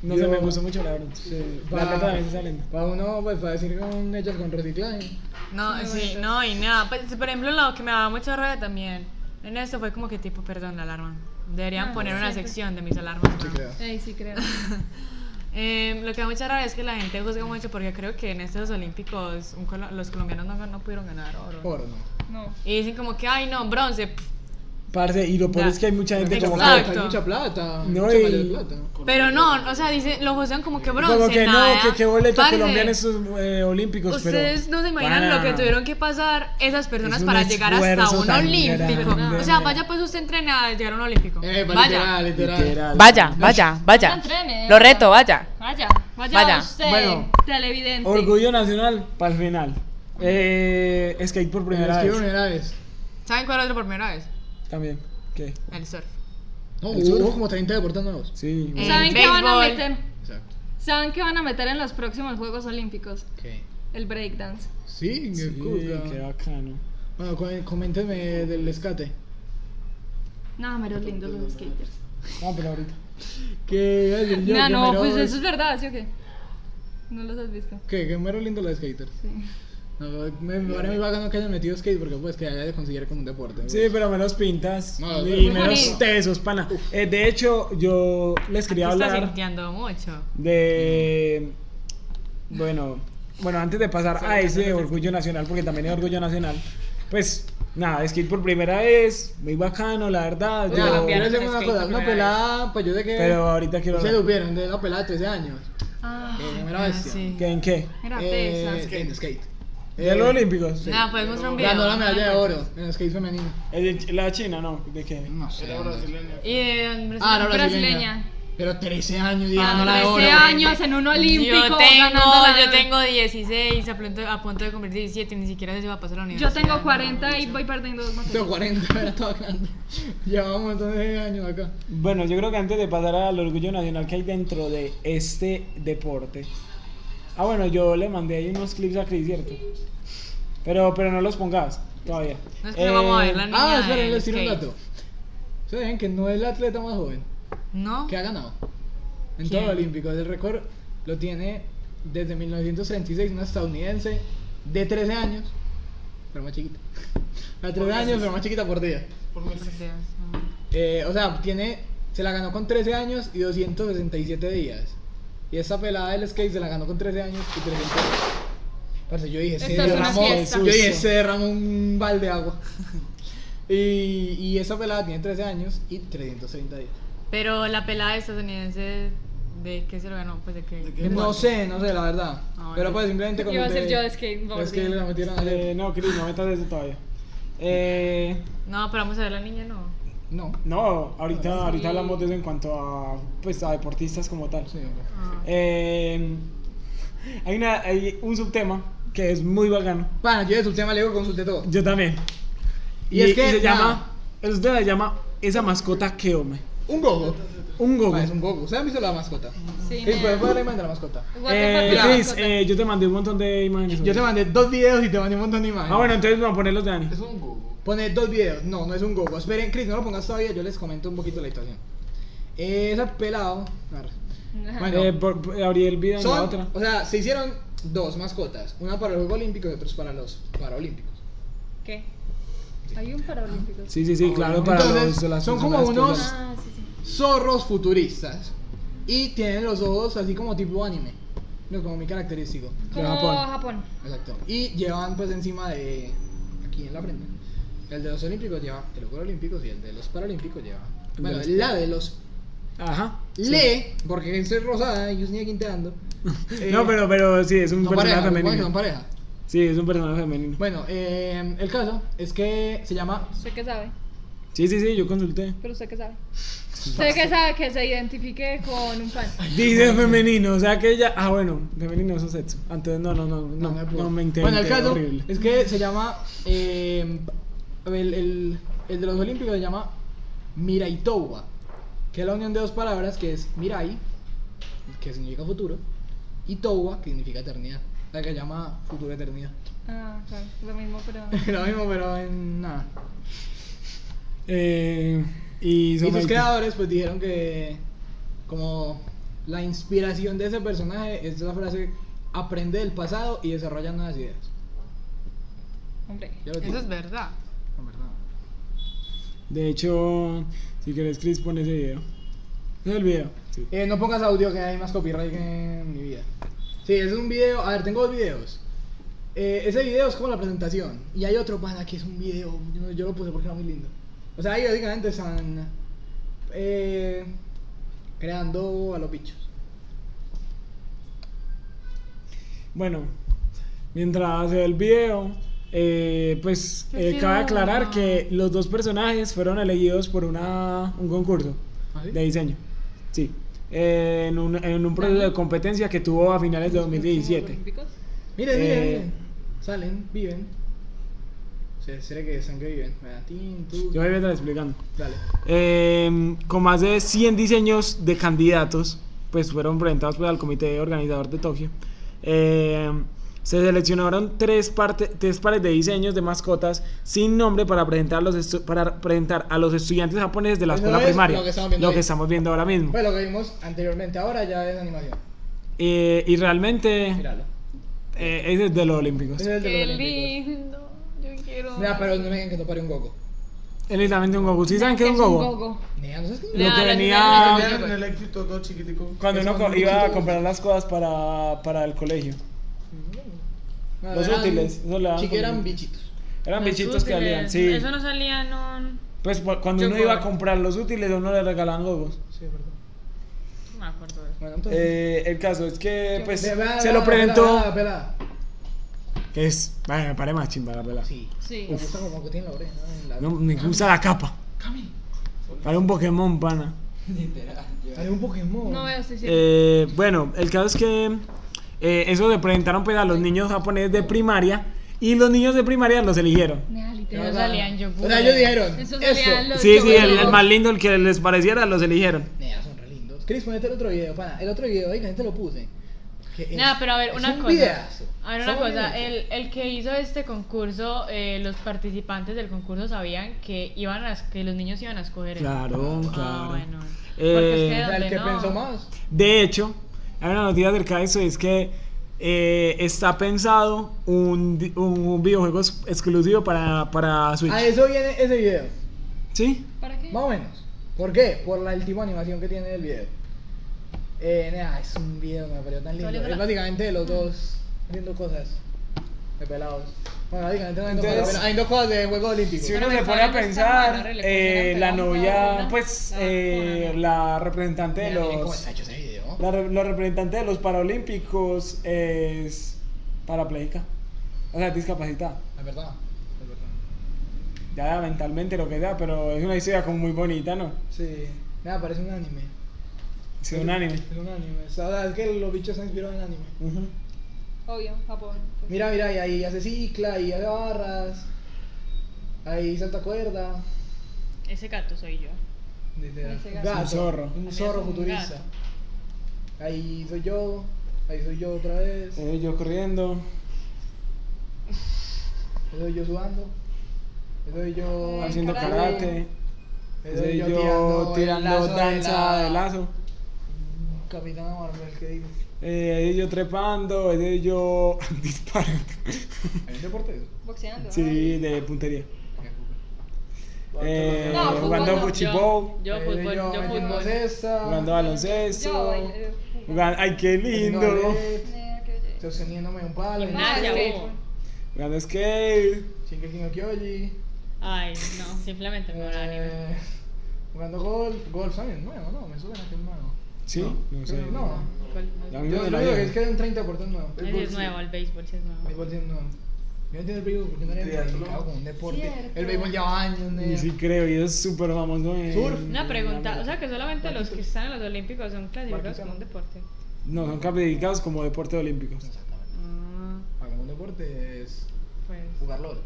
Speaker 2: No
Speaker 1: Yo-
Speaker 2: se me gustó mucho la de bronce. La plata también está linda.
Speaker 1: Para uno, pues, para decir con hechas con reciclaje.
Speaker 4: No, sí, no, y nada. Pues, por ejemplo, lo que me daba mucha rabia también en esto fue como que tipo, perdón, la alarma. Deberían
Speaker 3: Ah,
Speaker 4: poner una
Speaker 3: siempre.
Speaker 4: sección de mis alarmas.
Speaker 1: Sí,
Speaker 4: ¿no?
Speaker 1: creo.
Speaker 3: Ey, sí creo.
Speaker 4: Eh, lo que me da mucha rabia es que la gente juzga mucho porque creo que en estos Olímpicos un colo- los colombianos no, no pudieron ganar oro.
Speaker 1: Oro, no.
Speaker 3: No.
Speaker 4: Y dicen como que, ay, no, bronce. pff".
Speaker 2: Parce, y lo peor
Speaker 4: Ya. Ah,
Speaker 2: es que hay mucha gente como.
Speaker 4: Exacto.
Speaker 1: Hay mucha plata.
Speaker 2: No,
Speaker 1: mucha
Speaker 2: y-
Speaker 1: medalla de plata.
Speaker 4: Pero no, o sea, dicen, lo juzgan como que bronce.
Speaker 2: Como que
Speaker 4: nada.
Speaker 2: no, que, que boleto
Speaker 4: Parce,
Speaker 2: colombiano en esos eh, olímpicos.
Speaker 4: Ustedes
Speaker 2: pero,
Speaker 4: no se imaginan
Speaker 2: Pana.
Speaker 4: lo que tuvieron que pasar esas personas
Speaker 2: Es un
Speaker 4: para llegar hasta
Speaker 2: esfuerzo
Speaker 4: un
Speaker 2: tan
Speaker 4: olímpico.
Speaker 2: grande.
Speaker 4: O sea, vaya pues usted entrena a llegar a un olímpico.
Speaker 1: Eh,
Speaker 4: vaya.
Speaker 1: literal, literal.
Speaker 2: Literal.
Speaker 9: Vaya, vaya, vaya.
Speaker 3: Entrene,
Speaker 9: Lo reto, vaya.
Speaker 3: Vaya, vaya,
Speaker 9: Vaya.
Speaker 3: usted,
Speaker 2: Bueno.
Speaker 3: televidente.
Speaker 2: Orgullo nacional para el final. Eh, skate por
Speaker 1: Primera
Speaker 2: primera
Speaker 1: vez.
Speaker 2: vez.
Speaker 1: Primera vez.
Speaker 4: ¿Saben cuál otro por primera vez?
Speaker 2: También. ¿Qué?
Speaker 4: El surf.
Speaker 1: No,
Speaker 2: El sur.
Speaker 1: hubo como 30 deportes nuevos.
Speaker 2: Sí.
Speaker 4: Eh,
Speaker 3: ¿Saben qué van a
Speaker 4: béisbol.
Speaker 3: meter?
Speaker 1: Exacto.
Speaker 3: ¿Saben qué van a meter en los próximos Juegos Olímpicos?
Speaker 1: Ok.
Speaker 3: El breakdance.
Speaker 1: Sí,
Speaker 2: Sí,
Speaker 1: qué cuca.
Speaker 2: qué bacano.
Speaker 1: Bueno, cu- coméntenme del escate.
Speaker 3: No, meros lindos los skaters.
Speaker 2: No, pero ahorita.
Speaker 1: Que iba a decir yo,
Speaker 3: Nah,
Speaker 1: que
Speaker 3: no,
Speaker 1: mero-
Speaker 3: pues eso es verdad, ¿sí o qué? No los has visto.
Speaker 1: Que, que mero lindo los skaters.
Speaker 3: Sí.
Speaker 1: No, me me parece muy bacano que hayan metido skate porque pues que haya de conseguir como un deporte. Pues,
Speaker 2: Sí, pero menos pintas
Speaker 1: No,
Speaker 2: y
Speaker 1: muy
Speaker 2: menos
Speaker 3: bonito.
Speaker 2: tesos, pana. Eh, de hecho, yo les quería
Speaker 4: Está
Speaker 2: hablar
Speaker 4: sintiendo mucho.
Speaker 2: de. Bueno, bueno, antes de pasar a ese orgullo nacional, porque también es orgullo nacional, pues nada, skate por primera vez, muy bacano, la verdad.
Speaker 1: Oiga,
Speaker 2: yo-
Speaker 1: yo
Speaker 4: cambiaron
Speaker 1: les digo
Speaker 4: el
Speaker 1: una
Speaker 4: skate
Speaker 1: cosa,
Speaker 4: por
Speaker 1: una
Speaker 4: primera
Speaker 1: pelada, pues yo sé que
Speaker 2: pero ahorita quiero
Speaker 1: se
Speaker 2: hablar.
Speaker 1: supieron de una pelada de 13 años.
Speaker 3: Ah,
Speaker 1: Que mero bestia.
Speaker 4: sí.
Speaker 2: ¿Qué- ¿En qué?
Speaker 3: era
Speaker 1: Eh,
Speaker 3: pesas.
Speaker 1: en skate. Eh,
Speaker 2: ¿De los olímpicos?
Speaker 1: Sí.
Speaker 4: Nada, podemos mostrar un video.
Speaker 1: Ganó la medalla de oro en skate femenino.
Speaker 2: ¿El de- ¿La China no? ¿De qué?
Speaker 1: No sé. no sé.
Speaker 4: Y de
Speaker 1: Ah, no, brasileña.
Speaker 3: Brasileña. Ah,
Speaker 1: Pero 13 años,
Speaker 4: Ah,
Speaker 1: Diana, no la de
Speaker 3: 13
Speaker 1: oro.
Speaker 3: años en un olímpico.
Speaker 4: yo tengo,
Speaker 3: ganando la-
Speaker 4: yo tengo 16, a punto, a punto de cumplir 17, ni siquiera se va a pasar la
Speaker 3: Yo
Speaker 4: universidad.
Speaker 3: tengo 40 y voy perdiendo dos materias.
Speaker 1: Tengo 40, era todo grande. Llevamos entonces años acá.
Speaker 2: Bueno, yo creo que antes de pasar al orgullo nacional que hay dentro de este deporte. Ah, bueno, yo le mandé ahí unos clips a Cris, ¿cierto? Pero, pero no los pongas todavía. Eh,
Speaker 4: No es que no vamos a ver la niña.
Speaker 1: Ah, esperen,
Speaker 4: del
Speaker 1: les tiro un
Speaker 4: skate.
Speaker 1: dato. Ustedes ven que no es el atleta más joven
Speaker 4: ¿No?
Speaker 1: que ha ganado en
Speaker 4: ¿Quién?
Speaker 1: todo el olímpico. El récord lo tiene desde 1936 una estadounidense de 13 años, pero más chiquita. A 13 años, pero más chiquita por día.
Speaker 4: ah.
Speaker 1: Eh, o sea, tiene, se la ganó con 13 años y 267 días. Y esa pelada del skate se la ganó con 13 años y 300 días. Parce, yo dije, se
Speaker 3: Esta es una
Speaker 1: derramó,
Speaker 3: fiesta.
Speaker 1: yo dije,
Speaker 2: Sucio.
Speaker 1: se derramó un balde de agua. y, y esa pelada tiene 13 años y 330 días.
Speaker 4: Pero la pelada estadounidense, ¿de qué se lo ganó? Pues de qué.
Speaker 1: No sé, no sé, la verdad.
Speaker 4: Ah, bueno.
Speaker 1: Pero pues simplemente como
Speaker 3: Iba a
Speaker 1: te-
Speaker 3: ser yo de
Speaker 1: Es que
Speaker 3: skateboarding.
Speaker 1: la metieron a
Speaker 2: Eh, no, Cris, no metas eso todavía. Eh,
Speaker 4: No, pero vamos a ver la niña, no.
Speaker 1: No.
Speaker 2: no, ahorita, ahorita hablamos de eso en cuanto a, pues, a deportistas como tal.
Speaker 1: Sí, hombre.
Speaker 4: Ah.
Speaker 2: Eh, hay, una, hay un subtema que es muy bacano.
Speaker 1: Pana, yo de su tema le digo consulte todo.
Speaker 2: Yo también.
Speaker 1: Y es que, nada.
Speaker 2: se llama, el subtema se llama Esa mascota que ome.
Speaker 1: Un gogo.
Speaker 2: Un gogo.
Speaker 1: Ah, es un gogo. ¿Ustedes han visto la mascota?
Speaker 3: Sí,
Speaker 1: Chris, ¿puedes
Speaker 3: nena.
Speaker 1: poner la imagen de la mascota?
Speaker 3: What the fuck,
Speaker 2: Eh,
Speaker 3: la
Speaker 2: Chris,
Speaker 3: mascota.
Speaker 2: eh, yo te mandé un montón de imágenes.
Speaker 1: Yo te mandé dos videos y te mandé un montón de imágenes.
Speaker 2: Ah, bueno, entonces vamos a ponerlos de Dani.
Speaker 6: Es un gogo.
Speaker 1: Pone dos videos. No, no es un gogo. Esperen, Chris, no lo pongas todavía. Yo les comento un poquito la situación. Ese pelado. arre.
Speaker 3: Ajá.
Speaker 1: Bueno,
Speaker 2: Eh, por- por- abrí el video en la
Speaker 1: son-
Speaker 2: otra.
Speaker 1: o sea, se hicieron dos mascotas. Una para los Juegos Olímpicos y otra para los Paralímpicos.
Speaker 3: ¿Qué? Hay un paralímpico.
Speaker 2: Sí, sí, sí, claro, para
Speaker 1: Oh, Entonces,
Speaker 2: los- las
Speaker 1: son como
Speaker 2: personas que
Speaker 1: unos-
Speaker 2: las-
Speaker 3: Ah, sí, sí.
Speaker 1: Zorros futuristas. Y tienen los ojos así como tipo anime. No, como muy característico.
Speaker 3: Como
Speaker 2: Japón.
Speaker 3: Japón.
Speaker 1: Exacto. Y llevan pues encima de. aquí en la prenda. El de los Olímpicos lleva el los Olímpicos y el de los Paralímpicos lleva.
Speaker 2: El
Speaker 1: Bueno,
Speaker 2: de los
Speaker 1: la de los.
Speaker 2: Ajá.
Speaker 1: Le, porque es rosada y yo tenía quinteando. Eh,
Speaker 2: No, pero, pero sí, es un
Speaker 1: Son
Speaker 2: personaje
Speaker 1: pareja, los
Speaker 2: femenino.
Speaker 1: Juegos son pareja.
Speaker 2: Sí, es un personaje femenino.
Speaker 1: Bueno, eh, el caso es que se llama.
Speaker 3: ¿Usted qué sabe?
Speaker 2: Sí, sí, sí, yo consulté.
Speaker 3: ¿Pero usted qué sabe? ¿Usted qué sabe que se identifique con un fan?
Speaker 2: Dice femenino, o sea que ella. Ah, bueno, femenino es un sexo. Antes, no, no, no, no,
Speaker 1: me
Speaker 2: no,
Speaker 1: puedo.
Speaker 2: me enteré.
Speaker 1: Ah, Bueno, el caso
Speaker 2: horrible.
Speaker 1: es que se llama. eh, el, el- el de los Olímpicos se llama Miraitowa, que es la unión de dos palabras que es Mirai, que significa futuro, y Towa, que significa eternidad. La que llama futuro eternidad.
Speaker 3: Ah, claro, lo mismo, pero.
Speaker 1: Lo mismo, pero en nada.
Speaker 2: Eh, y
Speaker 1: Y
Speaker 2: son
Speaker 1: sus
Speaker 2: 20.
Speaker 1: creadores pues dijeron que como la inspiración de ese personaje es la frase aprende del pasado y desarrolla nuevas ideas.
Speaker 3: Hombre.
Speaker 1: Ya lo
Speaker 4: Eso
Speaker 1: tiene.
Speaker 4: es verdad.
Speaker 1: En verdad.
Speaker 2: De hecho, si quieres, Chris, pon ese video. Ese es el video. Sí.
Speaker 1: Eh, no pongas audio que hay más copyright que en mi vida. Sí, es un video. A ver, tengo dos videos. Eh, ese video es como la presentación. Y hay otro pana que es un video. Yo, no- yo lo puse porque era muy lindo. O sea, ahí básicamente están eh, creando a los bichos.
Speaker 2: Bueno, mientras se ve el video, eh, pues
Speaker 4: Qué
Speaker 2: eh, cabe
Speaker 4: chido.
Speaker 2: aclarar que los dos personajes fueron elegidos por una, un concurso
Speaker 1: ¿Así?
Speaker 2: de diseño. Sí. Eh, en, un, en un proceso de competencia que tuvo a finales de 2017.
Speaker 3: ¿Olímpicos?
Speaker 1: Miren,
Speaker 2: Eh.
Speaker 1: miren, miren. Salen, viven. Se- ¿Será que están que viven? Ah, tin, tu.
Speaker 2: Yo voy a estar explicando.
Speaker 1: Dale.
Speaker 2: Eh, con más de 100 diseños de candidatos, pues fueron presentados pues, al comité organizador de Tokio. Eh, se seleccionaron tres, parte- tres pares de diseños de mascotas sin nombre para presentar, los estu- para presentar a los estudiantes japoneses de la
Speaker 1: Eso
Speaker 2: escuela
Speaker 1: es
Speaker 2: primaria.
Speaker 1: lo que estamos viendo ahí.
Speaker 2: estamos viendo ahora mismo.
Speaker 1: Pues lo que vimos anteriormente, ahora ya es animación.
Speaker 2: Eh, y realmente,
Speaker 1: Míralo.
Speaker 2: eh, ese es de los Olímpicos.
Speaker 1: Ese es el de
Speaker 4: Qué
Speaker 1: los Olímpicos.
Speaker 4: lindo. Yo quiero.
Speaker 1: Mira, pero no me digan que no pare un gogo.
Speaker 2: Él es también un gogo. ¿Sí saben qué es un
Speaker 3: Es un
Speaker 2: gogo?
Speaker 3: gogo.
Speaker 1: Nea, ¿no sabes qué?
Speaker 2: Lo
Speaker 4: Nah,
Speaker 2: que
Speaker 4: la-
Speaker 2: venía-
Speaker 4: la- la-
Speaker 6: en el éxito todo chiquitico.
Speaker 2: Cuando uno co- iba a comprar las cosas para, para el colegio.
Speaker 1: No,
Speaker 2: Los útiles, eso le daban
Speaker 1: Chiqui eran
Speaker 2: como-
Speaker 1: bichitos.
Speaker 2: Eran
Speaker 4: Los
Speaker 2: bichitos que
Speaker 4: útiles.
Speaker 2: valían, sí.
Speaker 4: Eso no salía, no. No
Speaker 2: Pues cu- cuando
Speaker 4: Yo
Speaker 2: uno iba a
Speaker 4: creo.
Speaker 2: comprar los útiles, a uno le regalaban gogos.
Speaker 4: me acuerdo de eso.
Speaker 1: Bueno, entonces.
Speaker 2: Eh, el caso es que, pues,
Speaker 1: Ve, ve,
Speaker 2: se
Speaker 1: ve,
Speaker 2: lo
Speaker 1: ve,
Speaker 2: presentó.
Speaker 1: ve, ve, ve, ve.
Speaker 2: Que es, bueno, me paré más chimba la pelada.
Speaker 1: Sí.
Speaker 3: Sí.
Speaker 1: Me gusta como que tiene la oreja. en la-
Speaker 2: No, me gusta la capa. Para un Pokémon, pana.
Speaker 6: Literal. yo-
Speaker 1: Hay un Pokémon.
Speaker 3: No veo, estoy ciego.
Speaker 2: Eh, bueno, el caso es que eh, eso le presentaron pues, a los niños japoneses de primaria y los niños de primaria los eligieron.
Speaker 3: Nada,
Speaker 1: Pero
Speaker 3: literal.
Speaker 4: Esos salían yogur.
Speaker 1: O sea, ellos dijeron.
Speaker 3: Esos salían
Speaker 1: Eso.
Speaker 3: los
Speaker 2: Sí, sí, el,
Speaker 3: yogur.
Speaker 2: el más lindo, el que les pareciera, los eligieron.
Speaker 1: Nea, son re lindos. Chris, ponete el otro video, pana. El otro video, oiga, este lo puse. Que es-
Speaker 4: Nada, pero a ver,
Speaker 1: es
Speaker 4: una
Speaker 1: un
Speaker 4: cosa.
Speaker 1: Videazo.
Speaker 4: A ver, una
Speaker 1: Son
Speaker 4: cosa.
Speaker 1: videazos.
Speaker 4: El, el que hizo este concurso, eh, los participantes del concurso sabían que iban a, que los niños iban a escoger. eso.
Speaker 2: Claro,
Speaker 4: Ah,
Speaker 2: claro.
Speaker 4: bueno.
Speaker 2: Eh,
Speaker 4: Porque es que
Speaker 1: O sea, el
Speaker 4: donde
Speaker 1: que
Speaker 4: no.
Speaker 1: pensó más.
Speaker 2: De hecho, hay una noticia acerca de eso, es que eh, está pensado un, di- un videojuego ex- exclusivo para, para Switch.
Speaker 1: A eso viene ese video.
Speaker 2: ¿Sí?
Speaker 3: ¿Para qué?
Speaker 1: Más o menos. ¿Por qué? Por la el tipo de animación que tiene el video. Eh, nea, es un video que me pareció tan lindo.
Speaker 3: Saliendo
Speaker 1: Es
Speaker 3: la-
Speaker 1: básicamente de los
Speaker 4: Mm.
Speaker 1: dos haciendo cosas de pelados. Bueno, básicamente no haciendo
Speaker 2: Entonces-
Speaker 1: cosas, pero haciendo cosas de Juegos Olímpicos.
Speaker 2: Si uno
Speaker 3: Pero
Speaker 2: se
Speaker 3: me
Speaker 2: pone a
Speaker 3: saben las
Speaker 2: pensar,
Speaker 3: cámaras,
Speaker 2: eh,
Speaker 3: le
Speaker 2: la
Speaker 3: cogieron
Speaker 2: novia,
Speaker 3: una,
Speaker 2: pues
Speaker 3: la
Speaker 2: eh,
Speaker 3: vacuna,
Speaker 2: la representante de
Speaker 1: Mira, miren cómo
Speaker 2: los...
Speaker 1: está hecho ese video.
Speaker 2: La, re- la representante de los paralímpicos es parapléjica, o sea, discapacitada.
Speaker 1: Ah, Es verdad. Es verdad.
Speaker 2: ya mentalmente lo que sea, pero es una historia como muy bonita, ¿no?
Speaker 1: Sí. Nada, parece un anime.
Speaker 2: Sí, un anime.
Speaker 1: Es un anime. O sea, es que los bichos se inspiraron en anime.
Speaker 2: Ujú.
Speaker 3: Obvio, Japón. pues.
Speaker 1: Mira, mira, y ahí hace cicla, y hace barras. Ahí salta cuerda.
Speaker 4: Ese gato soy yo.
Speaker 1: literal.
Speaker 3: Ese
Speaker 1: Un
Speaker 3: gato.
Speaker 1: gato,
Speaker 2: Un zorro.
Speaker 1: Un zorro
Speaker 4: Un gato.
Speaker 1: futurista. Ahí soy yo. Ahí soy yo otra vez. Ahí
Speaker 2: Eh, yo corriendo.
Speaker 1: soy yo sudando. Ahí soy yo.
Speaker 2: Haciendo karate.
Speaker 1: Ahí
Speaker 2: Ese
Speaker 1: soy yo,
Speaker 2: yo
Speaker 1: tirando, el
Speaker 2: tirando
Speaker 1: lazo
Speaker 2: danza de
Speaker 1: la...
Speaker 2: lazo.
Speaker 1: Capitán Marvel, ¿qué digo?
Speaker 2: Eh, yo trepando, eh, yo disparando.
Speaker 1: ¿Hay un deporte? de eso?
Speaker 3: Boxeando.
Speaker 2: Sí, de puntería. Eh,
Speaker 3: No, fútbol
Speaker 2: jugando
Speaker 3: no, yo-
Speaker 2: fuchibol,
Speaker 1: Ahí soy Eh, yo metiendo cesta,
Speaker 2: jugando
Speaker 3: Yo eh,
Speaker 2: baloncesto.
Speaker 3: bailé.
Speaker 2: jugan- Ay, qué
Speaker 1: haciendo
Speaker 2: lindo.
Speaker 1: ballet,
Speaker 3: Eh, qué belleza.
Speaker 1: Sosteniéndome un palo.
Speaker 4: Gimnasia,
Speaker 3: sí.
Speaker 4: bobo.
Speaker 2: Jugando skate.
Speaker 1: Shingeki no Kyoji.
Speaker 4: Ay, no, simplemente me da anime.
Speaker 1: eh, Jugando golf. Golf también es nuevo, ¿no? Me suena que es nuevo.
Speaker 2: Sí, no, sé.
Speaker 1: Creo- No.
Speaker 2: La
Speaker 1: Yo
Speaker 2: misma de
Speaker 1: yo
Speaker 2: la
Speaker 1: digo que
Speaker 2: vida.
Speaker 1: es que hay un 30% nuevo.
Speaker 4: Ese es nuevo, el béisbol sí es nuevo.
Speaker 1: El béisbol sí es nuevo. Yo no entiendo el béisbol porque no era identificado como un deporte. El béisbol lleva años,
Speaker 2: Y
Speaker 1: ¿no?
Speaker 2: sí creo, y es súper famoso. en-
Speaker 1: Surf.
Speaker 4: Una pregunta, o sea que solamente los que están en los Olímpicos son clasificados
Speaker 1: Marquita,
Speaker 4: como un
Speaker 1: ¿no?
Speaker 4: deporte.
Speaker 2: No, son clasificados como deportes olímpicos.
Speaker 4: Ah,
Speaker 1: Para como un deporte es
Speaker 4: pues.
Speaker 1: jugar LOL.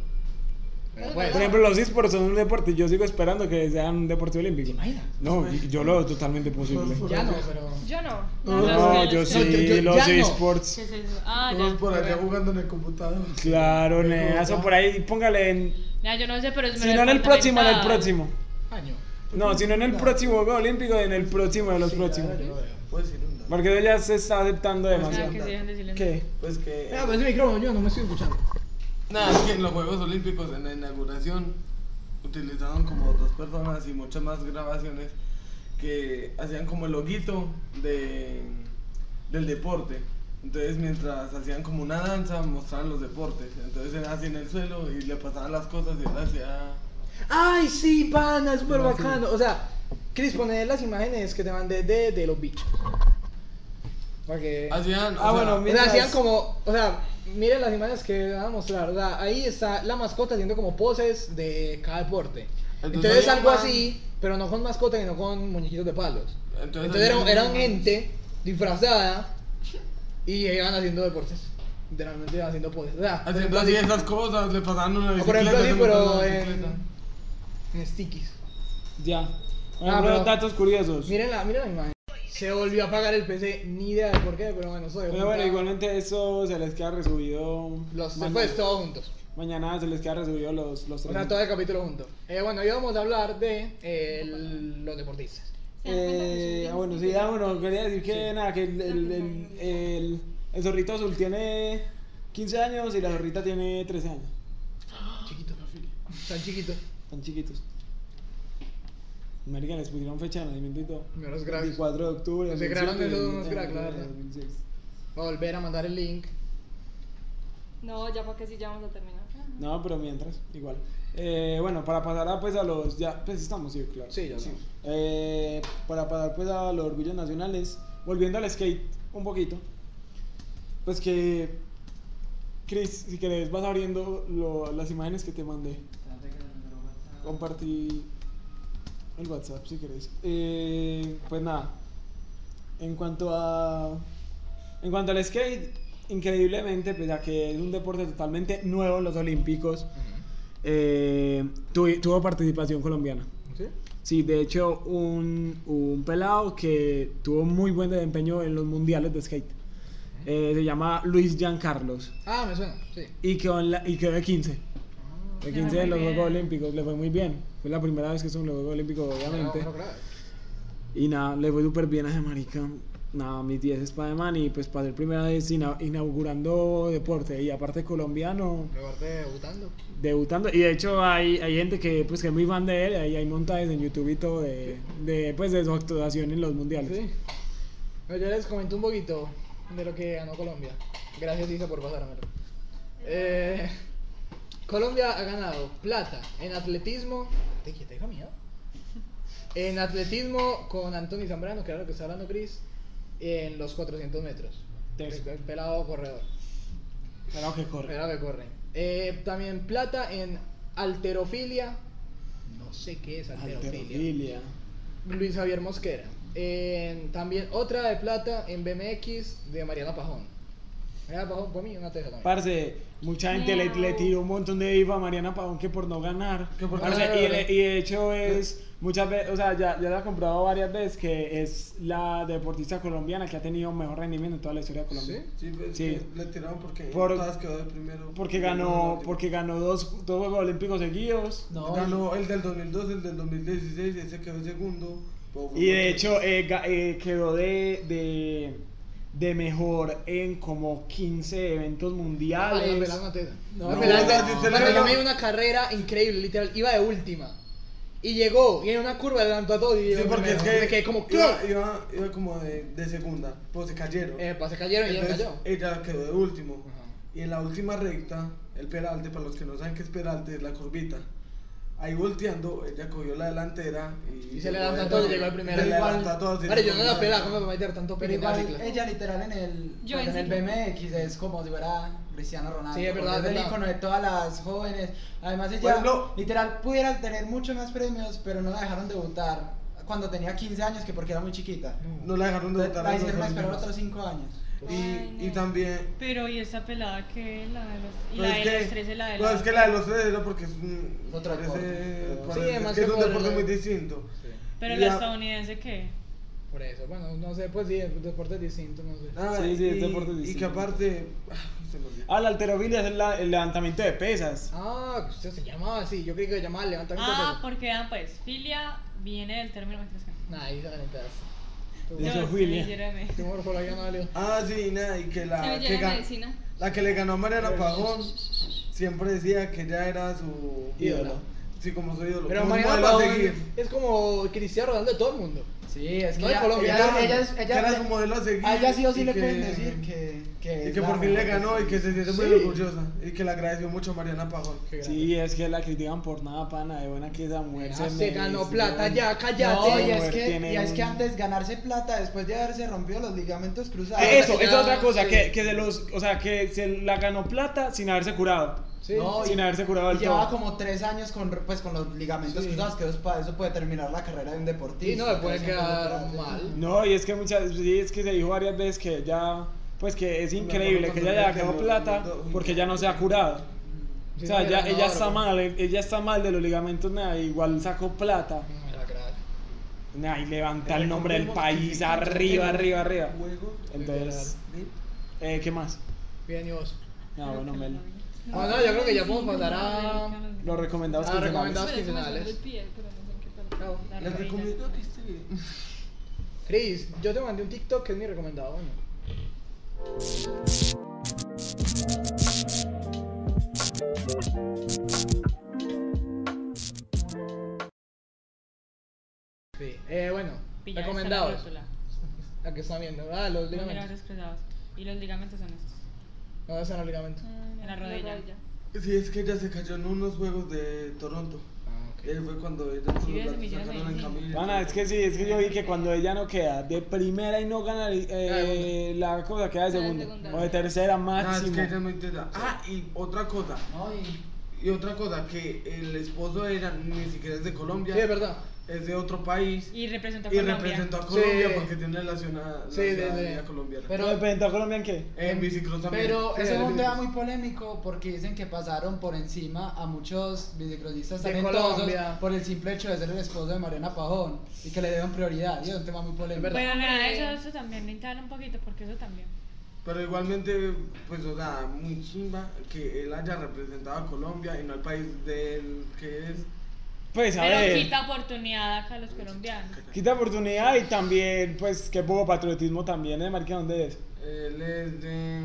Speaker 1: Pero
Speaker 2: Por
Speaker 1: pues,
Speaker 2: ejemplo, los esports son un deporte. Yo sigo esperando que sean un deporte
Speaker 1: ¿te
Speaker 2: olímpico.
Speaker 1: imaginas?
Speaker 2: No, y- yo lo veo totalmente posible.
Speaker 1: Ya no, pero.
Speaker 3: Yo no.
Speaker 2: No, yo
Speaker 1: No, yo- yo-
Speaker 2: sí, los
Speaker 1: ya no.
Speaker 2: esports.
Speaker 4: ¿Qué es eso? Ah,
Speaker 9: Todos
Speaker 4: ya.
Speaker 9: por acá jugando en el computador.
Speaker 2: Claro, nena, eso por ahí, póngale en.
Speaker 4: Ya, yo no sé, pero es
Speaker 2: Si no en el próximo, en el próximo.
Speaker 1: Año.
Speaker 2: No, si no en el próximo Juego Olímpico, en el próximo de los próximos. Pues,
Speaker 1: Yo lo veo.
Speaker 9: Puedes decir un dato.
Speaker 2: Porque eso ya se está aceptando
Speaker 1: Pues
Speaker 4: Ah,
Speaker 2: demasiado.
Speaker 4: que sí, dejen de silencio.
Speaker 2: ¿Qué?
Speaker 9: Pues que.
Speaker 1: Mira, Ah, pero ese micrófono yo no me estoy escuchando.
Speaker 9: Nada, es que en los Juegos Olímpicos, en la inauguración, utilizaban como dos personas y muchas más grabaciones que hacían como el loguito de, del deporte. Entonces, mientras hacían como una danza, mostraban los deportes. Entonces, era así en el suelo y le pasaban las cosas y ah. él hacía.
Speaker 1: Ay, sí, pana, es súper bacano. O sea, Chris, poné las imágenes que te mandé de, de los bichos. Para que.
Speaker 9: Hacían.
Speaker 2: Ah,
Speaker 9: o sea,
Speaker 2: bueno,
Speaker 1: O sea,
Speaker 2: mira. mientras-
Speaker 1: hacían como. O sea, miren las imágenes que van a mostrar. O sea, ahí está la mascota haciendo como poses de cada deporte. Entonces,
Speaker 9: Entonces,
Speaker 1: algo
Speaker 9: ahí van-
Speaker 1: así, pero no con mascota, sino con muñequitos de palos.
Speaker 9: Entonces,
Speaker 1: Entonces, era,
Speaker 9: hacían-
Speaker 1: era un ente disfrazada y iban haciendo deportes. Literalmente iban haciendo poses. O sea, por
Speaker 9: Haciendo
Speaker 1: ejemplo,
Speaker 9: así
Speaker 1: así-
Speaker 9: esas cosas, le pasaban una
Speaker 1: o por ejemplo,
Speaker 9: bicicleta.
Speaker 1: así,
Speaker 9: le pasaban
Speaker 1: pero
Speaker 9: una
Speaker 1: en,
Speaker 9: bicicleta.
Speaker 1: en stickies.
Speaker 2: Ya.
Speaker 1: Ah,
Speaker 2: Bueno,
Speaker 1: pero-
Speaker 2: datos curiosos.
Speaker 1: Miren la, miren la imagen. Se volvió a apagar el PC, ni idea de por qué, pero bueno, soy
Speaker 2: Pero bueno, igualmente eso se les queda resubido.
Speaker 1: Los
Speaker 2: mañana-
Speaker 1: después todos juntos.
Speaker 2: Mañana se les queda resubido los, los
Speaker 1: O
Speaker 2: tres.
Speaker 1: sea, todo el capítulo junto. Eh, bueno, hoy vamos a hablar de eh, los deportistas.
Speaker 2: Eh, ah, bueno, sí, ah, bueno, quería decir que nada, que el, el, el, el- el zorrito azul tiene 15 años y la zorrita tiene 13 años.
Speaker 1: Chiquitos. Tan chiquitos.
Speaker 2: Están chiquitos. Marica, les pusieron fecha de nacimiento y todo.
Speaker 1: Mira los cracks.
Speaker 2: 24 de octubre.
Speaker 1: Se crearon
Speaker 2: 2007,
Speaker 1: esos unos
Speaker 2: 2008,
Speaker 1: cracks, la verdad.
Speaker 2: 2006.
Speaker 1: Voy a volver a mandar el link.
Speaker 3: No, ya para que sí, ya vamos a terminar.
Speaker 2: No, pero mientras, igual. Eh, bueno, para pasar a, pues, a los... Ya, pues estamos, sí, claro.
Speaker 1: Sí, ya sí.
Speaker 2: Eh, para pasar pues a los orgullos nacionales, volviendo al skate un poquito, pues que, Chris, si querés vas abriendo lo- las imágenes que te mandé. Compartí el WhatsApp si querés. Eh, pues nada, en cuanto a... En cuanto al skate, increíblemente, pues ya que es un deporte totalmente nuevo en los Olímpicos, eh, tuvi- tuvo participación colombiana.
Speaker 1: ¿Sí?
Speaker 2: Sí, de hecho, un, un pelado que tuvo muy buen desempeño en los mundiales de skate. Eh, se llama Luis Giancarlos
Speaker 1: Ah, me suena, sí.
Speaker 2: y quedó, en la- y quedó de 15. De 15
Speaker 4: muy
Speaker 2: en los
Speaker 4: bien.
Speaker 2: Juegos Olímpicos, le fue muy bien. Fue la primera vez que estuvo en los Juegos Olímpicos, obviamente.
Speaker 1: Pero, pero, claro.
Speaker 2: Y nada, le fue súper bien a ese marica. Nada, mis 10 es para man y pues para ser primera vez ina- inaugurando deporte. Y aparte colombiano,
Speaker 1: Pero aparte debutando.
Speaker 2: debutando y de hecho hay, hay gente que pues que es muy fan de él y hay montajes en YouTube y todo de, de pues de su actuación en los mundiales
Speaker 1: Sí. Bueno, yo les comenté un poquito de lo que ganó Colombia. Gracias, Isa, por pasármelo. Eh, Colombia ha ganado plata en atletismo. ¿Te quieta, hija mía? En atletismo con Anthony Zambrano, que era lo que está hablando Chris, en los 400 metros.
Speaker 2: Teso.
Speaker 1: El pelado corredor.
Speaker 2: claro que corre
Speaker 1: Pelado que corre. Eh, también plata en Alterofilia. No sé qué es alterofilia.
Speaker 2: Alterofilia.
Speaker 1: Luis Javier Mosquera. Eh, también otra de plata en BMX de Mariana Pajón. Mariana Pajón, para mí, una teja también.
Speaker 2: Parce, mucha gente le, le tiró un montón de IVA a Mariana Pavón que por no ganar.
Speaker 9: Que por
Speaker 2: Parce,
Speaker 9: ganar.
Speaker 2: y, de- y de hecho es muchas veces, o sea, ya, ya la he comprobado varias veces que es la deportista colombiana que ha tenido mejor rendimiento en toda la historia de Colombia.
Speaker 9: Sí, pues,
Speaker 2: Sí.
Speaker 9: que le tiraron porque
Speaker 2: Por-
Speaker 9: todas quedó de primero.
Speaker 2: Porque
Speaker 9: Ganó
Speaker 2: ganó,
Speaker 9: el-
Speaker 2: porque ganó dos, dos Juegos Olímpicos seguidos.
Speaker 6: No,
Speaker 9: Ganó el del 2002, el del 2016, ese quedó segundo. pero fue
Speaker 2: Y
Speaker 9: porque-
Speaker 2: de hecho eh, ga- eh, quedó de, de, de mejor en como 15 eventos
Speaker 1: Ah, le
Speaker 2: mundiales.
Speaker 1: pelaron una teta.
Speaker 2: No,
Speaker 1: Le pelaron-
Speaker 9: no, no, no.
Speaker 1: Bueno, yo me di una carrera increíble, literal. Iba de última. Y llegó, y en una curva adelantó a todos. Y
Speaker 9: Sí,
Speaker 1: yo
Speaker 9: porque es
Speaker 1: primero.
Speaker 9: que.
Speaker 1: me quedé como, ¿qué?
Speaker 9: Iba, iba, iba como de, de segunda, pues se cayeron.
Speaker 1: Eh, pa, se cayeron y ella
Speaker 9: Entonces,
Speaker 1: cayó.
Speaker 9: ella quedó de último.
Speaker 1: Ajá.
Speaker 9: Y en la última recta, el peralte, para los que no saben qué es peralte, es la curvita. Ahí volteando, ella cogió la delantera y,
Speaker 1: Y se le
Speaker 9: llegó
Speaker 1: adelantó a
Speaker 9: de-
Speaker 1: todos y llegó el primero.
Speaker 9: Se le
Speaker 1: Igual-
Speaker 9: adelantó a todos y
Speaker 1: Vale, yo
Speaker 9: llegó
Speaker 1: no la
Speaker 9: de-
Speaker 1: pelaba, ¿cómo me voy a meter tanto
Speaker 6: Pero
Speaker 1: pelo en la
Speaker 6: igual,
Speaker 1: cicla?
Speaker 6: ella literal en el,
Speaker 3: Yo
Speaker 6: pues, en
Speaker 3: en
Speaker 6: el BMX es como si fuera Cristiano Ronaldo.
Speaker 1: Sí, es verdad,
Speaker 6: porque
Speaker 1: es
Speaker 6: el
Speaker 1: verdad.
Speaker 6: icono de todas las jóvenes. Además, ella
Speaker 9: Por ejemplo-
Speaker 6: literal pudiera tener muchos más premios, pero no la dejaron debutar cuando tenía 15 años, que porque era muy chiquita.
Speaker 9: No la dejaron de
Speaker 6: Entonces,
Speaker 9: votar.
Speaker 6: la hicieron esperar otros 5 años.
Speaker 3: Ay,
Speaker 9: Y, y
Speaker 3: no.
Speaker 9: también.
Speaker 4: Pero y esa pelada que la de los y
Speaker 9: pero
Speaker 4: la
Speaker 9: Pues es
Speaker 4: de
Speaker 9: que-
Speaker 4: los tres y la de
Speaker 9: pero
Speaker 4: los
Speaker 9: es que la de los tres era porque es un.
Speaker 6: Es otro
Speaker 9: parece-
Speaker 6: deporte.
Speaker 9: parece-
Speaker 1: Sí,
Speaker 9: es
Speaker 1: además
Speaker 9: que es
Speaker 1: que
Speaker 9: un
Speaker 1: por-
Speaker 9: deporte muy distinto.
Speaker 1: Sí.
Speaker 4: Pero
Speaker 9: Ya.
Speaker 4: la estadounidense qué?
Speaker 1: Por eso, bueno, no sé, pues sí, el deporte es distinto, no sé.
Speaker 9: Ah,
Speaker 2: Sí, sí, es
Speaker 9: y-
Speaker 2: deporte
Speaker 9: Y
Speaker 2: distinto.
Speaker 9: que aparte. ah, se me olvidó.
Speaker 2: Ah, la alterofilia es la- el levantamiento de pesas.
Speaker 1: Ah, usted se llamaba así, yo creí que se llamaba levantamiento
Speaker 4: Ah,
Speaker 1: de
Speaker 4: porque ah, pues filia viene del término mientras que-
Speaker 1: peso. Nah, ahí se conectas.
Speaker 2: De
Speaker 4: No,
Speaker 2: eso,
Speaker 4: sí,
Speaker 2: Filia.
Speaker 4: yo era me-
Speaker 1: Tu morfología no valió.
Speaker 9: Ah, sí, nada, y que
Speaker 3: Se
Speaker 9: la
Speaker 3: me
Speaker 9: que,
Speaker 3: llena
Speaker 9: ga-
Speaker 3: medicina.
Speaker 9: la que le ganó a Mariana Pajón siempre decía que ya era su
Speaker 1: Ídolo.
Speaker 9: Sí, como su ídolo.
Speaker 1: Pero
Speaker 9: como un
Speaker 1: Mariana
Speaker 9: modelo a
Speaker 1: Pavón
Speaker 9: seguir.
Speaker 1: es como Cristiano Ronaldo de todo el mundo.
Speaker 6: Sí, es que
Speaker 1: No,
Speaker 6: ella,
Speaker 1: en Colombia,
Speaker 6: ella-
Speaker 1: no,
Speaker 6: ella es-
Speaker 9: Que
Speaker 6: ella-
Speaker 9: era su modelo a seguir.
Speaker 6: a ella sí o sí
Speaker 9: y
Speaker 6: le
Speaker 9: que-
Speaker 6: pueden decir que, que
Speaker 9: Y
Speaker 6: es
Speaker 9: que
Speaker 6: la
Speaker 9: por fin le
Speaker 6: mejor.
Speaker 9: ganó y que se siente muy
Speaker 1: Sí.
Speaker 9: orgullosa. Y que le agradeció mucho a Mariana Pajón.
Speaker 2: Sí, es que la critican por nada, pana, de buena que esa mujer
Speaker 6: Ah,
Speaker 1: Ya
Speaker 2: se
Speaker 1: se
Speaker 2: merece,
Speaker 1: ganó plata,
Speaker 2: weón.
Speaker 1: ya, cállate.
Speaker 6: No, y
Speaker 2: Mujer
Speaker 6: es, que,
Speaker 2: tiene
Speaker 6: y es que
Speaker 2: un-
Speaker 6: antes ganarse plata después de haberse rompido los ligamentos cruzados.
Speaker 2: Eh, eso, eso es
Speaker 1: Ya,
Speaker 2: otra cosa,
Speaker 1: sí.
Speaker 2: que, que de los, o sea, que se la ganó plata sin haberse curado.
Speaker 1: Sí.
Speaker 6: No,
Speaker 2: sin
Speaker 6: y-
Speaker 2: haberse curado
Speaker 6: Y
Speaker 2: del
Speaker 6: llevaba
Speaker 2: todo.
Speaker 6: como tres años con, pues, con los ligamentos
Speaker 1: Sí.
Speaker 6: cruzados, que eso, es pa- eso puede terminar la carrera de un deportista.
Speaker 1: Y no le puede
Speaker 6: Eso
Speaker 1: quedar
Speaker 6: puede-
Speaker 1: mal.
Speaker 2: No, y es que muchas, sí, es que se dijo varias veces que ella, pues que es increíble que ella haya ganado plata porque ya no se ha curado.
Speaker 1: Sí,
Speaker 2: O sea,
Speaker 1: no,
Speaker 2: ella,
Speaker 1: no,
Speaker 2: ella está
Speaker 1: no.
Speaker 2: mal, ella está mal de los ligamentos, nada, igual sacó plata.
Speaker 1: No me la creas.
Speaker 2: Nah, y levanta el nombre del país arriba, arriba, arriba. Entonces, eh, ¿qué más?
Speaker 1: Bien, y vos.
Speaker 2: Ah, bueno, Mel.
Speaker 1: Ah, no, yo creo que ya podemos pasar a.
Speaker 2: Los recomendados
Speaker 1: Ah,
Speaker 2: quincenales.
Speaker 1: recomendados.
Speaker 3: Pero se me
Speaker 1: quincenales.
Speaker 3: salió el pie, pero no sé en qué parte.
Speaker 1: Chao.
Speaker 4: La
Speaker 9: Les
Speaker 4: rodilla.
Speaker 9: recomiendo que este video.
Speaker 1: Chris, yo te mandé un TikTok que es mi recomendado. Bueno. Sí, eh, bueno,
Speaker 4: Pilla,
Speaker 1: recomendados.
Speaker 4: esta es la rótula.
Speaker 1: La que están viendo, ah, los
Speaker 4: Los ligamentos
Speaker 1: ligamentos.
Speaker 4: cruzados. Y los ligamentos son estos.
Speaker 1: No, esos son los
Speaker 3: Ah,
Speaker 1: ligamentos.
Speaker 4: En la rodilla.
Speaker 9: Sí, es que ella se cayó en unos juegos de Toronto.
Speaker 1: Ah, ok.
Speaker 9: Y ahí fue cuando ella
Speaker 4: Sí, ves,
Speaker 9: la
Speaker 4: mi tía
Speaker 9: sacaron en
Speaker 4: también.
Speaker 9: camilla.
Speaker 2: Pana, es que sí, es que yo vi que cuando ella no queda de primera y no gana eh, la cosa, queda de
Speaker 3: Queda de
Speaker 2: segunda.
Speaker 3: segunda.
Speaker 2: O de tercera
Speaker 9: Ah, es
Speaker 2: máximo.
Speaker 9: que ella no intenta. Ah, y otra cosa.
Speaker 6: No, y-
Speaker 9: Y otra cosa, que el esposo de ella ni siquiera es de Colombia,
Speaker 1: Sí, es verdad.
Speaker 9: es de otro país
Speaker 4: Y representa
Speaker 9: y
Speaker 4: Colombia.
Speaker 9: representó a Colombia
Speaker 1: Sí.
Speaker 9: porque tiene la ciudad
Speaker 1: Sí, sí, sí.
Speaker 9: colombiana.
Speaker 2: Pero
Speaker 1: Pero- em,
Speaker 2: representó a Colombia en qué?
Speaker 9: en bicicleta también.
Speaker 6: Pero
Speaker 1: Sí,
Speaker 6: eso es
Speaker 1: sí,
Speaker 6: un
Speaker 1: sí.
Speaker 6: tema muy polémico porque dicen que pasaron por encima a muchos videocronistas
Speaker 1: De
Speaker 6: talentosos
Speaker 1: Colombia.
Speaker 6: por el simple hecho de ser el esposo de Mariana Pajón y que le dieron prioridad. Y es un tema muy polémico.
Speaker 1: verdad.
Speaker 4: Bueno, nada,
Speaker 3: Hombre.
Speaker 4: eso, eso también necesitan un poquito porque eso también.
Speaker 9: Pero igualmente, pues, o sea, muy chimba que él haya representado a Colombia y no al país de él que es.
Speaker 2: Pues a
Speaker 4: Pero
Speaker 2: ver, quita...
Speaker 4: quita oportunidad acá a los colombianos.
Speaker 2: oportunidad y también, pues, que poco patriotismo también, ¿eh, Marqués? ¿Dónde es?
Speaker 9: Él es de.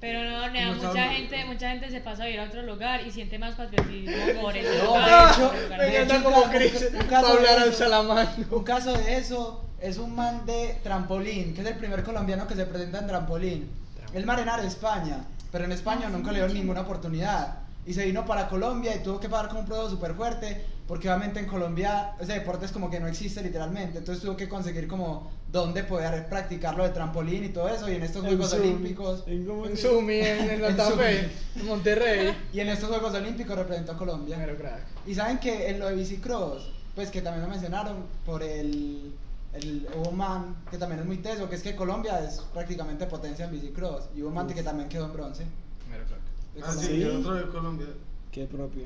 Speaker 4: Pero no, nea,
Speaker 9: Como
Speaker 4: mucha
Speaker 9: Estados
Speaker 4: gente,
Speaker 9: Unidos.
Speaker 4: mucha gente se pasa a ir a otro lugar y siente más patriotismo por ese
Speaker 6: No,
Speaker 4: lugar.
Speaker 6: de hecho,
Speaker 4: por el lugar.
Speaker 6: de
Speaker 1: Venga,
Speaker 6: hecho,
Speaker 1: anda
Speaker 6: un
Speaker 1: como
Speaker 6: ca-
Speaker 1: Chris,
Speaker 6: un
Speaker 1: para
Speaker 6: caso de
Speaker 1: hablar al
Speaker 6: eso.
Speaker 1: salamando.
Speaker 6: Un caso de eso es un man de trampolín, que es el primer colombiano que se presenta en trampolín. El man era de España, pero en España nunca le dieron ninguna oportunidad. y se vino para Colombia y tuvo que pagar con un proveedor súper fuerte porque obviamente en Colombia ese deporte es como que no existe literalmente, entonces tuvo que conseguir como dónde poder practicar lo de trampolín y todo eso y en estos Juegos
Speaker 2: Zoom.
Speaker 6: Olímpicos
Speaker 2: En cómo
Speaker 1: En
Speaker 2: que-
Speaker 1: Sumi, en, en
Speaker 6: En
Speaker 1: Santa
Speaker 6: Sumi.
Speaker 1: Fe, en Monterrey.
Speaker 6: y en estos Juegos Olímpicos representó a Colombia.
Speaker 1: Pero crack.
Speaker 6: Y saben que en lo de bicicross, pues que también lo mencionaron por el, el Oman, que también es muy teso, que es que Colombia es prácticamente potencia en bicicross. Y Oman que también quedó en bronce.
Speaker 1: Mero crack.
Speaker 6: De
Speaker 9: Ah,
Speaker 6: Colombia.
Speaker 9: sí, el otro de Colombia.
Speaker 2: Qué propio.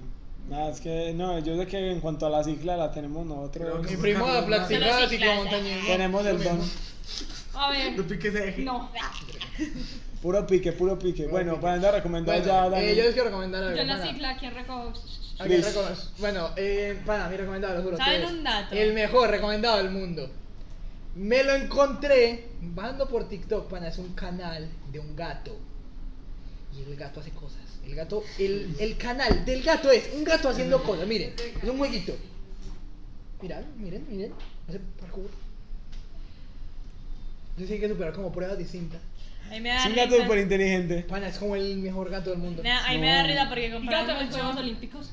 Speaker 2: Nada, es que no, yo sé que en cuanto a la cicla la tenemos
Speaker 9: Creo
Speaker 2: nosotros.
Speaker 9: que-
Speaker 1: Mi primo de
Speaker 9: Solo
Speaker 1: platicar y como montañismo.
Speaker 2: Tenemos el don.
Speaker 3: A ver.
Speaker 9: No piques ese eje.
Speaker 3: No,
Speaker 2: Puro pique, puro pique. Bueno, para andar recomendado
Speaker 1: Bueno,
Speaker 2: ya,
Speaker 1: eh, yo les
Speaker 2: Dani.
Speaker 1: quiero recomendar algo.
Speaker 3: yo en la
Speaker 1: pana.
Speaker 3: cicla, ¿quién recojo?
Speaker 1: ¿A
Speaker 2: Chris.
Speaker 1: quién reconoces? Bueno, eh, pana, mi recomendado, lo juro. que
Speaker 4: ¿Saben
Speaker 1: es
Speaker 4: un dato?
Speaker 1: El mejor recomendado del mundo. Me lo encontré bajando por TikTok, pana, es un canal de un gato. Y el gato hace cosas. El gato, el, el canal del gato es un gato haciendo cosas, miren. Es un jueguito. Miren, miren, miren. Hace parkour. Yo sé que superar como pruebas distintas.
Speaker 4: Ahí me da
Speaker 2: Es un
Speaker 4: risa.
Speaker 2: gato súper inteligente.
Speaker 1: Pana, es como el mejor gato del mundo.
Speaker 4: Me da- ahí me da
Speaker 2: No.
Speaker 4: risa porque
Speaker 3: Gato en
Speaker 4: compraron
Speaker 3: los Juegos
Speaker 4: mucho.
Speaker 3: Olímpicos.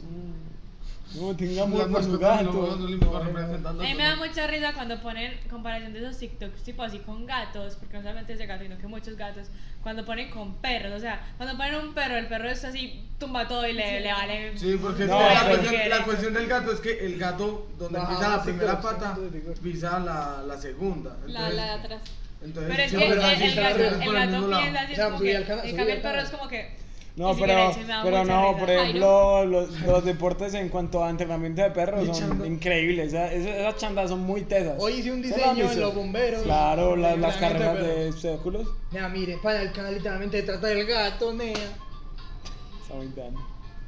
Speaker 2: No,
Speaker 9: Las
Speaker 2: tengamos por su
Speaker 9: mascotas de los Juegos
Speaker 2: gato.
Speaker 9: Olímpicos representando.
Speaker 4: A mí me da mucha risa cuando ponen comparación de esos TikToks tipo así con gatos, porque no solamente ese gato, sino que muchos gatos, cuando ponen con perros, o sea, cuando ponen un perro, el perro es así, tumba todo y le, le vale.
Speaker 9: Sí, porque
Speaker 2: No,
Speaker 9: es que la,
Speaker 2: pero-
Speaker 9: cuestión, la cuestión del gato es que el gato, donde
Speaker 1: Ajá,
Speaker 9: pisa la
Speaker 1: sí,
Speaker 9: primera
Speaker 1: claro, sí,
Speaker 9: pata,
Speaker 1: sí, sí, sí.
Speaker 9: pisa la, la segunda.
Speaker 3: La,
Speaker 9: Entonces,
Speaker 3: la de atrás.
Speaker 9: entonces
Speaker 4: Pero es
Speaker 9: sí,
Speaker 4: que
Speaker 1: pero
Speaker 4: el,
Speaker 1: así
Speaker 4: el
Speaker 1: está,
Speaker 4: gato,
Speaker 1: pero
Speaker 9: es
Speaker 4: el
Speaker 9: por el
Speaker 4: gato
Speaker 9: mismo lado.
Speaker 4: piensa así,
Speaker 1: O sea,
Speaker 4: es como
Speaker 1: subí
Speaker 4: que,
Speaker 1: al canal,
Speaker 4: en
Speaker 1: subí
Speaker 4: cambio
Speaker 1: al
Speaker 4: el perro
Speaker 1: canal.
Speaker 4: es como que...
Speaker 2: No,
Speaker 4: ni siquiera
Speaker 2: pero,
Speaker 4: eso, me da
Speaker 2: pero
Speaker 4: mucha
Speaker 2: no,
Speaker 4: risa.
Speaker 2: por
Speaker 4: Ay,
Speaker 3: no.
Speaker 2: ejemplo, los, los deportes en cuanto a entrenamiento de perros son
Speaker 9: Luchando.
Speaker 2: increíbles. Esas, esas- esas chandas son muy tesas.
Speaker 1: Hoy hice un
Speaker 2: ¿Se las
Speaker 1: diseño
Speaker 2: han
Speaker 1: en
Speaker 2: visto?
Speaker 1: los bomberos.
Speaker 2: Claro, la- las
Speaker 1: Entrenamiento de
Speaker 2: carreras
Speaker 1: perros.
Speaker 2: de círculos.
Speaker 1: Nea, mire, para el canal literalmente trata del gato, nea.
Speaker 2: Está muy bien.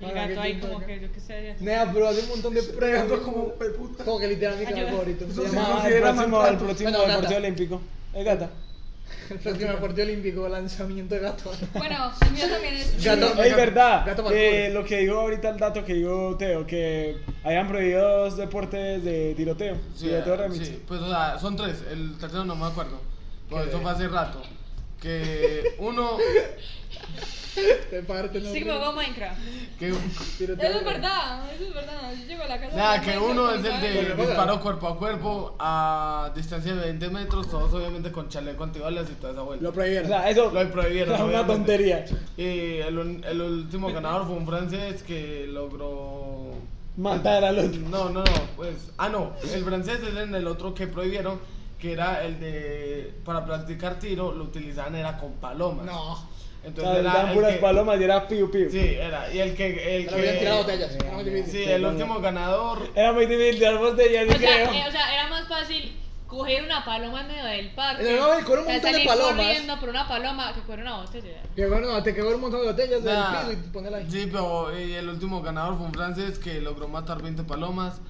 Speaker 4: El
Speaker 1: Para
Speaker 4: gato
Speaker 1: que
Speaker 4: ahí
Speaker 1: tú
Speaker 4: como
Speaker 1: salgas.
Speaker 4: que, yo qué sé,
Speaker 1: Nea, pero hace un montón de
Speaker 9: El
Speaker 1: pruebas. pues,
Speaker 9: gato es como puta.
Speaker 1: Como que literalmente mi canal
Speaker 4: Ayuda.
Speaker 1: favorito. Se
Speaker 9: Eso se
Speaker 1: llama
Speaker 9: llama-
Speaker 2: el
Speaker 9: era
Speaker 2: próximo, el
Speaker 9: maltrato.
Speaker 2: próximo
Speaker 1: Bueno,
Speaker 2: deporte
Speaker 1: gata.
Speaker 2: olímpico. El gata.
Speaker 1: el próximo deporte olímpico, lanzamiento de gato.
Speaker 3: Bueno, el mío también es.
Speaker 1: Gato-
Speaker 2: Oye,
Speaker 1: gato-
Speaker 2: verdad,
Speaker 1: gato
Speaker 2: eh,
Speaker 1: parkour.
Speaker 2: lo que digo ahorita, el dato que digo Teo, que hayan prohibido dos deportes de tiroteo.
Speaker 9: Sí,
Speaker 2: tiroteo remix.
Speaker 9: sí, pues o sea, son tres, el tercero no me acuerdo. Pues eso fue hace rato. Que uno.
Speaker 1: Te parte, no.
Speaker 4: sí como hago Minecraft.
Speaker 9: Que,
Speaker 1: Tiroteo.
Speaker 3: Eso es verdad, eso es verdad. Yo llego a la casa.
Speaker 9: nada,
Speaker 3: con
Speaker 9: que
Speaker 3: Minecraft y
Speaker 9: uno es el
Speaker 3: sabe-
Speaker 9: de
Speaker 1: Bueno,
Speaker 9: disparo cuerpo a cuerpo a distancia de 20 metros, todos obviamente con chaleco antibalas y toda esa vuelta.
Speaker 1: Lo
Speaker 2: O
Speaker 1: prohibieron.
Speaker 2: sea, eso
Speaker 9: Lo prohibieron,
Speaker 2: es una
Speaker 9: obviamente.
Speaker 2: tontería.
Speaker 9: Y el, un- el
Speaker 1: Eh,
Speaker 9: último ganador fue un francés que logró.
Speaker 2: Matar al otro.
Speaker 9: No, no, no, pues. Ah, no, el francés es en el otro que prohibieron, que era el de. Para practicar tiro, lo utilizaban era con palomas.
Speaker 1: No.
Speaker 2: O sea,
Speaker 9: Entonces era.
Speaker 2: eran
Speaker 9: el
Speaker 2: puras
Speaker 9: que-
Speaker 2: palomas y era piu piu.
Speaker 9: Sí, era. Y el que. El
Speaker 1: Pero habían tirado
Speaker 9: que
Speaker 1: botellas. era muy difícil.
Speaker 9: sí, el último ganador.
Speaker 2: Era muy difícil de botellas, yo
Speaker 4: O sea,
Speaker 2: creo.
Speaker 4: eh, o sea, era más fácil coger una paloma en medio del parque.
Speaker 1: En el medio del coro un
Speaker 4: que
Speaker 1: montón de
Speaker 4: salir
Speaker 1: palomas.
Speaker 4: corriendo por una paloma que coger una botella.
Speaker 1: Que bueno, te quedó un montón de botellas del
Speaker 9: Nah.
Speaker 1: piso y te pones ahí.
Speaker 9: Sí, pero eh, el último ganador fue un francés que logró matar 20 palomas.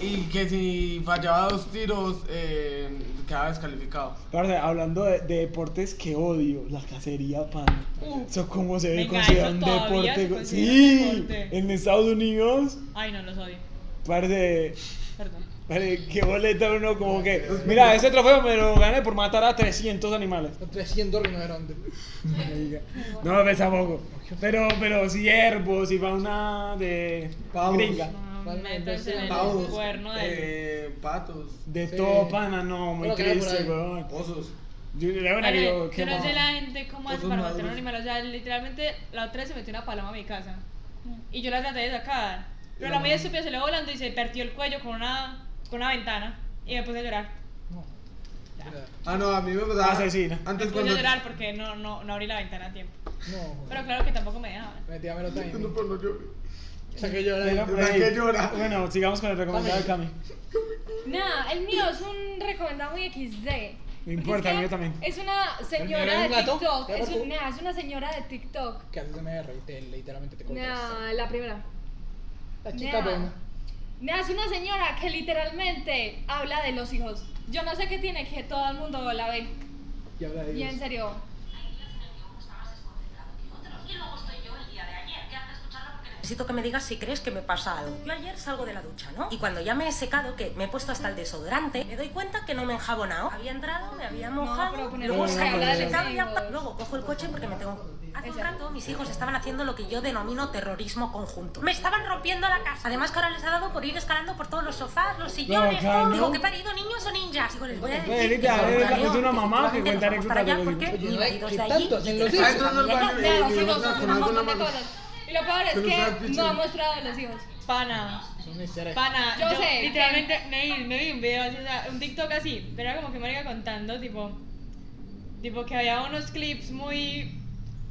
Speaker 9: Y que si fallaba dos tiros, eh, quedaba descalificado.
Speaker 2: Parce, hablando de, de deportes que odio, la cacería, pan. Eso como se ve
Speaker 4: Venga,
Speaker 2: considerado
Speaker 4: eso
Speaker 2: un
Speaker 4: todavía se
Speaker 2: deporte. go-
Speaker 4: considera
Speaker 2: Sí,
Speaker 4: deporte.
Speaker 2: en Estados Unidos,
Speaker 4: Ay, no, los odio.
Speaker 2: parce,
Speaker 4: Perdón.
Speaker 2: parce, qué boleta uno como que, mira, ese trofeo me lo gané por matar a 300 animales.
Speaker 1: Con 300 rinocerontes.
Speaker 2: No, me tampoco. Pero, pero ciervos y fauna de
Speaker 1: Pavos.
Speaker 2: gringa.
Speaker 4: No,
Speaker 1: Vale,
Speaker 4: métanse en el
Speaker 9: Pavos,
Speaker 4: cuerno del...
Speaker 9: eh, patos,
Speaker 2: De
Speaker 1: Sí.
Speaker 2: todo, pana, no, muy
Speaker 1: Bueno, que era por
Speaker 2: triste,
Speaker 1: ahí.
Speaker 2: weón.
Speaker 9: osos.
Speaker 2: Yo, la verdad
Speaker 4: Pero
Speaker 2: digo, qué
Speaker 4: yo no sé
Speaker 2: mamá.
Speaker 4: la gente cómo hace
Speaker 9: Todos
Speaker 4: para
Speaker 9: maduros.
Speaker 4: matar un animal. O sea, literalmente la otra vez se metió una paloma a mi casa. Y yo la traté de sacar. Pero la muy estúpida se le fue volando y se partió el cuello con una, con una ventana. Y me puse a llorar.
Speaker 9: Ah, no, a mí me pasaba.
Speaker 2: Asesina.
Speaker 4: Me
Speaker 9: Antes
Speaker 4: puse a
Speaker 9: cuando.
Speaker 4: llorar porque no, no, no abrí la ventana a tiempo.
Speaker 1: No, joder.
Speaker 4: Pero claro que tampoco me dejaban.
Speaker 1: Metí mero
Speaker 9: No,
Speaker 1: timing.
Speaker 9: pues no llore.
Speaker 1: O sea que yo ahora
Speaker 2: Bueno,
Speaker 1: digo,
Speaker 2: por
Speaker 9: La
Speaker 2: ahí.
Speaker 9: que llora.
Speaker 2: Bueno, sigamos con el recomendado de Cami.
Speaker 3: Nada, el mío es un recomendado muy XD.
Speaker 2: No importa, el
Speaker 3: yo
Speaker 2: mío también.
Speaker 3: Es una
Speaker 1: ¿El mío
Speaker 3: señora
Speaker 1: era
Speaker 3: de
Speaker 1: un gato?
Speaker 3: TikTok.
Speaker 1: ¿Era
Speaker 3: Es, un-
Speaker 1: tú?
Speaker 3: nah, es una señora de TikTok.
Speaker 1: ¿Qué haces MR? Y te, literalmente te cortas.
Speaker 3: Nah, la primera.
Speaker 1: La chica
Speaker 3: nah.
Speaker 1: buena.
Speaker 3: Nah, es una señora que literalmente habla de los hijos. Yo no sé qué tiene que todo el mundo la ve.
Speaker 1: Y habla de
Speaker 3: Y
Speaker 1: Dios.
Speaker 3: en serio.
Speaker 10: Y luego estoy yo el día de ayer, que han de escucharlo porque les Necesito que me digas si crees que me pasa algo. Yo ayer salgo de la ducha, ¿no? Y cuando ya me he secado, que me he puesto hasta el desodorante, me doy cuenta que no me he enjabonado. Había entrado, me había mojado,
Speaker 3: pero poner
Speaker 10: luego
Speaker 3: música,
Speaker 10: salgo,
Speaker 3: habla de los
Speaker 10: secado y ya-
Speaker 3: hijos.
Speaker 10: Luego cojo el coche porque me tengo... Hace un rato mis hijos estaban haciendo lo que yo denomino terrorismo conjunto. Me estaban rompiendo la casa. Además que ahora les ha dado por ir escalando por todos los sofás, los sillones,
Speaker 2: Loca,
Speaker 10: todo.
Speaker 2: ¿no?
Speaker 10: Digo, ¿qué parido? ¿Niños o ninjas? Digo, les voy a
Speaker 2: Ve,
Speaker 10: decir... que
Speaker 2: Erika,
Speaker 10: son
Speaker 2: Erika,
Speaker 10: planeos,
Speaker 2: es una
Speaker 10: que
Speaker 2: mamá que
Speaker 10: efectivamente
Speaker 2: cuenta
Speaker 10: nos vamos para allá
Speaker 2: anécdotas de los
Speaker 10: porque
Speaker 2: hijos.
Speaker 10: mi
Speaker 1: Oye,
Speaker 10: marido es
Speaker 1: ¿qué
Speaker 10: de allí
Speaker 1: tanto hacen
Speaker 10: y
Speaker 1: los hijos?
Speaker 3: Claro, sí, nos
Speaker 9: Y nos
Speaker 10: tenemos una familia allá.
Speaker 9: da
Speaker 3: hacen
Speaker 9: eh, con
Speaker 3: un montón de
Speaker 9: alguna
Speaker 3: cosas. Y lo peor es
Speaker 9: Pero sabe
Speaker 3: que
Speaker 9: pichón.
Speaker 3: no ha mostrado a los hijos.
Speaker 4: Pana.
Speaker 1: Son escenas.
Speaker 4: Pana,
Speaker 3: Yo
Speaker 4: yo,
Speaker 3: sé,
Speaker 4: literalmente me vi, me vi un video, así, o sea, un TikTok así, pero era como que marica contando, tipo, tipo que había unos clips muy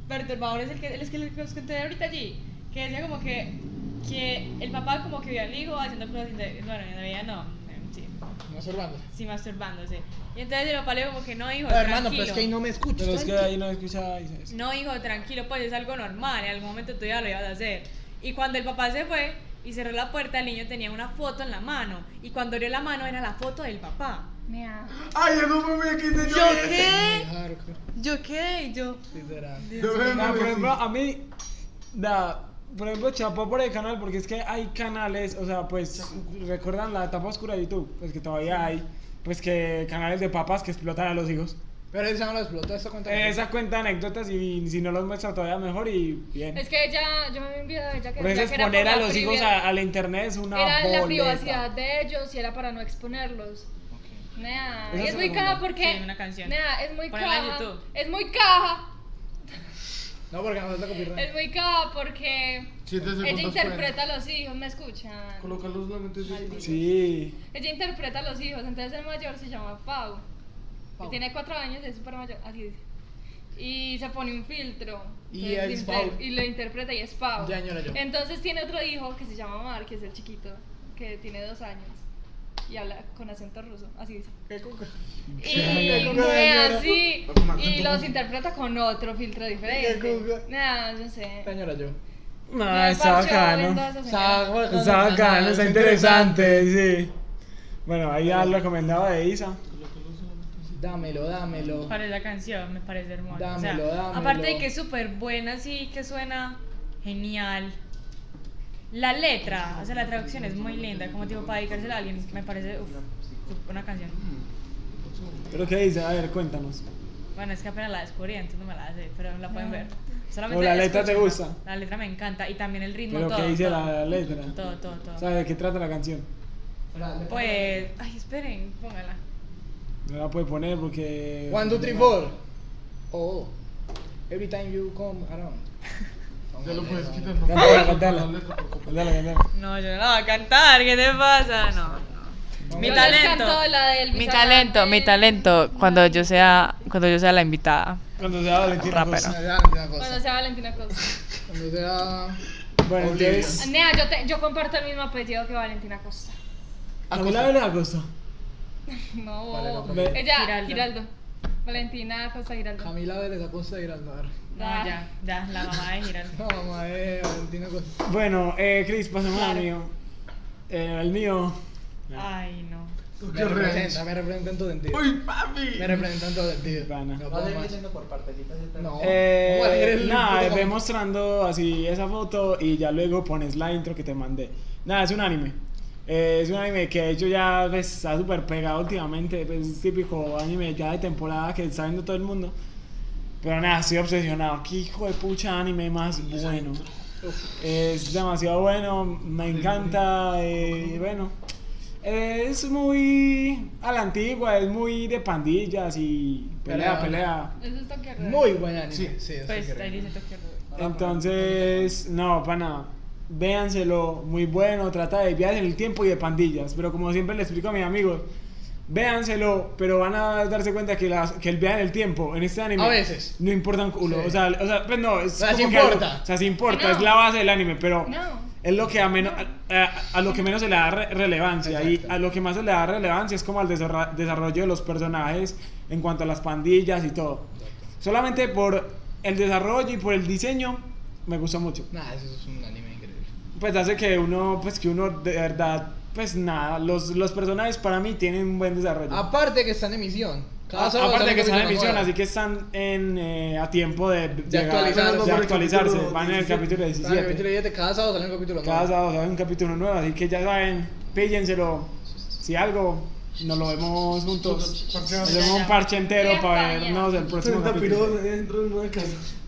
Speaker 4: perturbadores, el que, el que les conté ahorita allí, que decía como que, que el papá como que vio al hijo haciendo cosas, inte- bueno, en la vida no, eh, sí,
Speaker 1: No se urbanos.
Speaker 4: sí masturbándose, y entonces el papá le dijo como que no, hijo,
Speaker 1: Ah,
Speaker 4: tranquilo.
Speaker 1: hermano, pero es que ahí no me escuchas.
Speaker 2: Pero es que
Speaker 1: tranqui.
Speaker 2: ahí no escucháis. eso.
Speaker 4: No, hijo, tranquilo, pues es algo normal, en algún momento tú ya lo ibas a hacer. Y cuando el papá se fue y cerró la puerta, el niño tenía una foto en la mano. Y cuando abrió la mano era la foto del papá.
Speaker 3: Mira.
Speaker 9: Ay, yo no me quité yo.
Speaker 4: ¿Yo qué?
Speaker 1: Hardcore,
Speaker 4: ¿Yo qué? Y yo.
Speaker 1: literal.
Speaker 9: Yo me
Speaker 2: Nah, por ejemplo,
Speaker 9: mamequé.
Speaker 2: a mí, nah, por ejemplo, chapó por el canal, porque es que hay canales, o sea, pues, recuerdan la etapa oscura de YouTube, pues que todavía hay, pues que canales de papás que explotan a los hijos.
Speaker 1: Pero esa no la explotó, esa cuenta.
Speaker 2: Eh, Esa cuenta anécdotas y si no los muestra todavía mejor y
Speaker 4: ¿Eh?
Speaker 2: bien.
Speaker 3: Es que ella, yo me vi un video de ella que
Speaker 2: Por eso
Speaker 3: decía que era
Speaker 2: exponer
Speaker 3: por
Speaker 2: a
Speaker 3: la
Speaker 2: los hijos
Speaker 3: privia-
Speaker 2: a- al internet es una
Speaker 3: Era la
Speaker 2: boleta.
Speaker 3: privacidad de ellos y era para no exponerlos. Nea,
Speaker 2: Esa
Speaker 3: y
Speaker 2: es
Speaker 3: es muy
Speaker 2: una
Speaker 3: caja
Speaker 2: buena.
Speaker 3: porque.
Speaker 4: Sí, una canción.
Speaker 3: Nea, es muy
Speaker 4: Ponela en
Speaker 3: caja.
Speaker 4: YouTube.
Speaker 3: Es muy caja.
Speaker 1: No, porque no está
Speaker 3: Es
Speaker 1: copyright.
Speaker 3: muy caja porque
Speaker 9: Siete
Speaker 3: ella
Speaker 9: segundos
Speaker 3: interpreta a los hijos, me escuchan.
Speaker 9: Colócalos solamente
Speaker 2: Sí.
Speaker 3: Ella interpreta a los hijos, entonces el mayor se llama Pau. Que tiene cuatro años, es súper mayor, así dice. Y se pone un filtro.
Speaker 1: Y
Speaker 3: entonces
Speaker 1: es
Speaker 3: lo inter-
Speaker 1: Pau.
Speaker 3: Y lo interpreta y es Pau.
Speaker 1: Ya, señora, yo.
Speaker 3: Entonces tiene otro hijo que se llama Mar, que es el chiquito, que tiene dos años. Y habla con acento ruso, así dice.
Speaker 1: Qué cuca.
Speaker 3: Y
Speaker 1: Qué
Speaker 3: no
Speaker 1: señora.
Speaker 3: así.
Speaker 9: Con acento
Speaker 3: Y los
Speaker 9: ruso.
Speaker 3: interpreta con otro filtro diferente.
Speaker 1: cuca.
Speaker 3: Nada, yo sé.
Speaker 1: Señora, yo.
Speaker 2: No,
Speaker 3: Me
Speaker 2: está
Speaker 3: parcho
Speaker 2: bacano.
Speaker 3: viendo a esa señora.
Speaker 1: Saco,
Speaker 2: Está bacano, está interesante, sí. Bueno, ahí ya lo comentaba de Isa.
Speaker 1: Dámelo, dámelo.
Speaker 4: Para la canción, me parece hermosa.
Speaker 1: Dámelo,
Speaker 4: o sea,
Speaker 1: dámelo.
Speaker 4: Aparte de que es súper buena, sí, que suena genial. La letra, o sea, la traducción es muy linda, como tipo para dedicársela a alguien, me parece uf, uf, una canción.
Speaker 2: Pero qué dice, a ver, cuéntanos.
Speaker 4: Bueno, es que apenas la descubrí, entonces no me la sé, pero la pueden ver. Solamente
Speaker 2: Pero la letra te
Speaker 4: escúchenla.
Speaker 2: gusta.
Speaker 4: La letra me encanta y también el ritmo
Speaker 2: Pero
Speaker 4: todo.
Speaker 2: qué dice
Speaker 4: todo,
Speaker 2: la letra.
Speaker 4: Todo, todo, todo.
Speaker 2: ¿Sabes de qué trata la canción?
Speaker 4: Pues, ay, esperen, póngala.
Speaker 2: No la puede poner porque.
Speaker 1: One, two, three, four. Oh. Every time you come around.
Speaker 9: Ya lo puedes quitar.
Speaker 2: Cantala, cantala. Cantala, cantala.
Speaker 4: No, yo no la voy a cantar, ¿qué te pasa? No, no. Mi
Speaker 3: Yo les
Speaker 4: talento.
Speaker 3: canto la del
Speaker 4: Mi
Speaker 3: Bizarrap
Speaker 4: talento,
Speaker 3: de-
Speaker 4: mi talento, cuando yo sea, cuando yo sea la invitada.
Speaker 2: Cuando se va Valentina
Speaker 4: Rapero.
Speaker 2: Rossi.
Speaker 3: Cuando sea Valentina Costa.
Speaker 1: Cuando sea.
Speaker 2: Bueno, entonces.
Speaker 3: Nea, yo, te- yo comparto el mismo apellido que Valentina Costa.
Speaker 2: ¿A cuál le Acosta?
Speaker 3: No,
Speaker 1: Vale, no,
Speaker 3: bobo.
Speaker 2: Ve-
Speaker 3: ella,
Speaker 4: Giraldo.
Speaker 3: Giraldo. Valentina Costa Giraldo. Ah,
Speaker 1: Camila Vélez Acosta de Grandar.
Speaker 2: Ah,
Speaker 4: No, ya, ya, la mamá de Giraldo.
Speaker 1: No, mamá, eh, Valentina Acosta.
Speaker 2: Bueno, eh, Chris, pasemos al mío. Eh, el mío.
Speaker 4: Ay, no.
Speaker 1: Me representa, me representa en todo sentido.
Speaker 9: Uy, papi.
Speaker 1: Me representa en todo sentido.
Speaker 2: Pana.
Speaker 1: No,
Speaker 6: Va a
Speaker 1: puedo
Speaker 6: seguir
Speaker 1: más.
Speaker 6: diciendo por partecitas. ¿sí?
Speaker 1: no.
Speaker 2: Eh,
Speaker 1: Ojalá eres el
Speaker 2: nada,
Speaker 1: puto
Speaker 2: ve
Speaker 1: mamá.
Speaker 2: mostrando así esa foto y ya luego pones la intro que te mandé. Nada, es un anime. Eh, es un anime que de hecho ya pues, está súper pegado últimamente. pues, es típico anime ya de temporada que está viendo todo el mundo. Pero nada, estoy obsesionado. Qué hijo de pucha anime más bueno. Es demasiado bueno, me encanta. eh, bueno, es muy a la antigua, es muy de pandillas y
Speaker 1: Pelea.
Speaker 2: pelea, pelea.
Speaker 3: Eso es toque real.
Speaker 1: Muy buen anime.
Speaker 9: Sí.
Speaker 1: sí eso
Speaker 4: Pues
Speaker 1: sí que
Speaker 4: ahí dice
Speaker 1: recuerdo.
Speaker 4: Tokyo Revengers.
Speaker 2: Entonces, no, pana, véanselo, muy bueno, trata de viajes en el tiempo y de pandillas, pero como siempre le explico a mis amigos, véanselo, pero van a darse cuenta que, las, que el viaje en el tiempo en este anime
Speaker 1: A veces.
Speaker 2: no importa un culo,
Speaker 1: Sí.
Speaker 2: o, sea, o sea, pues no, es
Speaker 1: O sea, sí
Speaker 2: como que algo-
Speaker 1: importa.
Speaker 2: o sea, sí importa,
Speaker 3: No.
Speaker 2: es la base del anime, pero
Speaker 3: No.
Speaker 2: es lo que a, menos, a, a- a lo que menos se le da re- relevancia y
Speaker 1: Exacto.
Speaker 2: a lo que más se le da relevancia es como al desarra- desarrollo de los personajes en cuanto a las pandillas y todo. Solamente por el desarrollo y por el diseño me gusta mucho.
Speaker 1: Nah, eso es un anime increíble.
Speaker 2: Pues hace que uno, pues que uno de verdad, pues nada, los, los personajes para mí tienen un buen desarrollo.
Speaker 1: Aparte que está en emisión. Cada
Speaker 2: A-
Speaker 1: sábado
Speaker 2: Ah, aparte de que
Speaker 1: Ah, sale
Speaker 2: sale
Speaker 1: un capítulo
Speaker 2: emisión,
Speaker 1: nuevo.
Speaker 2: así que están en, eh, a tiempo de,
Speaker 1: De
Speaker 2: llegar-
Speaker 1: actualizarse.
Speaker 2: de actualizarse.
Speaker 1: Capítulo
Speaker 2: Van en el
Speaker 1: 17.
Speaker 2: capítulo
Speaker 1: Van en el
Speaker 2: 17.
Speaker 1: capítulo 17, cada sábado sale un capítulo nuevo.
Speaker 2: Cada sábado sale un capítulo nuevo, así que ya saben, píllenselo. Si algo, nos lo vemos juntos. Hacemos un parche entero para vernos el próximo capítulo.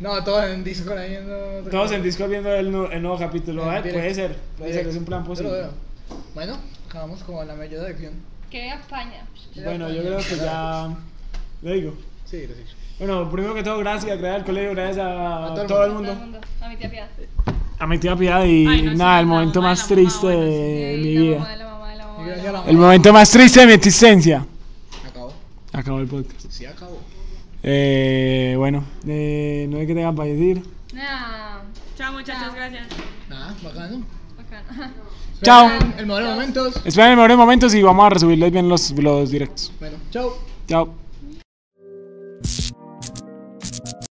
Speaker 1: No, todos en Discord ahí en-
Speaker 2: Todos en Discord viendo el, nu- el nuevo capítulo,
Speaker 1: En
Speaker 2: ¿eh?
Speaker 1: directo.
Speaker 2: Puede ser, puede ser,
Speaker 1: Directo.
Speaker 2: es un plan
Speaker 1: Yo lo
Speaker 2: posible.
Speaker 1: veo. Bueno, acabamos con la mayor sección.
Speaker 3: Que venga España.
Speaker 2: Bueno, yo creo que ya. Lo digo.
Speaker 1: Sí, gracias.
Speaker 2: Bueno, primero que todo, gracias, gracias al colegio, gracias a, Ah, todo, el mundo.
Speaker 3: A mi tía Piedad.
Speaker 2: A mi tía Piedad y nada, el momento más triste de Eh, mi vida. El momento más triste de mi existencia.
Speaker 1: Acabó.
Speaker 2: Acabó el podcast.
Speaker 1: Sí, acabó.
Speaker 2: Eh, bueno, eh, no hay que tengan para decir.
Speaker 3: Nah.
Speaker 4: Chao, muchachos, gracias.
Speaker 1: Nada, Ah, bacano.
Speaker 3: Bacano.
Speaker 2: Chao.
Speaker 1: El mejor momento.
Speaker 2: Esperen el mejor momento y vamos a resubirles bien los, los directos.
Speaker 1: Bueno, chao.
Speaker 2: Chao.